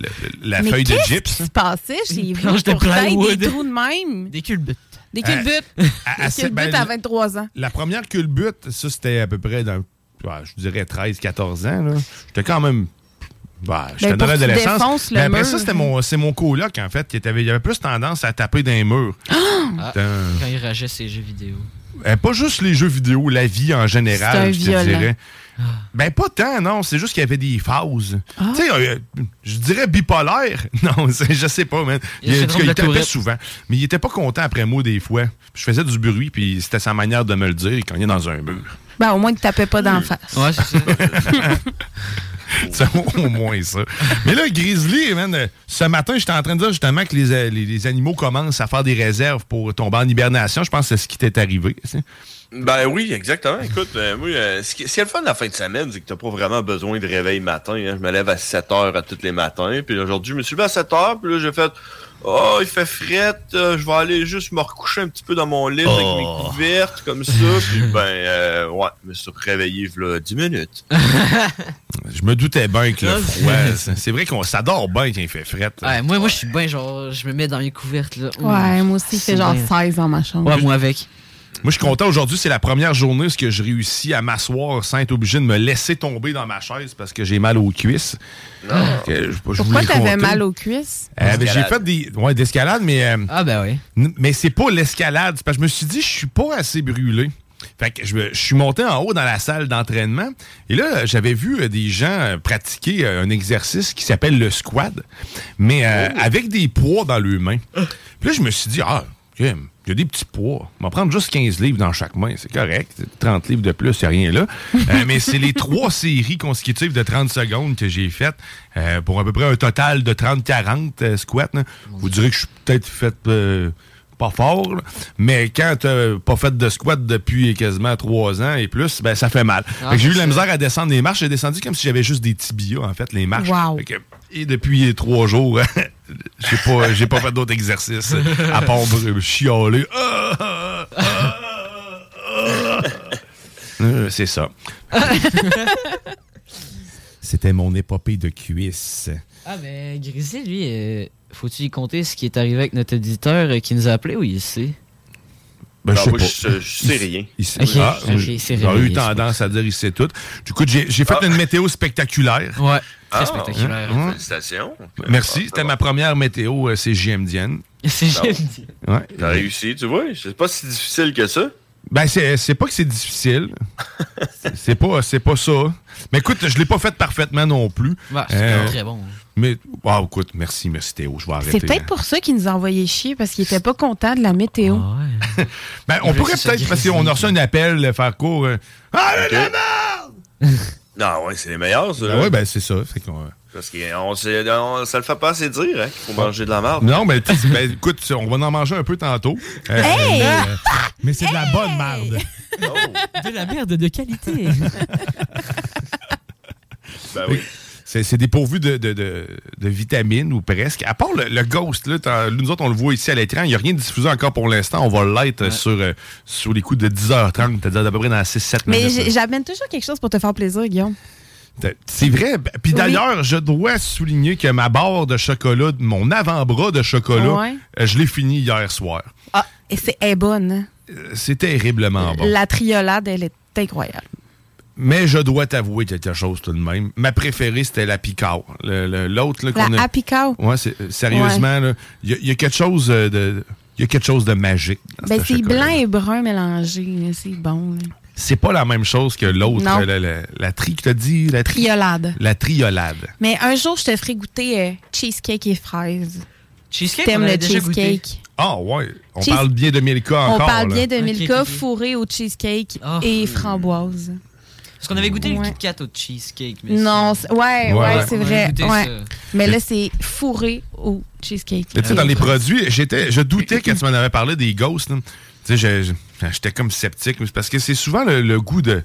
Speaker 3: la
Speaker 8: Mais
Speaker 3: feuille de
Speaker 8: qu'est-ce
Speaker 3: gyps.
Speaker 8: qui se passait chez vous
Speaker 3: planche de
Speaker 8: pour faire
Speaker 3: plywood.
Speaker 8: des trous de même?
Speaker 7: Des culbutes.
Speaker 8: Des culbutes.
Speaker 3: Euh, à- à-
Speaker 8: des culbutes
Speaker 3: ben,
Speaker 8: à 23 ans.
Speaker 3: La première culbute, ça, c'était à peu près dans, ouais, je dirais, 13-14 ans. là. J'étais quand même... bah, J'étais
Speaker 2: Ben,
Speaker 3: dans
Speaker 2: pour que tu
Speaker 3: l'adolescence.
Speaker 2: défonces le
Speaker 3: Mais après
Speaker 2: mur.
Speaker 3: ça, c'était mon, c'est mon coloc, en fait, qui était- il avait plus tendance à taper dans les murs.
Speaker 7: Ah,
Speaker 3: Putain.
Speaker 7: Quand il rageait ses jeux vidéo.
Speaker 3: Euh, pas juste les jeux vidéo, la vie en
Speaker 7: C'est un
Speaker 3: général, je te
Speaker 7: violent.
Speaker 3: dirais. Ben, pas tant, non. C'est juste qu'il y avait des phases. Tu sais, euh, je dirais bipolaire. Non, c'est- je sais pas, man.
Speaker 2: Il y a
Speaker 3: Il,
Speaker 2: le
Speaker 3: en tout cas, il
Speaker 2: syndrome de la
Speaker 3: tapait
Speaker 2: Tourette.
Speaker 3: souvent. Mais il était pas content après moi, des fois. Je faisais du bruit, puis c'était sa manière de me le dire. Il cognait dans un mur.
Speaker 8: Ben, au moins, tu tapais pas d'en face.
Speaker 7: Ouais, c'est ça.
Speaker 3: C'est au- au moins ça. Mais là, Grizzly, man, euh, ce matin, j'étais en train de dire justement que les, euh, les- les animaux commencent à faire des réserves pour tomber en hibernation. Je pense que c'est ce qui t'est arrivé. tu sais.
Speaker 20: Ben oui, exactement. Écoute, euh, moi, euh, ce, qui, ce qui est le fun de la fin de semaine, c'est que t'as pas vraiment besoin de réveil matin. hein. Je me lève à 7 heures à tous les matins. Puis aujourd'hui, je me suis levé à 7 heures. Puis là, j'ai fait Oh, il fait fret. euh, je vais aller juste me recoucher un petit peu dans mon lit avec mes
Speaker 3: Oh.
Speaker 20: couvertes, comme ça. puis ben, euh, ouais, je me suis réveillé, là, 10 minutes.
Speaker 3: Je me doutais bien que le
Speaker 7: Là,
Speaker 3: froid. c'est- C'est vrai qu'on s'adore bien quand il fait fret.
Speaker 7: Ouais, moi, moi je suis bien genre, je me mets dans mes couvertes là.
Speaker 8: Ouais, moi aussi, il fait genre 16 dans ma chambre.
Speaker 7: avec.
Speaker 3: Moi, je suis content. Aujourd'hui, c'est la première journée où ce que je réussis à m'asseoir sans être obligé de me laisser tomber dans ma chaise parce que j'ai mal aux cuisses. Que je- je vous
Speaker 8: Pourquoi
Speaker 3: l'ai
Speaker 8: t'avais
Speaker 3: compté.
Speaker 8: mal aux cuisses?
Speaker 3: Euh, ben, j'ai fait des ouais, d'escalade, mais. euh,
Speaker 7: ah, ben oui.
Speaker 3: Mais c'est pas l'escalade. c'est parce que je me suis dit, je suis pas assez brûlé. Fait que je, me- je suis monté en haut dans la salle d'entraînement et là, j'avais vu euh, des gens euh, pratiquer euh, un exercice qui s'appelle le squat, mais euh, avec des poids dans le main. Puis là, je me suis dit, ah, OK, il y a des petits poids. On va prendre juste 15 livres dans chaque main, c'est correct. 30 livres de plus, il n'y a rien là. Euh, mais c'est les trois séries consécutives de 30 secondes que j'ai faites euh, pour à peu près un total de 30-40 euh, squats. là. Vous direz que je suis peut-être fait... euh, pas fort, là. mais quand t'as pas fait de squat depuis quasiment trois ans et plus, ben ça fait mal.
Speaker 14: Ah,
Speaker 3: Fait que j'ai eu
Speaker 14: c'est
Speaker 3: la
Speaker 14: ça.
Speaker 3: misère à descendre les marches. J'ai descendu comme si j'avais juste des tibias, en fait, les marches.
Speaker 14: Wow.
Speaker 3: Fait que- et depuis trois jours, j'ai pas, j'ai pas fait d'autres exercices à part me chialer. Ah, Euh, ah. C'est ça. C'était mon épopée de cuisse.
Speaker 7: Ah, mais Grizzly, lui, euh, faut-tu y compter ce qui est arrivé avec notre éditeur euh, qui nous a appelé ou il sait?
Speaker 3: Ben,
Speaker 20: Ah,
Speaker 3: je sais
Speaker 20: moi,
Speaker 3: pas.
Speaker 20: je sais- je sais rien.
Speaker 3: Il sait-
Speaker 7: Ok,
Speaker 3: Ah,
Speaker 7: ok,
Speaker 3: j'ai-
Speaker 7: il s'est
Speaker 3: J'aurais eu
Speaker 7: réveillé,
Speaker 3: tendance à dire il sait tout. Du coup, j'ai j'ai fait une météo spectaculaire.
Speaker 7: Ouais,
Speaker 20: Ah,
Speaker 7: Hum.
Speaker 3: Hein?
Speaker 20: Félicitations.
Speaker 3: Merci,
Speaker 20: Ah,
Speaker 3: c'était ma première météo euh, CJMDienne.
Speaker 20: CJMDienne.
Speaker 3: Ouais.
Speaker 20: T'as réussi, tu vois. C'est pas si difficile que ça.
Speaker 3: Ben, c'est c'est pas que c'est difficile. C'est- c'est pas, c'est pas ça. Mais écoute, je l'ai pas fait parfaitement non plus.
Speaker 7: Eh
Speaker 3: Euh,
Speaker 7: Ouais, Bah, c'est très bon.
Speaker 3: Mais, ah, écoute, merci, merci Théo, je vais arrêter.
Speaker 8: C'est peut-être pour ça qu'ils nous envoyaient chier, parce qu'ils n'étaient pas contents de la météo.
Speaker 7: Ah,
Speaker 3: Ben, on pourrait peut-être, parce qu'on a reçu un appel, euh, faire court. euh, ah, mais la merde!
Speaker 20: Non, Ah ouais, c'est les meilleurs, ça.
Speaker 3: Ben ouais, ben, c'est ça. Fait qu'on-
Speaker 20: Parce que on, sait- on- ça le fait pas assez dire, hein, qu'il faut manger de la marde.
Speaker 3: Non, mais tu- ben, écoute, on va en manger un peu tantôt. Euh,
Speaker 20: Hey!
Speaker 3: mais, euh, mais c'est de la bonne merde.
Speaker 20: Oh,
Speaker 7: De la merde de qualité.
Speaker 20: Ben oui.
Speaker 3: C'est c'est dépourvu de, de, de- de vitamines ou presque. À part le, le ghost, là, t'en- nous autres, on le voit ici à l'écran. Il n'y a rien de diffusé encore pour l'instant. On va l'être euh, sur, euh, sur les coups de 10h30, c'est-à-dire à peu près dans 6-7
Speaker 8: Mais
Speaker 3: minutes.
Speaker 8: j'ai- j'amène toujours quelque chose pour te faire plaisir, Guillaume.
Speaker 3: T'as- C'est vrai. Ben, Puis
Speaker 8: Oui.
Speaker 3: d'ailleurs, je dois souligner que ma barre de chocolat, mon avant-bras de chocolat,
Speaker 8: Ouais.
Speaker 3: euh, je l'ai fini hier soir.
Speaker 8: Ah, et c'est elle est bonne. hein?
Speaker 3: Euh, C'est terriblement bon.
Speaker 8: La triolade, elle est incroyable.
Speaker 3: Mais je dois t'avouer quelque chose tout de même. Ma préférée, c'était la Picard. Le- le- L'autre, là,
Speaker 8: La
Speaker 3: qu'on a.
Speaker 8: Happy Cow.
Speaker 3: Ouais, c'est- euh, sérieusement, là, il y, a- il y a quelque chose euh, de. Il y a quelque chose de magique. dans
Speaker 8: Ben,
Speaker 3: ce
Speaker 8: c'est
Speaker 3: chocolat.
Speaker 8: blanc et brun mélangé. là, C'est bon. là.
Speaker 3: C'est pas la même chose que l'autre,
Speaker 8: Non.
Speaker 3: euh, la, la- la tri que t'as dit. La tri-
Speaker 8: Triolade.
Speaker 3: La triolade.
Speaker 8: Mais un jour, je te ferai goûter euh, cheesecake et fraises.
Speaker 7: Cheesecake,
Speaker 8: T'aimes
Speaker 7: on
Speaker 8: le
Speaker 7: avait déjà goûté.
Speaker 8: cheesecake.
Speaker 3: Ah ouais, on
Speaker 8: Cheese-
Speaker 3: parle bien de Milka
Speaker 8: On
Speaker 3: encore.
Speaker 8: parle
Speaker 3: là.
Speaker 8: bien de
Speaker 7: Ok,
Speaker 8: Milka
Speaker 7: ok, ok.
Speaker 8: fourré au cheesecake et framboise.
Speaker 7: Parce qu'on avait goûté le
Speaker 8: Ouais.
Speaker 7: Kit Kat au cheesecake. mais
Speaker 8: Non,
Speaker 7: c'est-
Speaker 8: c'est- ouais, ouais,
Speaker 7: Ouais.
Speaker 8: c'est
Speaker 7: On avait
Speaker 8: vrai.
Speaker 7: goûté
Speaker 8: ouais.
Speaker 7: ça.
Speaker 3: Mais-
Speaker 8: Mais là, c'est fourré au cheesecake.
Speaker 3: Mais tu sais, dans les produits, j'étais, je doutais que tu m'en avais parlé des ghosts. là. Tu sais, je- je- j'étais comme sceptique, mais c'est parce que c'est souvent le, le goût de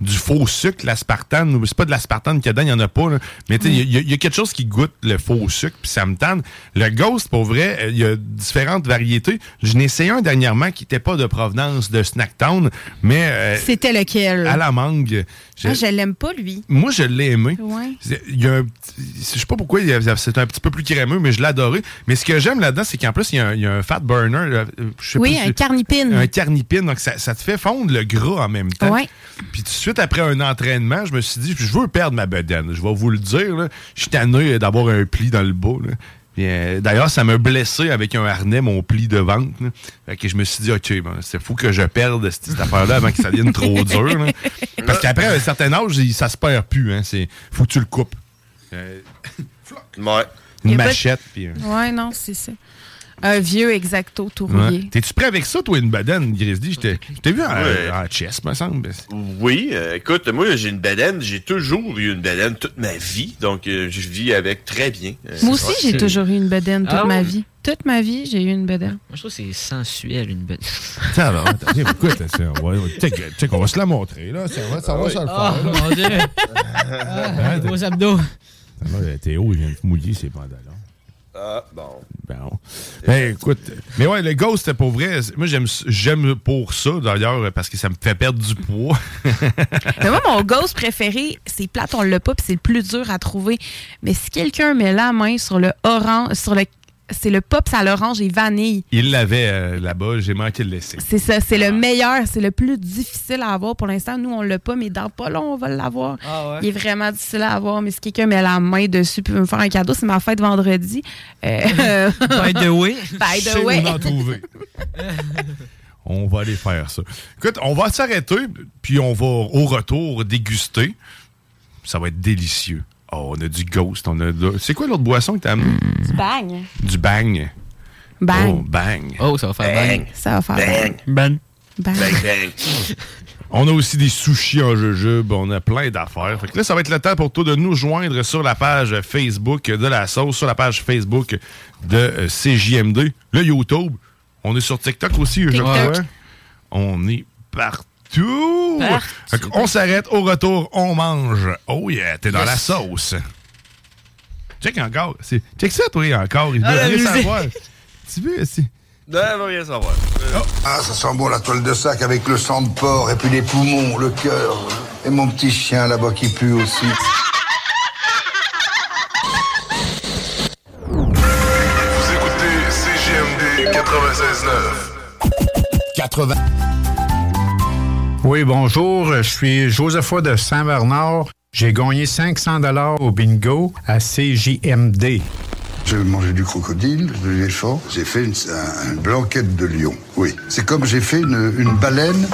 Speaker 3: du faux sucre, l'aspartame. ou C'est pas de l'aspartame qu'il y a dedans, il n'y en a pas. là. Mais tu sais, il y a- il y, a quelque chose qui goûte le faux sucre, puis ça me tente. Le ghost, pour vrai, euh, il y a différentes variétés. J'en ai essayé un dernièrement qui n'était pas de provenance de Snacktown, mais euh,
Speaker 8: C'était lequel?
Speaker 3: à la mangue. Je-
Speaker 8: Ah, je l'aime pas, lui.
Speaker 3: moi, je l'ai aimé.
Speaker 8: Ouais.
Speaker 3: C'est- Il y a un petit- je sais pas pourquoi, il y a- c'est un petit peu plus crémeux, mais je l'ai adoré. Mais ce que j'aime là-dedans, c'est qu'en plus, il y, a un- il y a un fat burner. euh, je sais
Speaker 8: Oui,
Speaker 3: pas
Speaker 8: un
Speaker 3: si-
Speaker 8: carnipine.
Speaker 3: Un carnipine. Donc, ça, ça te fait fondre le gras en même temps.
Speaker 8: Ouais.
Speaker 3: Puis, tout de suite, après un entraînement, je me suis dit, je veux perdre ma bedaine. Je vais vous le dire. là. Je suis tanné euh, d'avoir un pli dans le bas. là. Puis, euh, D'ailleurs, ça m'a blessé avec un harnais, mon pli de ventre. là. Fait que je me suis dit, OK, ben, c'est fou que je perde cette, cette affaire-là avant que ça devienne trop dur. là. Parce qu'après un certain âge, il- ça se perd plus. Hein. C'est- Faut que tu le coupes. Euh,
Speaker 20: Ouais.
Speaker 3: Une
Speaker 8: Y a pas de-
Speaker 3: machette. puis, euh,
Speaker 8: Ouais, non, c'est ça. Un vieux exacto
Speaker 3: ouais.
Speaker 8: tourrier.
Speaker 3: T'es-tu prêt avec ça, toi, une bedaine, Grizzly? Je t'ai je t'ai vu en,
Speaker 20: Ouais.
Speaker 3: en chess, me semble.
Speaker 20: Oui, euh, écoute, moi j'ai une baleine, j'ai toujours eu une baleine toute ma vie, donc euh, je vis avec très bien. Euh,
Speaker 8: Moi aussi, j'ai
Speaker 20: c'est-
Speaker 8: toujours eu une bedaine toute
Speaker 20: Ah
Speaker 8: ma
Speaker 20: ouais?
Speaker 8: vie. Toute ma vie, j'ai eu une bedaine.
Speaker 7: Moi, je trouve que c'est sensuel, une bonne.
Speaker 3: Tiens, alors, attends, tiens, écoute, c'est- on va- check, check, on va se la montrer, là. Ça va, ça va, ça le
Speaker 7: Ah,
Speaker 3: faire, Hein, là.
Speaker 7: mon Dieu. Ah, gros abdos.
Speaker 3: Alors, euh, Théo, il vient de mouiller ses pantalons.
Speaker 20: Ah, bon.
Speaker 3: Bon. Ben, écoute. Mais ouais, le ghost, pour vrai, c'est- moi, j'aime j'aime pour ça, d'ailleurs, parce que ça me fait perdre du poids.
Speaker 8: Mais moi, mon ghost préféré, c'est plate, on l'a pas, puis c'est le plus dur à trouver. Mais si quelqu'un met la main sur le orange, sur le, c'est le pop à l'orange et vanille.
Speaker 3: Il l'avait euh, là-bas, j'ai manqué de le laisser.
Speaker 8: C'est ça, c'est le meilleur, c'est le plus difficile à avoir pour l'instant. Nous, on l'a pas, mais dans pas long, on va l'avoir.
Speaker 7: Ah ouais?
Speaker 8: Il est vraiment difficile à avoir, mais si quelqu'un met la main dessus puis veut me faire un cadeau, c'est ma fête vendredi. Euh,
Speaker 7: By the way.
Speaker 8: By the
Speaker 7: Chez nous,
Speaker 8: way.
Speaker 7: on en trouve.
Speaker 3: Trouvé. On va aller faire ça. Écoute, on va s'arrêter, puis on va au retour déguster. Ça va être délicieux. Oh, on a du ghost, on a de- C'est quoi l'autre boisson que t'as amené?
Speaker 21: Tu bagnes.
Speaker 3: Du bang.
Speaker 21: Bang.
Speaker 3: Oh, bang.
Speaker 7: Oh, ça va faire bang.
Speaker 21: Ça va faire bang.
Speaker 7: Bang.
Speaker 21: Bang.
Speaker 3: On a aussi des sushis en jujube, on a plein d'affaires. Fait que là, ça va être le temps pour toi de nous joindre sur la page Facebook de la sauce, sur la page Facebook de euh, CJMD, le YouTube. On est sur TikTok aussi, je
Speaker 2: TikTok.
Speaker 3: crois. On est partout. Fait qu'on s'arrête, au retour, on mange. Oh yeah, t'es dans
Speaker 2: Yes.
Speaker 3: la sauce. Check encore. c'est- Check ça, toi, encore. Il veut
Speaker 20: Ah, la
Speaker 3: rien
Speaker 20: musique.
Speaker 3: savoir. Tu veux, c'est-
Speaker 20: Non, elle veut rien savoir.
Speaker 13: Ah, ça sent bon la toile de sac avec le sang de porc et puis les poumons, le cœur. Et mon petit chien là-bas qui pue aussi.
Speaker 22: Vous écoutez CGMD 96.9.
Speaker 23: 80.
Speaker 24: Oui, bonjour, je suis Josepha de Saint-Bernard. J'ai gagné 500 dollars au bingo à CJMD.
Speaker 13: J'ai mangé du crocodile, de l'éléphant. J'ai fait une, un, un blanquette de lion. Oui. C'est comme j'ai fait une, une baleine,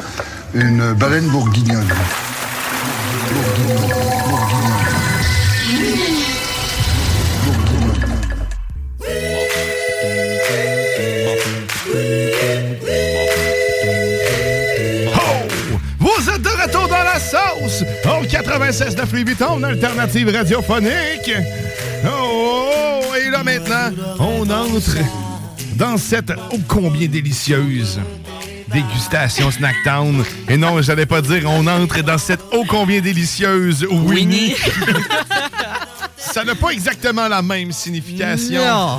Speaker 13: une baleine bourguignonne.
Speaker 3: Oh! Vous êtes de retour dans la sauce! Au 96 9 Vuitton, une alternative radiophonique! Oh! oh, Et là maintenant, on entre dans cette ô combien délicieuse dégustation Snack Town. Et non, j'allais pas dire on entre dans cette ô combien délicieuse Winnie. Ça n'a pas exactement la même signification.
Speaker 2: Non.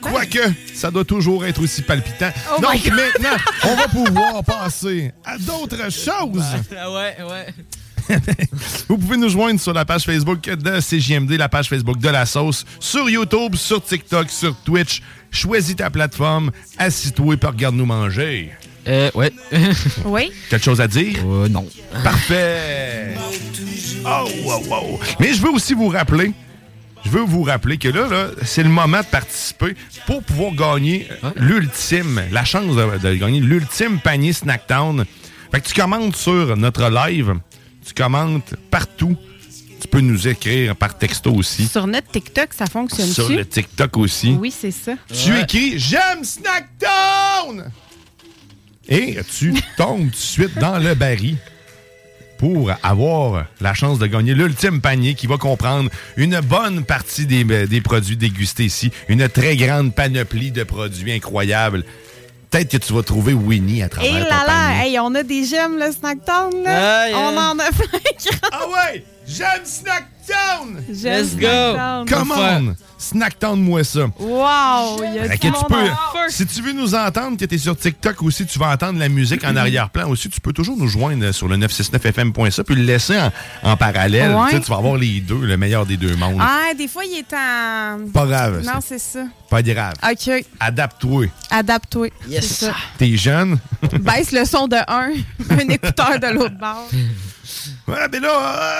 Speaker 3: Quoique, ça doit toujours être aussi palpitant.
Speaker 2: Oh
Speaker 3: Donc
Speaker 2: my God.
Speaker 3: maintenant, on va pouvoir passer à d'autres choses.
Speaker 7: Ah ouais, ouais.
Speaker 3: Vous pouvez nous joindre sur la page Facebook de CJMD, la page Facebook de la sauce, sur YouTube, sur TikTok, sur Twitch. Choisis ta plateforme, assis-toi et regarde-nous manger.
Speaker 7: Euh, ouais.
Speaker 8: oui.
Speaker 3: Quelque chose à dire?
Speaker 7: Euh, non.
Speaker 3: Parfait. Oh, wow, wow. Mais je veux aussi vous rappeler, je veux vous rappeler que là, là, c'est le moment de participer pour pouvoir gagner euh, l'ultime, la chance de, de gagner l'ultime panier Snacktown. Fait que tu commentes sur notre live, tu commentes partout. Tu peux nous écrire par texto aussi.
Speaker 8: Sur notre TikTok, ça fonctionne-tu?
Speaker 3: Sur le TikTok aussi.
Speaker 8: Oui, c'est ça.
Speaker 3: Tu écris J'aime Snacktown! Et tu tombes tout de suite dans le baril pour avoir la chance de gagner l'ultime panier qui va comprendre une bonne partie des, des produits dégustés ici, une très grande panoplie de produits incroyables. Peut-être que tu vas trouver Winnie à
Speaker 8: Et
Speaker 3: travers ton
Speaker 8: là
Speaker 3: panier.
Speaker 8: là, hey, on a des gemmes, le Snacktown, là.
Speaker 3: Ah, yeah.
Speaker 8: On en a fait.
Speaker 3: ah ouais, j'aime Snacktown!
Speaker 8: J'aime Snacktown.
Speaker 3: Come on! Snacktown-moi ça!
Speaker 8: Wow! Il y a
Speaker 3: Fait
Speaker 8: du
Speaker 3: que tu
Speaker 8: monde
Speaker 3: peux-
Speaker 8: en feu.
Speaker 3: si tu veux nous entendre, que tu es sur TikTok aussi, tu vas entendre la musique en arrière-plan aussi. Tu peux toujours nous joindre sur le 969fm.ca puis le laisser en, en parallèle.
Speaker 8: Ouais.
Speaker 3: Tu sais, Tu vas avoir les deux, le meilleur des deux mondes.
Speaker 8: Ah, des fois, il est en.
Speaker 3: Pas grave, ça.
Speaker 8: Non, c'est ça.
Speaker 3: Pas grave.
Speaker 8: OK.
Speaker 3: Adapte-toi.
Speaker 8: Adapte-toi. Yes. C'est ça.
Speaker 3: T'es jeune.
Speaker 8: Baisse le son de un, un écouteur de l'autre bord.
Speaker 3: Ouais, ben là,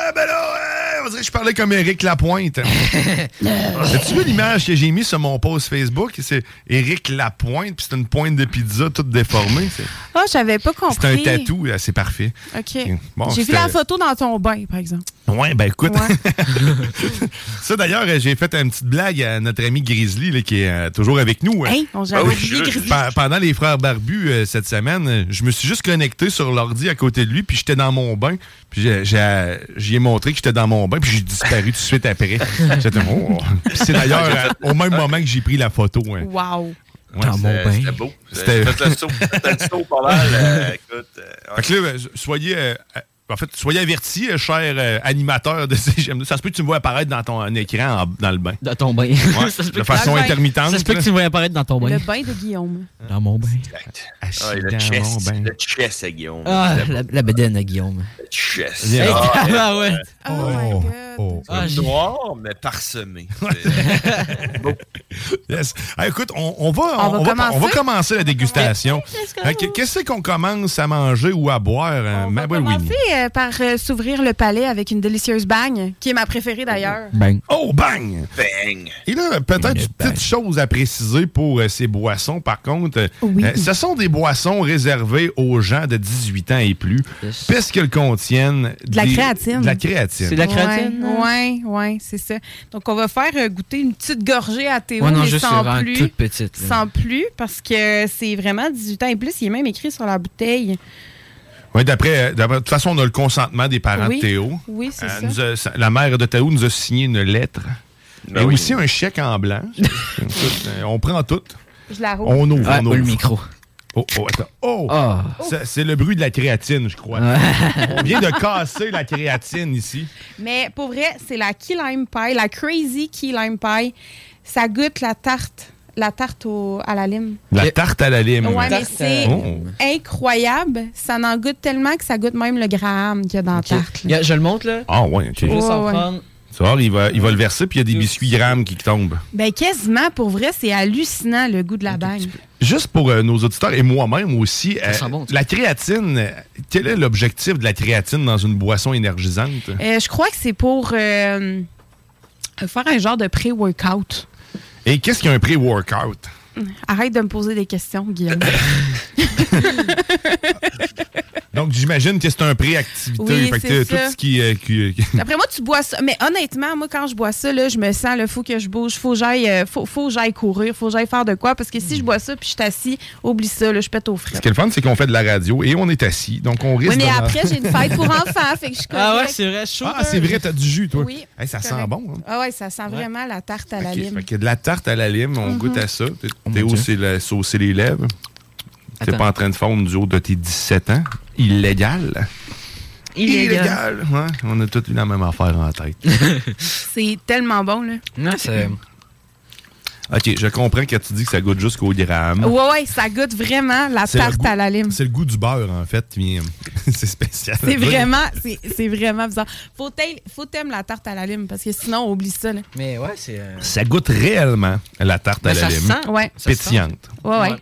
Speaker 3: euh, ben là, euh, on dirait que je parlais comme Éric Lapointe. As-tu vu l'image que j'ai mise sur mon post Facebook? C'est Éric Lapointe, puis c'est une pointe de pizza toute déformée. C'est-
Speaker 8: Ah, j'avais pas compris.
Speaker 3: C'est un tatou, euh, c'est parfait.
Speaker 8: OK.
Speaker 3: Bon,
Speaker 8: J'ai vu
Speaker 3: c'était-
Speaker 8: la photo dans ton bain, par exemple.
Speaker 3: Ouais, ben écoute. ça d'ailleurs, euh, j'ai fait une petite blague à notre ami Grizzly là, qui est euh, toujours avec nous. hein.
Speaker 8: Hey, on j'avais
Speaker 3: Ah oui,
Speaker 8: oublié
Speaker 3: je-
Speaker 8: Grizzly.
Speaker 3: Pe- Pendant les frères barbus euh, cette semaine, euh, je me suis juste connecté sur l'ordi à côté de lui, puis j'étais dans mon bain, puis j'ai- j'ai- j'y ai montré que j'étais dans mon bain, puis j'ai disparu tout de suite après. J'étais, oh. Puis C'est d'ailleurs euh, au même moment que j'ai pris la photo. hein.
Speaker 8: Wow.
Speaker 3: Ouais, c'est-
Speaker 20: C'était beau.
Speaker 3: C'était-
Speaker 20: C'était le saut. C'était le saut pas mal. euh, écoute, euh,
Speaker 3: Fait que là, euh, soyez. euh, euh, en fait, soyez avertis, euh, cher euh, animateur de CGM2. Ça se peut que tu me vois apparaître dans ton un écran en- dans le bain.
Speaker 7: Dans ton bain.
Speaker 3: Ouais,
Speaker 7: Ça se peut
Speaker 3: de
Speaker 7: que-
Speaker 3: façon
Speaker 7: Dans le bain.
Speaker 3: intermittente.
Speaker 7: Ça se peut que
Speaker 3: là.
Speaker 7: tu me vois apparaître dans ton bain.
Speaker 8: Le bain de Guillaume.
Speaker 7: Dans mon bain.
Speaker 20: ah, et le,
Speaker 7: dans
Speaker 20: chest,
Speaker 7: mon bain.
Speaker 20: le chest à Guillaume.
Speaker 7: Ah,
Speaker 20: C'était
Speaker 21: Ah.
Speaker 7: la, la bedaine à Guillaume.
Speaker 20: le chest.
Speaker 7: Hey, Ah,
Speaker 20: Ah,
Speaker 7: tabarouette.
Speaker 20: ouais.
Speaker 3: oh.
Speaker 20: Comme noir, mais parsemé. C'est- Bon.
Speaker 3: Yes. Ah, écoute, on, on va, on,
Speaker 20: On va
Speaker 3: on va,
Speaker 20: commencer?
Speaker 3: on va commencer la dégustation.
Speaker 8: Let's go.
Speaker 3: Fait que, Qu'est-ce qu'on commence à manger ou à boire, hein, ma belle Winnie?
Speaker 8: Tu sais, euh, par euh, s'ouvrir le palais avec une délicieuse bagne, qui est ma préférée d'ailleurs.
Speaker 7: Ben.
Speaker 3: Bang. Oh, bang! Bang! Et là, peut-être une petite chose à préciser pour euh, ces boissons, par contre. euh,
Speaker 8: Oui.
Speaker 3: euh, ce sont des boissons réservées aux gens de 18 ans et plus, puisqu'elles contiennent...
Speaker 8: De la
Speaker 3: des-
Speaker 8: créatine.
Speaker 3: De la créatine.
Speaker 7: hein?
Speaker 8: Oui, oui, c'est ça. Donc, on va faire euh, goûter une petite gorgée à Théo,
Speaker 7: Ouais, non,
Speaker 8: mais
Speaker 7: juste
Speaker 8: sans
Speaker 7: vraiment
Speaker 8: plus.
Speaker 7: toute petite, là.
Speaker 8: Sans plus, parce que c'est vraiment 18 ans et plus. Il est même écrit sur la bouteille.
Speaker 3: Oui, d'après, euh, d'après- de toute façon, on a le consentement des parents
Speaker 8: Oui.
Speaker 3: de Théo. Euh,
Speaker 8: Oui, c'est ça.
Speaker 3: nous a- sa- la mère de Théo nous a signé une lettre. et aussi un chèque en blanc. Écoute, euh, on prend tout.
Speaker 8: Je la roule.
Speaker 3: On ouvre,
Speaker 7: Ah,
Speaker 3: on ouvre.
Speaker 7: le micro. Ah,
Speaker 3: Oh, oh, attends. Oh! Ça, C'est le bruit de la créatine, je crois. on vient de casser la créatine ici.
Speaker 8: Mais pour vrai, c'est la key lime pie, la crazy key lime pie. Ça goûte la tarte, la tarte au- Oh, à la lime.
Speaker 3: La tarte à la lime.
Speaker 8: Ouais, mais c'est
Speaker 3: Oh.
Speaker 8: incroyable. Ça n'en goûte tellement que ça goûte même le gramme qu'il y a dans la tarte.
Speaker 7: Regarde, je le montre, là.
Speaker 3: Ah, ouais, ok.
Speaker 7: Je vais juste en
Speaker 8: Ouais, ouais.
Speaker 7: prendre.
Speaker 3: Tu vois, il va, il va le verser, puis il y a des biscuits grammes qui tombent.
Speaker 8: Ben quasiment, pour vrai, c'est hallucinant le goût de la bagne.
Speaker 3: Juste pour euh, nos auditeurs et moi-même aussi, euh, la créatine, euh, quel est l'objectif de la créatine dans une boisson énergisante?
Speaker 8: Euh, je crois que c'est pour euh, faire un genre de pré-workout.
Speaker 3: Et qu'est-ce qu'un pré-workout?
Speaker 8: Arrête de me poser des questions, Guillaume.
Speaker 3: Donc, j'imagine que c'est un pré-activité.
Speaker 8: Oui,
Speaker 3: Fait que,
Speaker 8: c'est
Speaker 3: euh,
Speaker 8: ça.
Speaker 3: tout ce qui. euh, qui- qui-
Speaker 8: Après moi, tu bois ça. Mais honnêtement, moi, quand je bois ça, là, je me sens, il faut que je bouge, faut que j'aille euh, faut, faut que j'aille courir, faut que j'aille faire de quoi. Parce que si je bois ça puis je suis assis, oublie ça, là, je pète au frais.
Speaker 3: ce qui est le fun, c'est qu'on fait de la radio et on est assis. Donc, on risque
Speaker 8: Oui, mais
Speaker 3: de-
Speaker 8: après, j'ai une fête pour enfants, fait que je suis
Speaker 7: Ah ouais,
Speaker 8: correcte.
Speaker 7: c'est vrai, chaud.
Speaker 3: Ah, c'est vrai, t'as du jus, toi.
Speaker 8: Oui,
Speaker 3: Hey, ça sent
Speaker 8: correct.
Speaker 3: bon. hein.
Speaker 8: Ah ouais, ça sent vraiment la tarte à la
Speaker 3: Ok,
Speaker 8: lime.
Speaker 3: fait que de la tarte à la lime, on
Speaker 8: Mhm.
Speaker 3: goûte à ça. T'es- Théo, c'est la saucer les lèvres. T'es
Speaker 7: Oh Attends.
Speaker 3: pas en train de fondre du haut de tes 17 ans. Illégal. Illégal. Ouais, on a tous eu la même affaire en tête.
Speaker 8: C'est tellement bon, là.
Speaker 3: OK, je comprends que tu dis que ça goûte jusqu'au gramme.
Speaker 8: Ouais, ouais, ça goûte vraiment la
Speaker 3: C'est le
Speaker 8: tarte
Speaker 3: goût-
Speaker 8: à la lime.
Speaker 3: C'est le goût du beurre, en fait, qui vient- c'est spécial.
Speaker 8: C'est vraiment, c'est c'est vraiment bizarre. Faut t'aimer faut t'aimer la tarte à la lime parce que sinon on oublie ça. Là.
Speaker 7: Mais ouais, c'est. euh,
Speaker 3: Ça goûte réellement la tarte à
Speaker 7: Mais
Speaker 3: la
Speaker 7: Ben, ça
Speaker 3: lime.
Speaker 7: sent. Ouais. Ça
Speaker 3: Pétillante.
Speaker 8: Ouais, ouais.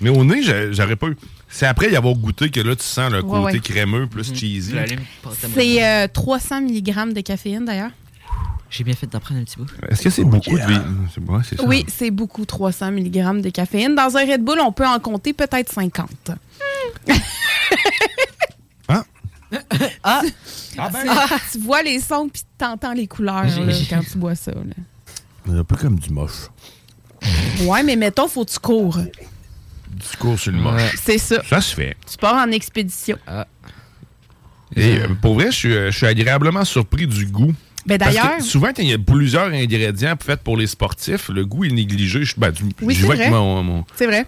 Speaker 3: Mais au nez, j'a- j'aurais pas eu. C'est après y avoir goûté que là, tu sens le
Speaker 8: Ouais,
Speaker 3: côté
Speaker 8: ouais. Mhm.
Speaker 3: crémeux plus cheesy.
Speaker 7: La lime, pas tellement.
Speaker 8: C'est euh, 300 mg de caféine d'ailleurs.
Speaker 7: J'ai bien fait d'en prendre un petit bout.
Speaker 3: Est-ce que c'est beaucoup de vi- C'est ouais, c'est ça.
Speaker 8: Oui, c'est beaucoup 300 mg de caféine. Dans un Red Bull, on peut en compter peut-être 50.
Speaker 3: Hmm. Hein?
Speaker 7: Ah.
Speaker 8: Tu vois les sons puis t'entends les couleurs
Speaker 3: J'ai-
Speaker 8: là,
Speaker 3: j'ai-
Speaker 8: quand tu bois ça. là.
Speaker 3: Un peu comme du moche.
Speaker 8: Ouais, mais mettons faut que tu cours.
Speaker 3: Du cours sur le moche.
Speaker 8: C'est ça.
Speaker 3: Ça se fait.
Speaker 8: Tu pars en expédition.
Speaker 3: Et euh, pour vrai, je suis, euh, je suis agréablement surpris du goût.
Speaker 8: Ben,
Speaker 3: Parce
Speaker 8: d'ailleurs-
Speaker 3: que Souvent, quand il y a plusieurs ingrédients faits pour les sportifs, le goût est négligé. Je, ben, du-
Speaker 8: Oui,
Speaker 3: je
Speaker 8: c'est
Speaker 3: vois
Speaker 8: vrai.
Speaker 3: que mon- mon-
Speaker 8: C'est vrai.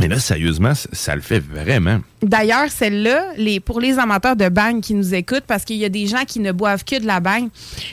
Speaker 3: Mais là, sérieusement, ça, ça le fait vraiment.
Speaker 8: D'ailleurs, celle-là, les, pour les amateurs de bagne qui nous écoutent, parce qu'il y a des gens qui ne boivent que de la bagne,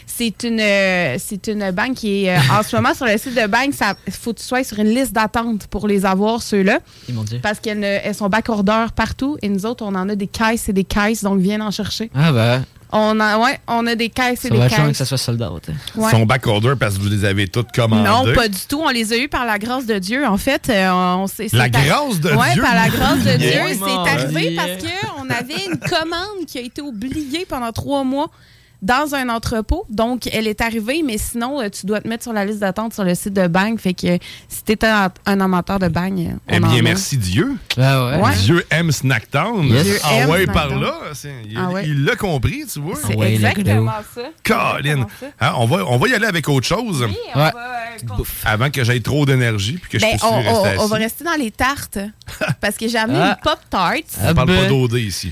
Speaker 8: c'est une, euh, c'est une bagne qui est euh, en ce moment sur le site de bagne. Ça faut que tu sois sur une liste d'attente pour les avoir, ceux-là.
Speaker 7: Et mon Dieu.
Speaker 8: Parce qu'elles ne- elles sont backorders partout et nous autres, on en a des caisses et des caisses, donc viens en chercher.
Speaker 7: Ah, bah.
Speaker 8: On, a, ouais, on a des caisses
Speaker 7: Ça
Speaker 8: et
Speaker 7: va
Speaker 8: des
Speaker 7: être long que
Speaker 8: caisses.
Speaker 7: ça soit sold out. hein.
Speaker 8: Ouais.
Speaker 3: Son back-order parce que vous les avez toutes commandées.
Speaker 8: Non, pas du tout. On les a eus par la grâce de Dieu. En fait, euh, on s'est.
Speaker 3: La
Speaker 8: c'est arri-
Speaker 3: grâce de
Speaker 8: Ouais,
Speaker 3: Dieu?
Speaker 8: par la grâce de Dieu.
Speaker 3: Yeah.
Speaker 8: C'est arrivé
Speaker 3: Yeah.
Speaker 8: parce qu'on avait une commande qui a été oubliée pendant trois mois dans un entrepôt. Donc, elle est arrivée, mais sinon, euh, tu dois te mettre sur la liste d'attente sur le site de Bang. Fait que euh, si t'es un, un amateur de Bang, euh, on
Speaker 3: Eh
Speaker 8: en
Speaker 3: bien,
Speaker 8: a.
Speaker 3: merci Dieu.
Speaker 8: ouais. Ouais.
Speaker 3: Dieu aime Snacktown.
Speaker 7: Yes.
Speaker 8: Dieu
Speaker 3: Ah
Speaker 8: aime
Speaker 3: ouais,
Speaker 8: Snacktown.
Speaker 3: par là. c'est- Il
Speaker 8: Ah ouais.
Speaker 3: il l'a compris, tu vois.
Speaker 8: C'est exactement ça.
Speaker 3: Colin. Hein, on, va, on va y aller avec autre chose. Avant que j'aie trop d'énergie puis que
Speaker 8: euh,
Speaker 3: je
Speaker 8: Ben,
Speaker 3: puisse
Speaker 8: on,
Speaker 3: plus
Speaker 8: on-
Speaker 3: rester
Speaker 8: on va
Speaker 3: assis.
Speaker 8: rester dans les tartes parce que j'ai amené
Speaker 3: Ah. ben.
Speaker 8: une Pop-Tart.
Speaker 3: On parle
Speaker 8: Euh, ben-
Speaker 3: pas d'OD ici.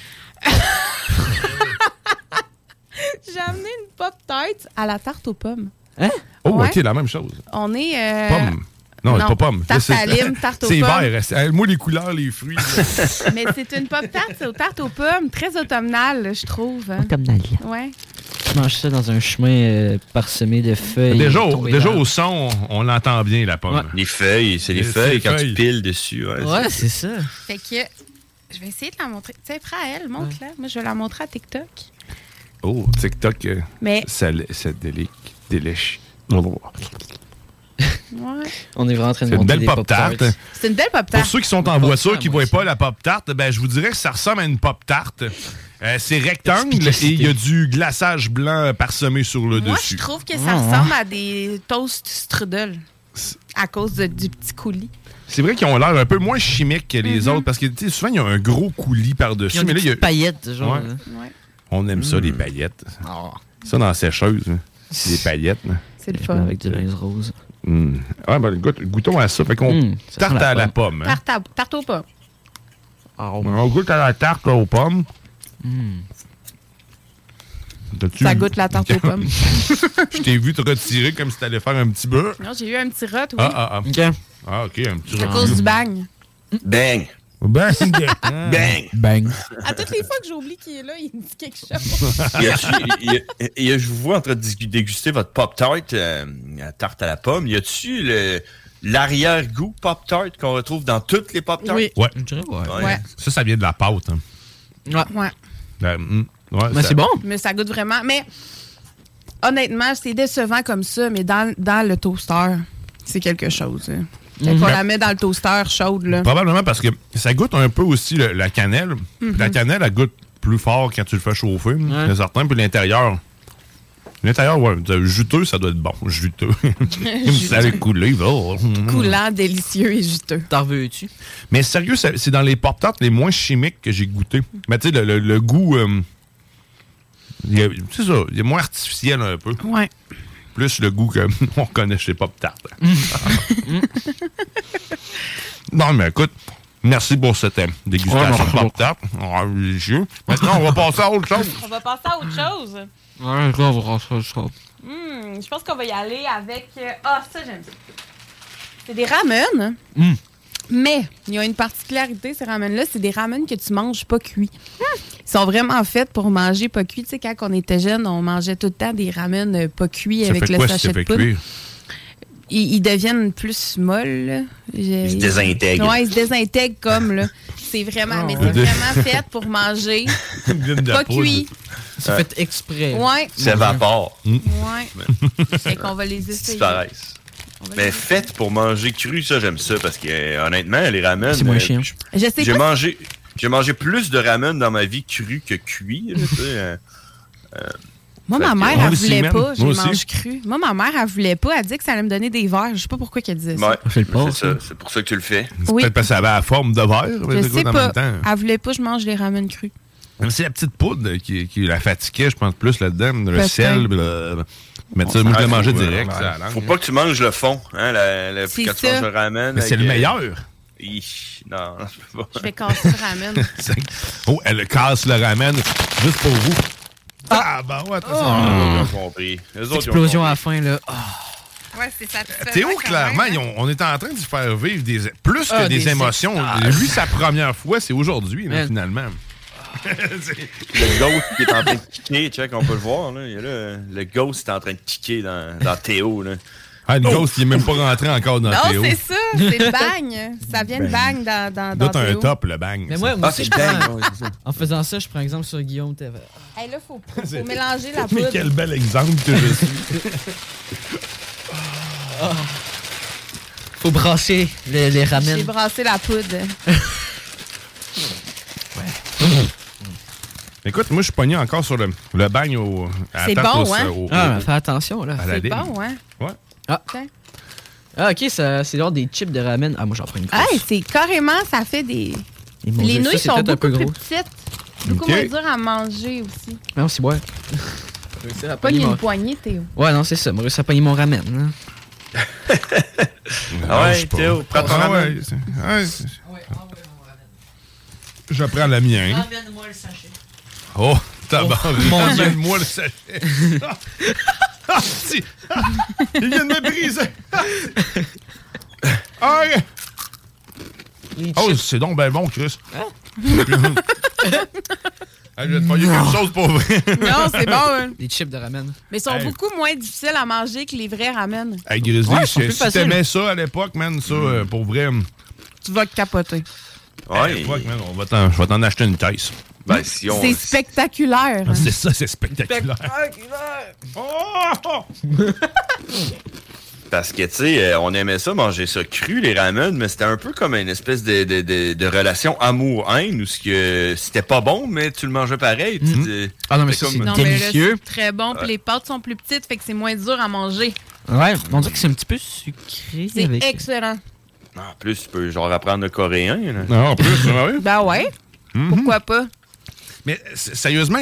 Speaker 8: J'ai amené une Pop-Tart à la tarte aux pommes.
Speaker 3: Oh,
Speaker 8: Ouais.
Speaker 3: ok, la même chose.
Speaker 8: On est. euh,
Speaker 3: Pomme. Non,
Speaker 8: non,
Speaker 3: pas pomme.
Speaker 8: tarte
Speaker 3: C'est-
Speaker 8: à lime, tarte aux
Speaker 3: C'est
Speaker 8: pommes.
Speaker 3: vert. c'est- euh, Moi, les couleurs, les fruits.
Speaker 8: Mais c'est une pop tarte, c'est aux tartes aux pommes, très automnale, je trouve.
Speaker 7: Automnale.
Speaker 8: Ouais.
Speaker 7: Je mange ça dans un chemin euh, parsemé de feuilles.
Speaker 3: Déjà, au,
Speaker 7: tombées
Speaker 3: déjà
Speaker 7: dans-
Speaker 3: au son, on l'entend bien, la pomme.
Speaker 20: Les feuilles, c'est les
Speaker 3: C'est
Speaker 20: feuilles
Speaker 3: les
Speaker 20: quand
Speaker 3: feuilles.
Speaker 20: tu piles dessus. Ouais,
Speaker 7: Ouais, c'est ça.
Speaker 8: Fait que je vais essayer de la montrer. Tu sais, prêt à elle, montre-la. Moi, je vais la montrer à TikTok.
Speaker 3: Oh, TikTok, euh,
Speaker 8: Mais-
Speaker 3: ça, lè- ça délique, délèche. C'est
Speaker 8: Ouais.
Speaker 7: On est vraiment en train de
Speaker 3: une
Speaker 7: monter
Speaker 3: belle
Speaker 7: des
Speaker 3: pop tart.
Speaker 7: Pop-Tarts.
Speaker 8: C'est une belle pop-tart.
Speaker 3: Pour ceux qui sont en voiture qui ne voient pas la pop tart, ben je vous dirais que ça ressemble à une pop tart. Euh, c'est rectangle et il y a du glaçage blanc parsemé sur le
Speaker 8: Moi,
Speaker 3: dessus.
Speaker 8: je trouve que
Speaker 7: Ah,
Speaker 8: ça ressemble à des toasts strudel à cause de- du petit coulis.
Speaker 3: C'est vrai qu'ils ont l'air un peu moins chimiques que les
Speaker 8: Mm-hmm.
Speaker 3: autres parce que tu sais, souvent il y a un gros coulis par-dessus.
Speaker 7: Ils ont des Mm.
Speaker 3: mais là, il y a-
Speaker 7: petites paillettes, genre,
Speaker 3: Ouais.
Speaker 7: là.
Speaker 3: On aime ça, les paillettes.
Speaker 8: Ah.
Speaker 3: Ça, dans la sécheuse, hein. les paillettes. hein.
Speaker 8: C'est le fun.
Speaker 7: Avec de l'aise rose.
Speaker 3: Mm. Ah, ben, goût- goûtons à ça. Fait qu'on
Speaker 7: Mm, ça
Speaker 3: tarte
Speaker 7: sent la
Speaker 3: à la
Speaker 7: pomme.
Speaker 3: pomme. hein.
Speaker 8: Tarte, à- tarte aux pommes.
Speaker 3: On goûte à la tarte aux pommes.
Speaker 7: Mm.
Speaker 3: T'as-tu-
Speaker 8: Ça goûte la tarte aux pommes.
Speaker 3: Je t'ai vu te retirer comme si t'allais faire un petit beurre.
Speaker 8: Non, j'ai eu un petit rot, oui.
Speaker 3: Ah, ah, ah. OK. Ah, OK, un petit Ben,
Speaker 8: à cause du bagne.
Speaker 21: Hum.
Speaker 3: Bang. Bang. Bang.
Speaker 20: Ah. Bang.
Speaker 8: À toutes les fois que j'oublie qu'il est là, il me dit quelque chose.
Speaker 20: Il y a- il y a- il y a- je vous vois en train de dis- déguster votre Pop-Tart, euh, la tarte à la pomme. Y a-tu le- l'arrière-goût Pop-Tart qu'on retrouve dans toutes les Pop-Tarts?
Speaker 8: Oui.
Speaker 3: Ouais.
Speaker 20: Ouais.
Speaker 8: Ouais.
Speaker 3: Ça, ça vient de la pâte. hein.
Speaker 8: Ouais.
Speaker 3: Ben, mm, ouais,
Speaker 7: Mais
Speaker 3: ça-
Speaker 7: c'est bon.
Speaker 8: Mais ça goûte vraiment. Mais honnêtement, c'est décevant comme ça, mais dans, dans le toaster, c'est quelque chose. hein. Fait
Speaker 3: Mhm.
Speaker 8: qu'on
Speaker 3: Ben-
Speaker 8: la met dans le toaster chaude,
Speaker 7: hein.
Speaker 8: là.
Speaker 3: Probablement parce que ça goûte un peu aussi le- la cannelle.
Speaker 8: Mhm.
Speaker 3: La cannelle, elle goûte plus fort quand tu le fais chauffer. hein, C'est certain. Puis l'intérieur. L'intérieur, ouais, de- juteux, ça doit être bon. Juteux. Comme si ça allait couler. va.
Speaker 8: Coulant, délicieux et juteux.
Speaker 7: T'en veux-tu?
Speaker 3: Mais sérieux, ça- c'est dans les pop tarts les moins chimiques que j'ai goûté. Mais tu sais, le, le- le goût. euh, il y a- c'est ça, il est moins artificiel un peu.
Speaker 8: Ouais.
Speaker 3: Plus le goût qu'on connaît chez Pop Tart. non, mais écoute, merci pour cette euh,
Speaker 25: Ouais,
Speaker 3: dégustation
Speaker 25: non,
Speaker 3: de Pop Tart. Ah, délicieux. Maintenant, on va passer à autre chose.
Speaker 8: On va passer à autre chose.
Speaker 7: Ouais, on va rentrer
Speaker 8: Hmm, je pense qu'on va y aller avec. euh, Ah, ça, j'aime ça. C'est des ramen.
Speaker 7: Hmm.
Speaker 8: Mais il y a une particularité, ces ramen-là, c'est des ramen que tu manges pas cuits. Ils sont vraiment faits pour manger pas cuits. Tu sais, quand on était jeune, on mangeait tout le temps des ramen euh, pas cuits
Speaker 3: Ça
Speaker 8: avec
Speaker 3: fait
Speaker 8: le
Speaker 3: quoi si
Speaker 8: sachet
Speaker 3: ça
Speaker 8: de
Speaker 3: fait
Speaker 8: poudre.
Speaker 3: cuire?
Speaker 8: Ils, ils deviennent plus molles. là. J'ai-
Speaker 3: Ils se désintègrent.
Speaker 8: Ouais, ils se désintègrent comme, là. C'est vraiment,
Speaker 7: Ah,
Speaker 8: mais c'est
Speaker 3: Des-
Speaker 8: vraiment fait pour manger. Pas cuit.
Speaker 7: C'est fait exprès.
Speaker 8: Ouais.
Speaker 20: Ça vapore.
Speaker 8: Mm. Ouais. fait qu'on va les essayer.
Speaker 20: disparaissent. Mais faites pour manger cru, ça, j'aime ça, parce que euh, honnêtement, les ramen.
Speaker 7: C'est moins
Speaker 20: euh,
Speaker 7: chiant.
Speaker 20: j-
Speaker 8: Je sais
Speaker 20: J'ai
Speaker 8: pas
Speaker 20: mangé, j'ai mangé plus de ramen dans ma vie cru que cuit. là, tu sais, euh, euh,
Speaker 8: Moi,
Speaker 20: fait
Speaker 8: ma
Speaker 20: que-
Speaker 8: mère, elle voulait pas. Je mange cru. Moi, ma mère, elle voulait pas. Elle disait que ça allait me donner des verres. Je sais pas pourquoi qu'elle disait ça.
Speaker 20: Ouais,
Speaker 3: fait le porc,
Speaker 20: c'est ça, c'est pour ça que tu le fais.
Speaker 3: C'est
Speaker 8: Oui.
Speaker 3: Peut-être parce que ça avait la forme de verre. mais
Speaker 8: Je
Speaker 3: écoute,
Speaker 8: sais
Speaker 3: en
Speaker 8: pas.
Speaker 3: même temps.
Speaker 8: Elle voulait pas que je mange les ramen crus.
Speaker 3: Mais C'est la petite poudre qui, qui la fatiguait, je pense, plus là-dedans. Le
Speaker 8: Peut-être.
Speaker 3: sel. puis le- Mais tu sais, moi, je l'ai mangé direct. ça, là.
Speaker 20: Faut pas que tu manges le fond, hein, la, la-
Speaker 8: C'est
Speaker 20: quand tu
Speaker 8: ça.
Speaker 20: manges le ramen.
Speaker 3: Mais c'est
Speaker 20: avec,
Speaker 3: le
Speaker 20: euh,
Speaker 3: meilleur.
Speaker 20: Hi, non, je peux pas.
Speaker 8: Je vais casser le ramen.
Speaker 3: C'est- oh, elle casse le ramen juste pour vous. Ah, bah ouais, t'as
Speaker 8: Oh.
Speaker 20: Ah, ils ont compris. Eux autres, ils ont
Speaker 7: Explosion à la fin, là. Ah,
Speaker 8: Ouais, c'est satisfaisant.
Speaker 3: Théo,
Speaker 8: quand
Speaker 3: clairement,
Speaker 8: même.
Speaker 3: ils ont- on est en train de faire vivre des, plus que
Speaker 7: Ah,
Speaker 3: des,
Speaker 7: des
Speaker 3: émotions.
Speaker 7: extases.
Speaker 3: Lui, sa première fois, c'est aujourd'hui, là,
Speaker 7: Man.
Speaker 3: finalement.
Speaker 20: Le ghost qui est en train de kicker, check, on peut le voir. Là. Il y a là, le ghost qui est en train de kicker dans, dans Théo. Là.
Speaker 3: Ah, le ghost, il est même pas rentré encore dans
Speaker 8: Oh. Non,
Speaker 3: Théo.
Speaker 8: Oh, c'est ça. C'est le bagne. Ça vient de
Speaker 3: Ben.
Speaker 8: bagne dans, dans, dans
Speaker 3: Là, t'as un
Speaker 8: Théo.
Speaker 3: top, le bang.
Speaker 7: Mais moi, moi aussi, je prends- en faisant ça, je prends exemple sur Guillaume Teva.
Speaker 8: Hey, là, faut, faut, faut mélanger la poudre.
Speaker 3: Mais quel bel exemple que je suis.
Speaker 7: Faut brasser les, les
Speaker 8: J'ai
Speaker 7: ramen.
Speaker 8: brassé la poudre.
Speaker 3: Écoute, moi, je suis pogné encore sur le, le bang au. à la
Speaker 8: C'est
Speaker 3: tarte
Speaker 8: bon,
Speaker 3: au-
Speaker 8: hein?
Speaker 3: au-
Speaker 7: Ah,
Speaker 3: au-
Speaker 7: fais attention, là.
Speaker 3: à la
Speaker 8: C'est
Speaker 3: ligne.
Speaker 8: bon, hein?
Speaker 3: Ouais.
Speaker 7: Ah.
Speaker 8: Tiens.
Speaker 7: Ah, ok, ça- c'est genre des chips de ramen. Ah, moi, j'en prends une grosse.
Speaker 8: Hey, c'est carrément, ça fait des.
Speaker 7: Et mon
Speaker 8: les
Speaker 7: Dieu, ça,
Speaker 8: nouilles
Speaker 7: c'est
Speaker 8: sont
Speaker 7: peut-être
Speaker 8: beaucoup
Speaker 7: un peu
Speaker 8: plus
Speaker 7: gros.
Speaker 8: petites. Beaucoup
Speaker 7: Ok.
Speaker 8: moins dures à manger aussi.
Speaker 7: Non, c'est bon.
Speaker 8: Pas une poignée, Théo.
Speaker 7: Ouais, non, c'est ça. Moi, ça pogné mon ramen. hein.
Speaker 20: Ah
Speaker 3: je
Speaker 20: ouais,
Speaker 3: sais pas.
Speaker 20: Théo, prends ton
Speaker 3: Ah
Speaker 20: ramen.
Speaker 3: ouais, c'est- Ah ouais, c'est- Je prends la mienne.
Speaker 7: Ramène-moi le sachet.
Speaker 3: Oh, tabarnak.
Speaker 7: Oh, mon Dieu.
Speaker 3: moi le sachet. Ah, ah, si. Ah, il vient de me briser. Ah, si. Ah, yeah. Oh, c'est donc ben bon, Chris. Ah, je vais te faire quelque chose pour vrai.
Speaker 8: Non, c'est bon, hein.
Speaker 7: Des chips de ramen.
Speaker 8: Mais ils sont
Speaker 3: Hey.
Speaker 8: beaucoup moins difficiles à manger que les vrais ramen.
Speaker 3: Hey, Grizzly,
Speaker 7: Ouais, ils sont
Speaker 3: si
Speaker 7: plus
Speaker 3: si
Speaker 7: faciles.
Speaker 3: t'aimais ça à l'époque, man, ça, euh, pour vrai.
Speaker 8: Tu vas te capoter.
Speaker 3: À l'époque, man, on va t'en- je vais t'en acheter une caisse.
Speaker 20: Ben, si on.
Speaker 8: C'est spectaculaire.
Speaker 3: Ah, C'est ça, c'est spectaculaire.
Speaker 20: Oh! Parce que, tu sais, euh, on aimait ça, manger ça cru, les ramen, mais c'était un peu comme une espèce de, de, de, de relation amour-haine où ce que c'était pas bon, mais tu le mangeais pareil.
Speaker 3: Mm-hmm.
Speaker 20: tu te- c'était comme-
Speaker 8: Non, mais là, c'est très bon. Puis les pâtes sont plus petites, fait que c'est moins dur à manger.
Speaker 7: Ouais, on dirait que c'est un petit peu sucré.
Speaker 8: C'est
Speaker 7: avec- euh,
Speaker 8: excellent.
Speaker 20: ah, En plus, tu peux genre apprendre le coréen. Là.
Speaker 3: Non, Ah, en plus, oui.
Speaker 8: Ben ouais. Pourquoi pas?
Speaker 3: Mais s- sérieusement,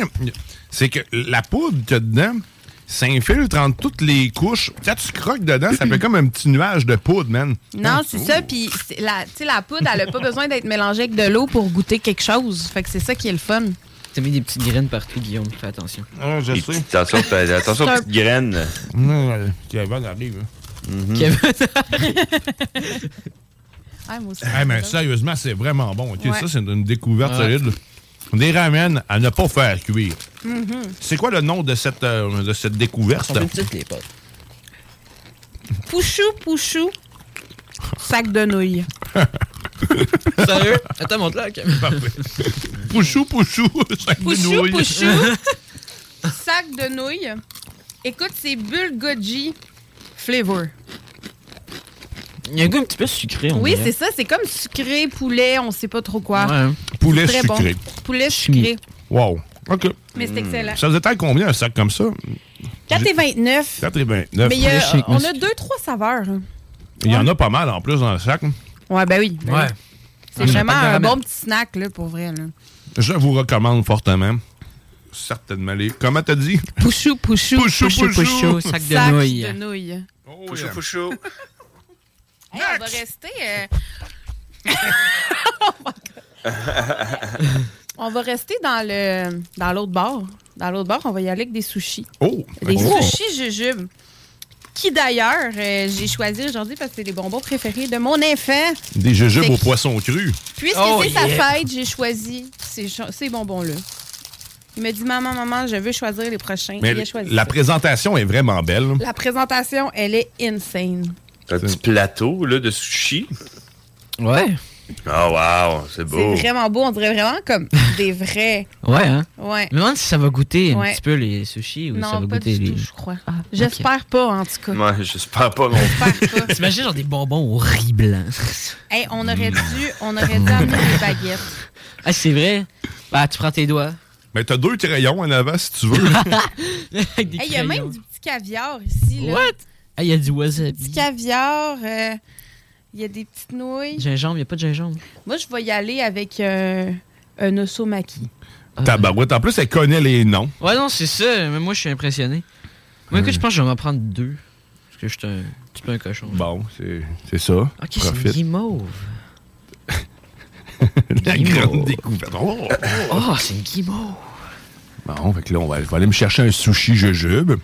Speaker 3: c'est que la poudre qu'il y a dedans s'infiltre entre toutes les couches. Quand tu croques dedans, ça fait comme un petit nuage de poudre, man.
Speaker 8: Non, c'est
Speaker 3: Oh.
Speaker 8: ça. Puis c'est la, tu sais, la poudre, elle n'a pas besoin d'être mélangée avec de l'eau pour goûter quelque chose. Fait que c'est ça qui est le fun.
Speaker 7: T'as mis des petites graines partout, Guillaume. Fais attention.
Speaker 3: Ah, je sais.
Speaker 20: Attention, t'as- attention aux
Speaker 7: C'est un-
Speaker 20: petites graines.
Speaker 3: Kevin arrive.
Speaker 8: Ah, moi aussi.
Speaker 3: Hey, Eh, mais sérieusement, c'est vraiment bon. ok?
Speaker 8: Ouais.
Speaker 3: Ça, c'est une découverte
Speaker 8: Ouais.
Speaker 3: solide. Des ramen à ne pas faire cuire.
Speaker 8: Mhm.
Speaker 3: C'est quoi le nom de cette, euh, de cette découverte?
Speaker 8: Sont plus petites, les Pouchou, pouchou. Sac de nouilles.
Speaker 7: Sérieux? Attends, montre-le à la caméra.
Speaker 3: Pouchou, pouchou.
Speaker 8: Pouchou, pouchou. Sac de nouilles. Écoute, c'est bulgogi flavor.
Speaker 7: Il y a un goût un petit peu sucré, on
Speaker 8: Oui,
Speaker 7: dirait.
Speaker 8: c'est ça. C'est comme sucré, poulet, on sait pas trop quoi.
Speaker 7: Ouais.
Speaker 3: Poulet
Speaker 8: C'est très
Speaker 3: sucré.
Speaker 8: bon. Poulet sucré.
Speaker 3: Wow. OK.
Speaker 8: Mais c'est excellent.
Speaker 3: Ça vous était à combien un sac comme ça?
Speaker 8: 4 et 29.
Speaker 3: 4 et
Speaker 8: Mais
Speaker 3: 29.
Speaker 8: il y a- on a deux, trois saveurs. hein.
Speaker 3: Il y en a pas mal en plus dans le sac.
Speaker 8: Ouais, ben oui. ben oui. C'est
Speaker 3: Ah, mais
Speaker 8: vraiment
Speaker 3: pas de
Speaker 8: un
Speaker 3: ramen.
Speaker 8: bon petit snack, là, pour vrai. là.
Speaker 3: Je vous recommande fortement. Certainement les. Comment t'as dit?
Speaker 8: Pouchou, pouchou.
Speaker 3: Pouchou, pouchou.
Speaker 8: de nouilles.
Speaker 20: Pouchou, pouchou.
Speaker 8: Hey, on va rester. euh, euh. on va rester dans le dans l'autre bar. Dans l'autre bar, on va y aller avec des sushis.
Speaker 3: Oh!
Speaker 8: Des
Speaker 3: Oh.
Speaker 8: sushis jujubes. Qui d'ailleurs, euh, j'ai choisi aujourd'hui parce que c'est les bonbons préférés de mon enfant.
Speaker 3: Des jujubes
Speaker 8: Fait
Speaker 3: au
Speaker 8: que-
Speaker 3: poisson cru.
Speaker 8: Puisque c'est sa fête, j'ai choisi ces, cho- ces bonbons-là. Il me dit Maman, maman, je veux choisir les prochains.
Speaker 3: Mais
Speaker 8: Il a choisi.
Speaker 3: la
Speaker 8: ça.
Speaker 3: présentation est vraiment belle.
Speaker 8: La présentation, elle est insane.
Speaker 20: Un petit plateau là, de sushi.
Speaker 7: Ouais.
Speaker 20: Oh, wow, c'est beau.
Speaker 8: C'est vraiment beau. On dirait vraiment comme des vrais.
Speaker 7: Ouais, hein?
Speaker 8: Ouais.
Speaker 7: Je me demande si ça va goûter un
Speaker 8: Ouais.
Speaker 7: petit peu les sushis ou
Speaker 8: Non,
Speaker 7: ça va
Speaker 8: pas
Speaker 7: goûter
Speaker 8: du
Speaker 7: les. Ah,
Speaker 8: tout, je crois. J'espère pas, en tout cas.
Speaker 20: Ouais, j'espère pas non plus.
Speaker 7: T'imagines genre des bonbons hein. au riz blanc.
Speaker 8: Hey, on aurait dû, on aurait dû amener des baguettes.
Speaker 7: ah, c'est vrai? Bah, tu prends tes doigts.
Speaker 3: Mais t'as deux crayons en avant si tu veux.
Speaker 7: Avec des
Speaker 8: Hey, Il y a
Speaker 7: crayons.
Speaker 8: même du petit caviar ici. Là.
Speaker 7: What? Ah, il y a du
Speaker 8: Du
Speaker 7: wasabi.
Speaker 8: caviar, euh, il y a des petites nouilles.
Speaker 7: Gingembre, il n'y a pas de gingembre.
Speaker 8: Moi, je vais y aller avec euh, un osso maki.
Speaker 3: Tabarouette. En plus, elle connaît les noms.
Speaker 7: Ah. Ouais, non, c'est ça. Mais moi, je suis impressionné. Moi, écoute, je pense que je vais m'en prendre deux. Parce que je suis un petit peu un cochon.
Speaker 3: Bon, c'est c'est ça.
Speaker 7: Ok, c'est une guimauve.
Speaker 3: La grande découverte. Oh,
Speaker 7: Oh, c'est une guimauve.
Speaker 3: Bon, fait que là, on va, je vais aller me chercher un sushi jujube. Je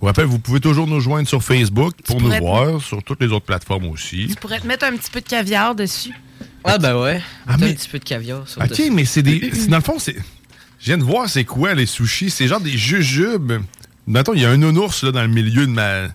Speaker 3: vous rappelle, vous pouvez toujours nous joindre sur Facebook pour nous
Speaker 8: pourrais-
Speaker 3: voir, sur toutes les autres plateformes aussi.
Speaker 8: Tu pourrais te mettre un petit peu de caviar dessus.
Speaker 7: Ah, ben ouais.
Speaker 3: Ah,
Speaker 7: T'as
Speaker 3: mais-
Speaker 7: un petit peu de caviar sur
Speaker 3: OK, mais c'est des. c'est- Dans le fond, c'est. Je viens de voir c'est quoi les sushis. C'est genre des jujubes. Mettons, il y a un nounours là, dans le milieu de ma.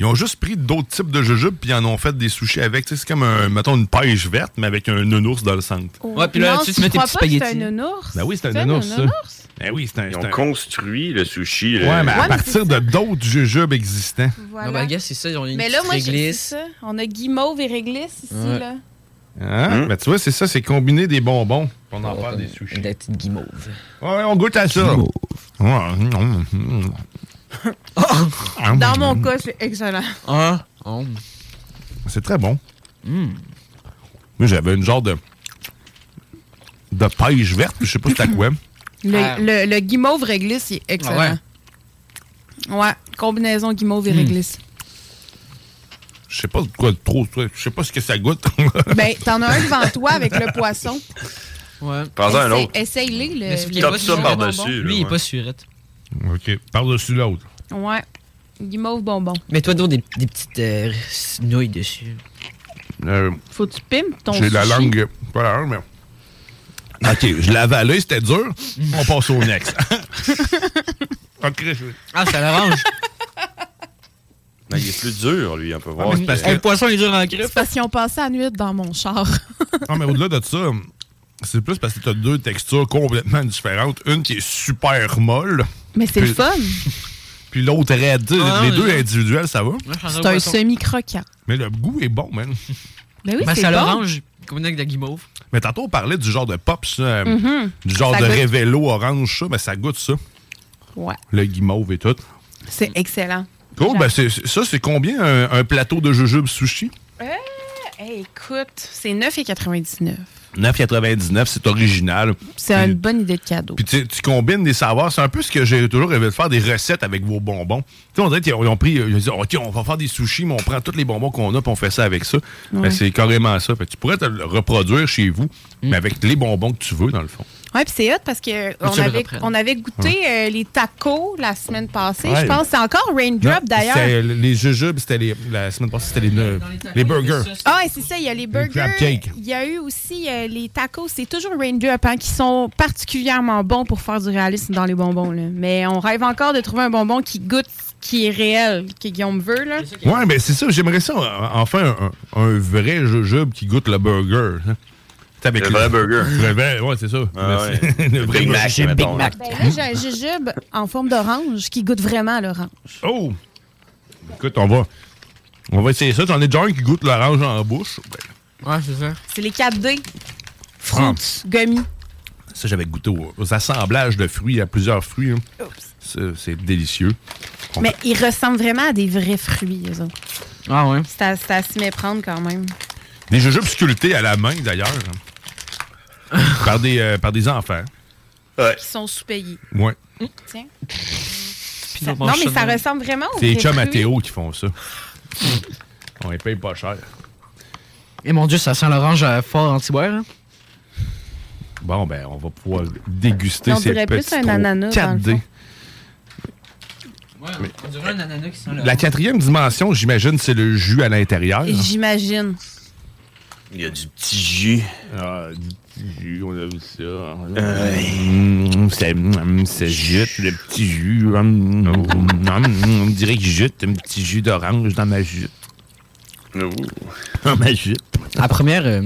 Speaker 3: Ils ont juste pris d'autres types de jujubes puis ils en ont fait des sushis avec. Tu sais, C'est comme, un, mettons, une pêche verte, mais avec un nounours dans le centre.
Speaker 7: Ouais, puis là,
Speaker 8: Non,
Speaker 7: tu- tu
Speaker 8: je
Speaker 7: mets tes
Speaker 8: crois
Speaker 7: petits
Speaker 8: pas que c'est
Speaker 7: spaghettis.
Speaker 8: un nounours.
Speaker 3: Ben oui, Oh, c'est un
Speaker 8: C'est un
Speaker 3: nounours, ça.
Speaker 8: nounours?
Speaker 3: Ben oui, c'est un.
Speaker 20: Ils
Speaker 3: c'est
Speaker 20: ont
Speaker 3: un-
Speaker 20: construit le sushi. là.
Speaker 3: Ouais, mais à partir de d'autres jujubes existants.
Speaker 8: Voilà.
Speaker 7: Non, ben, gars, c'est ça. Ils ont une
Speaker 8: Mais
Speaker 7: petite
Speaker 8: là, moi, j'ai
Speaker 7: réglisse.
Speaker 8: c'est ça. On a guimauve et réglisse ici,
Speaker 3: Ouais.
Speaker 8: là.
Speaker 3: Hein? Ben, tu vois, c'est ça, c'est combiner des bonbons. On en parle des sushis.
Speaker 7: La petite guimauve.
Speaker 3: Ouais, on goûte à ça. Ouais, mm, mm, mm.
Speaker 8: Dans mon cas, c'est excellent.
Speaker 7: Ah, oh.
Speaker 3: Mmh. C'est très bon.
Speaker 8: Mmh.
Speaker 3: Moi, j'avais une genre de. de pêche verte, je sais pas c'était quoi.
Speaker 8: Le,
Speaker 3: Ah.
Speaker 8: le- Euh, hein, le guimauve réglisse, il est excellent. ouais. combinaison guimauve
Speaker 7: Hmm.
Speaker 8: et réglisse.
Speaker 3: Je sais pas de quoi de trop. Je sais pas ce que ça goûte.
Speaker 8: Ben, t'en as un devant toi avec le poisson.
Speaker 7: Ouais.
Speaker 3: Prends-en un
Speaker 8: Essaye-
Speaker 3: autre.
Speaker 8: Essaye-les. le-
Speaker 7: qu'il est pas surette, bonbon. Lui, il est pas surette.
Speaker 3: OK. Par-dessus l'autre.
Speaker 8: Ouais. Guimauve bonbon.
Speaker 7: Mets-toi donc des, des petites euh, nouilles dessus.
Speaker 3: Euh,
Speaker 8: Faut que tu pimpes ton
Speaker 3: J'ai la
Speaker 8: sushi.
Speaker 3: langue. Pas la langue, mais. OK, je l'ai avalé, c'était dur. On passe au next. OK.
Speaker 7: Ah, ça l'arrange.
Speaker 20: Non, il est plus dur, lui, on peut voir.
Speaker 3: Ah, mais c'est parce
Speaker 20: que-
Speaker 3: que-
Speaker 7: poisson est dur en
Speaker 8: C'est parce qu'ils ont passé la nuit dans mon char.
Speaker 3: Non, mais au-delà de ça, C'est plus parce que t'as deux textures complètement différentes. Une qui est super molle.
Speaker 8: Mais c'est le
Speaker 3: puis-
Speaker 8: fun.
Speaker 3: Puis l'autre raide.
Speaker 8: Ah,
Speaker 3: les
Speaker 8: mais
Speaker 3: deux
Speaker 8: non.
Speaker 3: individuels, ça va.
Speaker 8: C'est un semi-croquant.
Speaker 3: Mais le goût est bon, man.
Speaker 8: Ben oui,
Speaker 7: Ben,
Speaker 8: c'est
Speaker 7: c'est à
Speaker 8: bon.
Speaker 7: l'orange, combiné avec de la guimauve.
Speaker 3: Mais tantôt, on parlait du genre de pops, euh,
Speaker 7: Mhm.
Speaker 3: du genre
Speaker 7: Ça
Speaker 3: de
Speaker 7: goûte.
Speaker 3: révélo orange, ça. Mais ça goûte ça.
Speaker 8: Ouais.
Speaker 3: Le guimauve et tout.
Speaker 8: C'est excellent.
Speaker 3: Cool, ben c'est- c'est- ça, c'est combien un, un plateau de jujube sushi?
Speaker 8: Euh, hey, écoute, c'est 9,99.
Speaker 3: 9,99, c'est original.
Speaker 8: C'est une bonne idée de cadeau.
Speaker 3: Puis tu, tu combines des savoirs. C'est un peu ce que j'ai toujours rêvé de faire, des recettes avec vos bonbons. Tu sais, on dirait qu'ils ont, ils ont pris, euh, ils ont dit, OK, on va faire des sushis, mais on prend tous les bonbons qu'on a, puis on fait ça avec ça.
Speaker 8: Ouais. Mm.
Speaker 3: Ben, c'est carrément ça. Fait que tu pourrais te le reproduire chez vous, mais avec les bonbons que tu veux, dans le fond.
Speaker 8: Oui, puis c'est hot parce que on
Speaker 3: tu le
Speaker 8: avait,
Speaker 3: reprennes.
Speaker 8: on avait goûté euh, les tacos la semaine passée.
Speaker 3: Ouais.
Speaker 8: Je pense c'est encore Raindrop
Speaker 3: Non,
Speaker 8: d'ailleurs.
Speaker 3: c'était Les jujubes, c'était les, la semaine passée, c'était les, ne- les burgers.
Speaker 8: Ah, ouais, c'est ça, il y a les burgers.
Speaker 3: crab cakes.
Speaker 8: Il y a eu aussi euh, les tacos. C'est toujours Raindrop hein, qui sont particulièrement bons pour faire du réalisme dans les bonbons. là. Mais on rêve encore de trouver un bonbon qui goûte, qui est réel, que Guillaume veut. Là.
Speaker 3: Ouais, mais c'est ça. J'aimerais ça, euh, enfin, un, un vrai jujube qui goûte le burger. hein. Tu sais, Avec
Speaker 20: Le vrai burger.
Speaker 3: Le vrai, ouais, c'est ça.
Speaker 20: Ah
Speaker 3: Merci.
Speaker 20: ouais.
Speaker 3: Le vrai
Speaker 20: Big Mac,
Speaker 3: burger.
Speaker 20: mettons, là.
Speaker 8: Ben là, j'ai un jujube en forme d'orange qui goûte vraiment à l'orange.
Speaker 3: Oh! Écoute, on va, on va essayer ça. J'en ai déjà un qui goûte l'orange en bouche. Ben,
Speaker 7: Ouais, c'est ça.
Speaker 8: C'est les 4D.
Speaker 3: Fruits.
Speaker 8: Gummy.
Speaker 3: Ça, j'avais goûté aux, aux assemblages de fruits, à plusieurs fruits. hein. Ça, C'est délicieux. On-
Speaker 8: Mais ils ressemblent vraiment à des vrais fruits, eux autres.
Speaker 7: Ah ouais.
Speaker 8: C'est à, c'est à se méprendre quand même.
Speaker 3: Des jujubes sculptés à la main, d'ailleurs. hein. par, des, euh, par des enfants.
Speaker 20: Ouais.
Speaker 8: Qui sont sous-payés.
Speaker 3: Ouais.
Speaker 8: Tiens.
Speaker 3: on
Speaker 8: Ça- non,
Speaker 3: mange
Speaker 8: mais
Speaker 3: ça
Speaker 8: ça
Speaker 3: de même.
Speaker 8: ressemble vraiment aux
Speaker 3: C'est les
Speaker 8: vrais
Speaker 3: chums à
Speaker 8: fruits.
Speaker 3: Théo qui font ça. on les paye pas cher.
Speaker 7: Et Eh, mon dieu, ça sent l'orange euh, fort anti-boire. hein.
Speaker 3: Bon, ben, on va pouvoir déguster
Speaker 7: On
Speaker 3: ces
Speaker 7: dirait
Speaker 3: petits
Speaker 7: plus un
Speaker 3: trous
Speaker 7: ananas, dans le
Speaker 3: 4D.
Speaker 7: fond. Ouais, on dirait un ananas qui sent
Speaker 3: La quatrième dimension, j'imagine, c'est le jus à l'intérieur.
Speaker 8: Et J'imagine.
Speaker 20: Il y a du petit jus.
Speaker 3: Ah, du petit jus, on aime ça. hein. Mm, Euh, c'est- mm, Ça jute, le petit jus. Mm, mm, mm, On dirait que je jute un petit jus d'orange dans ma jute. Dans ma jute.
Speaker 7: La première, euh,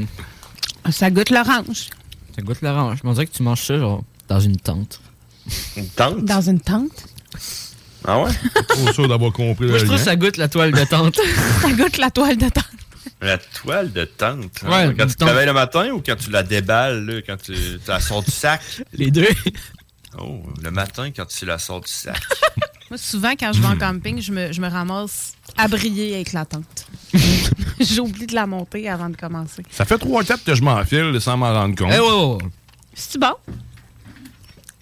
Speaker 8: Ça goûte l'orange.
Speaker 7: ça goûte l'orange. Mais on dirait que tu manges ça, genre, dans une tente.
Speaker 20: Une tente?
Speaker 8: Dans une tente.
Speaker 20: Ah ouais?
Speaker 3: Trop sûr d'avoir compris.
Speaker 7: Moi, je trouve que ça goûte la toile de tente.
Speaker 8: ça goûte la toile de tente.
Speaker 20: La toile de tente. hein.
Speaker 7: Ouais,
Speaker 20: quand
Speaker 7: une
Speaker 20: tu
Speaker 7: tente.
Speaker 20: travailles le matin ou quand tu la déballes, là, quand tu, tu la sors du sac?
Speaker 7: Les deux.
Speaker 20: Oh, le matin quand tu la sors du sac.
Speaker 8: Moi, souvent, quand je
Speaker 3: Hmm.
Speaker 8: vais en camping, je me, je me ramasse à briller avec la tente. J'oublie de la monter avant de commencer.
Speaker 3: Ça fait trois tapes que je m'enfile sans m'en rendre compte.
Speaker 8: Eh ouais, C'est bon.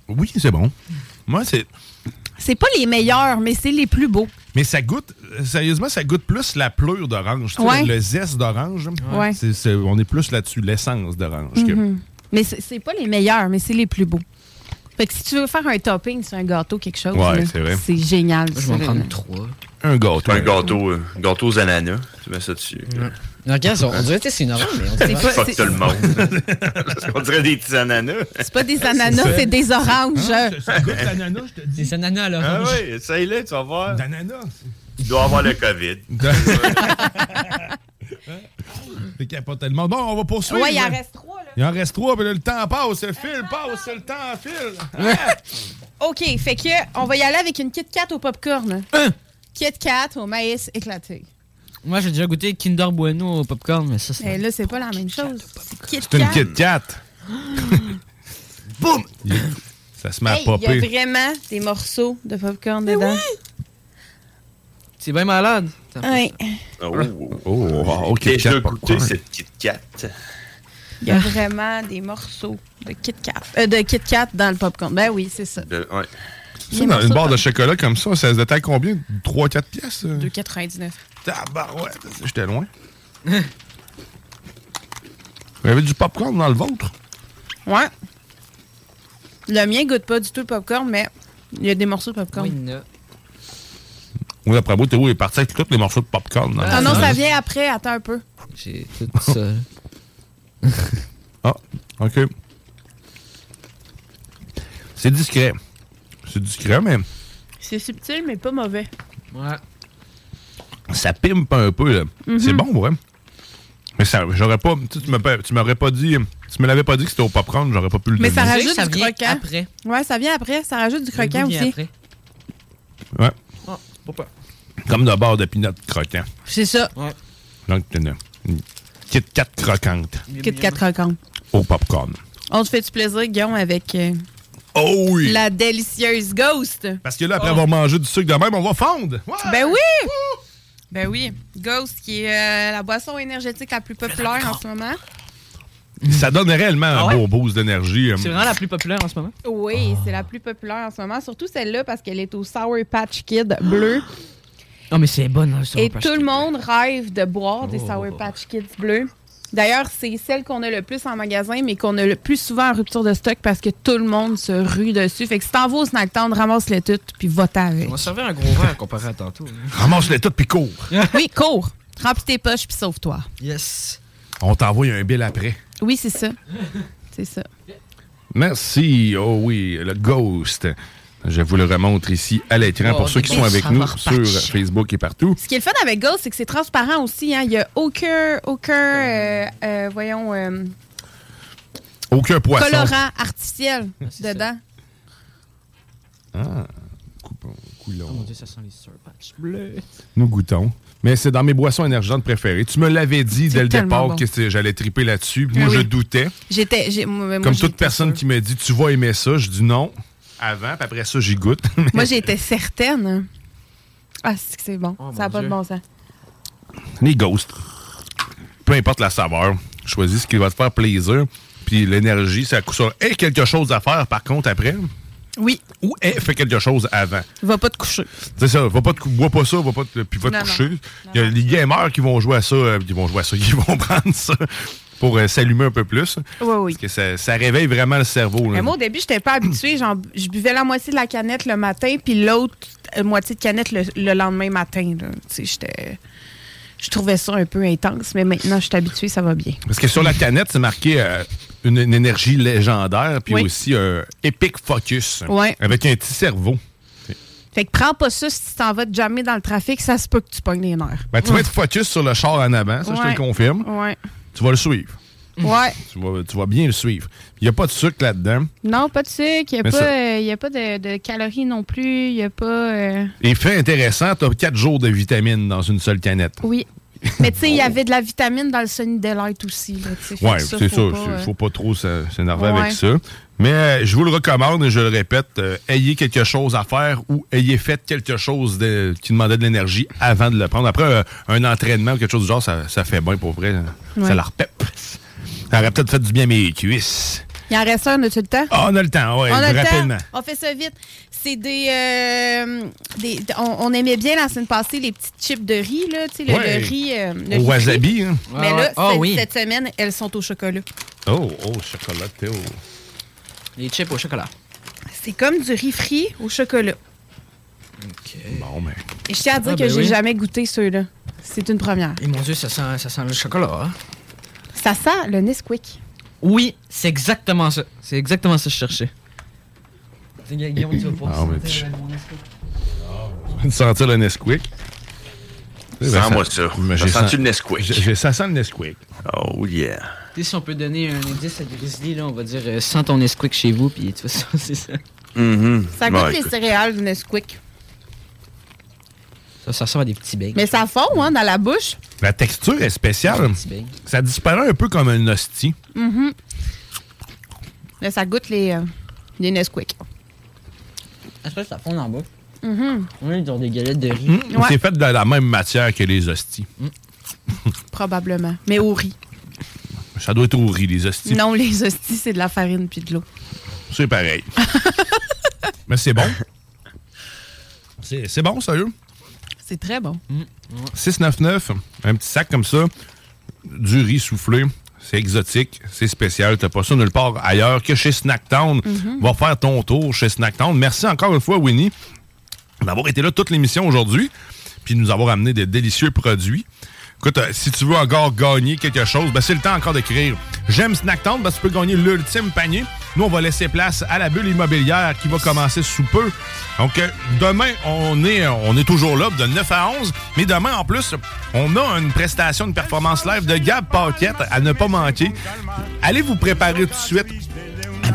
Speaker 3: Oui, c'est bon. Moi, c'est.
Speaker 8: C'est pas les meilleurs, mais c'est les plus beaux.
Speaker 3: Mais ça goûte, euh, sérieusement, ça goûte plus la pleure d'orange. tu sais,
Speaker 8: Ouais.
Speaker 3: Le zeste d'orange. là.
Speaker 8: Ouais.
Speaker 3: C'est- c'est- on est plus là-dessus, l'essence d'orange. que-
Speaker 8: Mhm. Mais c'est c'est pas les meilleurs, mais c'est les plus beaux. Fait que si tu veux faire un topping sur un gâteau, quelque chose,
Speaker 20: Ouais,
Speaker 8: là,
Speaker 20: c'est vrai.
Speaker 8: c'est génial. ça, là.
Speaker 7: trois.
Speaker 3: Un gâteau.
Speaker 20: Un gâteau, euh, gâteau aux ananas. Tu mets ça dessus.
Speaker 7: Regarde, on dirait que c'est une orange, mais on dirait-
Speaker 8: pas-
Speaker 20: Fuck
Speaker 8: c'est-
Speaker 20: tout le monde. on dirait des petits ananas.
Speaker 8: C'est pas des ananas, c'est des oranges.
Speaker 7: Ah.
Speaker 3: l'ananas, je te dis.
Speaker 7: C'est ananas à
Speaker 20: Ah
Speaker 7: l'orange.
Speaker 20: oui, essaye-le, tu vas voir.
Speaker 3: D'ananas.
Speaker 20: Tu dois avoir le COVID.
Speaker 3: C'est capote tellement. Bon, on va poursuivre.
Speaker 8: Ouais, il en reste trois. Ah.
Speaker 3: Il en reste trois, puis là, le temps passe, le fil passe, le temps file.
Speaker 8: OK, fait que on va y aller avec une Kit Kat au popcorn. Kit Kat au maïs éclaté.
Speaker 7: Moi, j'ai déjà goûté Kinder Bueno au popcorn, mais ça, c'est.
Speaker 8: Et Eh, là, c'est pas la même chose. C'est Kit
Speaker 7: C'est une
Speaker 8: Kat.
Speaker 7: Kit
Speaker 3: Kat. Boum! Ça se met
Speaker 8: Hey,
Speaker 3: à
Speaker 8: Il y a
Speaker 3: popper.
Speaker 8: vraiment des morceaux de popcorn dedans.
Speaker 7: C'est bien malade.
Speaker 8: Ouais.
Speaker 20: Oh,
Speaker 3: oh, oh,
Speaker 20: J'ai
Speaker 3: Kit Kat
Speaker 20: déjà goûté
Speaker 3: popcorn.
Speaker 20: cette Kit Kat.
Speaker 8: Il y a vraiment des morceaux de Kit Kat, euh, de Kit Kat dans le popcorn. Ben oui, c'est ça.
Speaker 20: De- ouais.
Speaker 3: Ça, dans une barre de chocolat comme ça, ça se détaille combien? 3-4 pièces? euh?
Speaker 8: 2,99.
Speaker 3: Tabarouette, j'étais loin. Vous avez du popcorn dans le ventre?
Speaker 8: Ouais. Le mien goûte pas du tout le popcorn, mais il y a des morceaux de popcorn.
Speaker 3: Oui, après moi, Théo est parti avec tous les morceaux de popcorn. dans le
Speaker 8: Ah non,
Speaker 3: ventre.
Speaker 8: ça vient après. Attends un peu.
Speaker 7: J'ai tout ça.
Speaker 3: Ah, OK. C'est discret. C'est discret, mais
Speaker 8: C'est subtil, mais pas mauvais.
Speaker 7: Ouais.
Speaker 3: ça pimpe un peu. là.
Speaker 8: Mhm.
Speaker 3: C'est bon, ouais. Mais ça, j'aurais pas. Tu, tu m'as- tu m'aurais pas dit. Tu me l'avais pas dit que c'était au popcorn, j'aurais pas pu le
Speaker 8: Mais ça
Speaker 3: deviner.
Speaker 8: rajoute
Speaker 26: Ça
Speaker 8: du
Speaker 26: vient
Speaker 8: croquant. Après. Ouais, ça vient après. Ça rajoute du croquant
Speaker 26: goût vient
Speaker 8: aussi.
Speaker 26: après.
Speaker 3: Ouais. Comme de bord de pinot croquant.
Speaker 26: C'est ça.
Speaker 3: Donc, t'as une, une petite carte croquante
Speaker 8: Kit Kat croquant.
Speaker 3: au popcorn.
Speaker 8: On te fait du plaisir, Guillaume, avec euh,
Speaker 3: Oh oui!
Speaker 8: la Oh. délicieuse Ghost.
Speaker 3: Parce que là, après avoir mangé du sucre de même, on va fondre! Ouais.
Speaker 8: Ben oui! Ben oui. Ghost, qui est euh, la boisson énergétique la plus populaire en ce moment.
Speaker 3: Ça donne réellement
Speaker 8: Ah
Speaker 3: un beau boost d'énergie. hein.
Speaker 7: C'est vraiment la plus populaire en ce moment.
Speaker 8: Oui, c'est la plus populaire en ce moment. Surtout celle-là parce qu'elle est au Sour Patch Kid
Speaker 26: Ah,
Speaker 8: bleu.
Speaker 7: Non, mais c'est bonne, hein, ça.
Speaker 8: Et tout le monde rêve de boire
Speaker 26: Oh.
Speaker 8: des Sour Patch Kids bleus. D'ailleurs, c'est celle qu'on a le plus en magasin, mais qu'on a le plus souvent en rupture de stock parce que tout le monde se rue dessus. Fait que si t'en vas au snack town, ramasse-les toutes, puis va avec.
Speaker 26: On va servir un gros verre comparé à tantôt. hein.
Speaker 3: Ramasse-les toutes puis cours.
Speaker 8: oui, cours. Remplis tes poches, puis sauve-toi.
Speaker 26: Yes.
Speaker 3: On t'envoie un bill après.
Speaker 8: Oui, c'est ça. C'est ça.
Speaker 3: Merci. Oh oui, le Ghost. Je vous le remontre ici à l'écran
Speaker 8: Oh,
Speaker 3: pour ceux
Speaker 8: des
Speaker 3: qui sont avec
Speaker 8: gros
Speaker 3: nous
Speaker 8: saveurs
Speaker 3: sur
Speaker 8: patch.
Speaker 3: Facebook et partout.
Speaker 8: Ce qui est le fun avec Ghost, c'est que c'est transparent aussi. hein. Il n'y a aucun, aucun, euh, euh, voyons, euh,
Speaker 3: Aucun poisson.
Speaker 8: colorant artificiel dedans.
Speaker 3: Ah, coupon, coulon.
Speaker 26: Oh mon dieu, ça sent les surpatchs bleus.
Speaker 3: Nous goûtons. Mais c'est dans mes boissons énergisantes préférées. Tu me l'avais dit dès le
Speaker 8: tellement
Speaker 3: départ
Speaker 8: bon.
Speaker 3: que c'est- j'allais triper là-dessus. puis Moi,
Speaker 8: Ah oui.
Speaker 3: je doutais.
Speaker 8: J'étais, j'ai- moi, moi,
Speaker 3: Comme
Speaker 8: j'ai-
Speaker 3: toute personne qui me dit Tu vas aimer ça, je dis non avant, puis après ça, j'y goûte.
Speaker 8: Moi, j'étais certaine. Ah, c'est que c'est bon.
Speaker 26: Oh,
Speaker 8: ça n'a pas de bon sens.
Speaker 3: Les ghosts. Peu importe la saveur, choisis ce qui va te faire plaisir. Puis l'énergie, ça coûte ça. Et quelque chose à faire, par contre, après.
Speaker 8: Oui.
Speaker 3: Ou et fait quelque chose avant.
Speaker 8: Va pas te coucher.
Speaker 3: C'est ça, va pas te cou- bois pas ça, va pas te, puis va te
Speaker 8: Non,
Speaker 3: coucher. Il y a les gamers qui vont jouer à ça, euh, ils vont jouer à ça, ils vont prendre ça pour euh, s'allumer un peu plus.
Speaker 8: Oui, oui.
Speaker 3: Parce que ça, ça réveille vraiment le cerveau. là.
Speaker 8: Mais moi, au début, j'étais pas habituée. Genre, je buvais la moitié de la canette le matin, puis l'autre euh, moitié de canette le, le lendemain matin. là. Tu sais, j'étais. Je trouvais ça un peu intense, mais maintenant, je suis habituée, ça va bien.
Speaker 3: Parce que sur la canette, c'est marqué euh, une, une énergie légendaire, puis
Speaker 8: Oui.
Speaker 3: aussi euh, Epic Focus.
Speaker 8: Ouais.
Speaker 3: Avec un petit cerveau.
Speaker 8: Fait que prends pas ça si tu t'en vas te jammer dans le trafic, ça se peut que tu pognes les nerfs.
Speaker 3: Ben, tu vas être focus sur le char en avant, ça, je te
Speaker 8: Ouais.
Speaker 3: le confirme.
Speaker 8: Ouais.
Speaker 3: Tu vas le suivre.
Speaker 8: Ouais.
Speaker 3: Tu vas, tu vas bien le suivre. Il n'y a pas de sucre là-dedans.
Speaker 8: Non, pas euh, de sucre, il
Speaker 3: Mais ça-
Speaker 8: n'y a pas de, de calories non plus, il n'y a pas. euh,
Speaker 3: Et fait intéressant, tu as 4 jours de vitamines dans une seule canette.
Speaker 8: Oui. Mais tu sais, il y avait de la vitamine dans le Sunny Delight aussi. Là, tu sais. Fait
Speaker 3: Ouais,
Speaker 8: que
Speaker 3: c'est ça.
Speaker 8: faut
Speaker 3: Il
Speaker 8: pas,
Speaker 3: ne
Speaker 8: euh,
Speaker 3: faut pas trop s'e- s'énerver
Speaker 8: Ouais.
Speaker 3: avec ça. Mais euh, je vous le recommande et je le répète, euh, ayez quelque chose à faire ou ayez fait quelque chose de- qui demandait de l'énergie avant de le prendre. Après, euh, un entraînement ou quelque chose du genre, ça, ça fait bien pour vrai. hein.
Speaker 8: Ouais.
Speaker 3: Ça la repep. Ça aurait peut-être fait du bien à mes cuisses.
Speaker 8: Il en reste un, as tout le temps?
Speaker 3: Ah, on a le temps, ouais,
Speaker 8: on a le
Speaker 3: rapidement.
Speaker 8: temps. On fait ça vite. C'est des. euh, des- on, on aimait bien la semaine passée les petites chips de riz, là, tu sais, le,
Speaker 3: Ouais.
Speaker 8: le riz. euh, le riz
Speaker 3: Au
Speaker 8: frit.
Speaker 3: wasabi. hein.
Speaker 8: Mais là, cette, cette semaine, elles sont au chocolat.
Speaker 3: Oh, oh, chocolat, Théo.
Speaker 26: Les chips au chocolat.
Speaker 8: C'est comme du riz frit au chocolat.
Speaker 3: Bon, mais.
Speaker 8: Et je tiens à dire
Speaker 26: Ah,
Speaker 8: que
Speaker 26: ben
Speaker 8: j'ai
Speaker 26: oui.
Speaker 8: jamais goûté ceux-là. C'est une première.
Speaker 26: Et mon dieu, ça sent, ça sent le chocolat. hein.
Speaker 8: Ça sent le Nesquik.
Speaker 7: Oui, c'est exactement ça. C'est exactement ça que je cherchais. Guillaume, tu vas pouvoir
Speaker 3: Ah, mais
Speaker 7: sentir
Speaker 3: tu- sentir le Nesquik.
Speaker 20: Sens-moi ça.
Speaker 3: Mais
Speaker 20: Ça
Speaker 3: j'ai
Speaker 20: sent-tu
Speaker 3: sen-
Speaker 20: le Nesquik?
Speaker 3: j'ai- j'ai- Ça sent le Nesquik.
Speaker 20: Oh yeah.
Speaker 7: Tu sais, si on peut donner un indice à Grizzly, là, on va dire euh, sens ton esquick chez vous, puis tu vas sentir ça.
Speaker 8: Ça goûte les céréales du Nesquik.
Speaker 7: Ça, ça ressemble à des petits becs.
Speaker 8: Mais ça fond hein, dans la bouche.
Speaker 3: La texture est spéciale. Ça disparaît un peu comme un hostie.
Speaker 8: Mhm. Là, ça goûte les, euh, les Nesquik.
Speaker 7: Après, Ah, ça fond en bas.
Speaker 8: Mhm.
Speaker 7: On est dans des galettes de riz.
Speaker 8: Ouais.
Speaker 3: C'est fait de la même matière que les hosties.
Speaker 8: Probablement. Mais au riz.
Speaker 3: Ça doit être au riz, les hosties.
Speaker 8: Non, les hosties, c'est de la farine puis de l'eau.
Speaker 3: C'est pareil. Mais c'est bon. C'est c'est bon, sérieux.
Speaker 8: C'est très bon.
Speaker 3: 699, un petit sac comme ça, du riz soufflé. C'est exotique, c'est spécial. T'as pas ça nulle part ailleurs que chez Snacktown.
Speaker 8: Mm-hmm.
Speaker 2: Mhm.
Speaker 3: Va faire ton tour chez Snacktown. Merci encore une fois, Winnie, d'avoir été là toute l'émission aujourd'hui, puis de nous avoir amené des délicieux produits. Écoute, euh, si tu veux encore gagner quelque chose, ben c'est le temps encore d'écrire. J'aime Snack Town parce que tu peux gagner l'ultime panier. Nous, on va laisser place à la bulle immobilière qui va commencer sous peu. Donc, euh, demain, on est, euh, on est toujours là, de 9 à 11. Mais demain, en plus, on a une prestation, une performance live de Gab Paquette à ne pas manquer. Allez vous préparer tout de suite.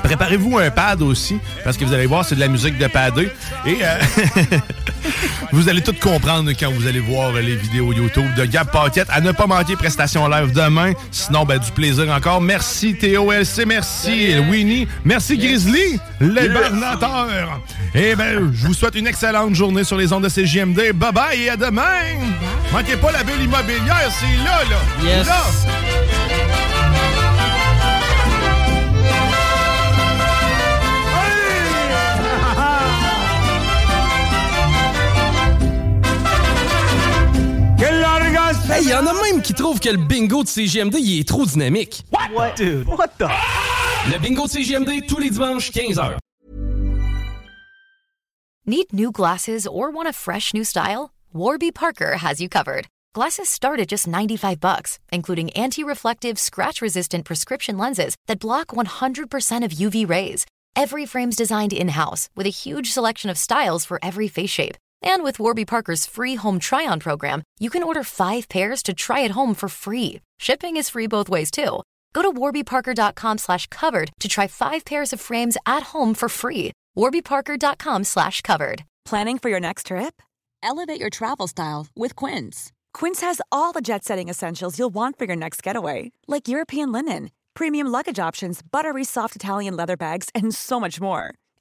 Speaker 3: Préparez-vous un pad aussi, parce que vous allez voir, c'est de la musique de padé. Et euh, vous allez tout comprendre quand vous allez voir les vidéos YouTube de Gab Paquette. À ne pas manquer, prestation live demain. Sinon, ben, du plaisir encore. Merci TOLC, merci Winnie, merci Grizzly, l'hébernateur. Et ben, je vous souhaite une excellente journée sur les ondes de CJMD. Bye bye et à demain. Manquez pas la bulle immobilière, c'est là, là.
Speaker 27: Yes.
Speaker 3: Là.
Speaker 2: Hey, y en a même qui trouvent que le bingo de CGMD il est trop dynamique. What? Dude? What the? Le bingo de CGMD tous les dimanches 15h.
Speaker 6: Need new glasses or want a fresh new style? Warby Parker has you covered. Glasses start at just 95 bucks, including anti-reflective, scratch-resistant prescription lenses that block 100% of UV rays. Every frame's designed in-house with a huge selection of styles for every face shape. And with Warby Parker's free home try-on program, you can order 5 pairs to try at home for free. Shipping is free both ways too. Go to warbyparker.com slash covered to try five pairs of frames at home for free. warbyparker.com slash covered.
Speaker 28: Planning for your next trip? Elevate your travel style with Quince. Quince has all the jet setting essentials you'll want for your next getaway, like European linen, premium luggage options, buttery soft Italian leather bags, and so much more.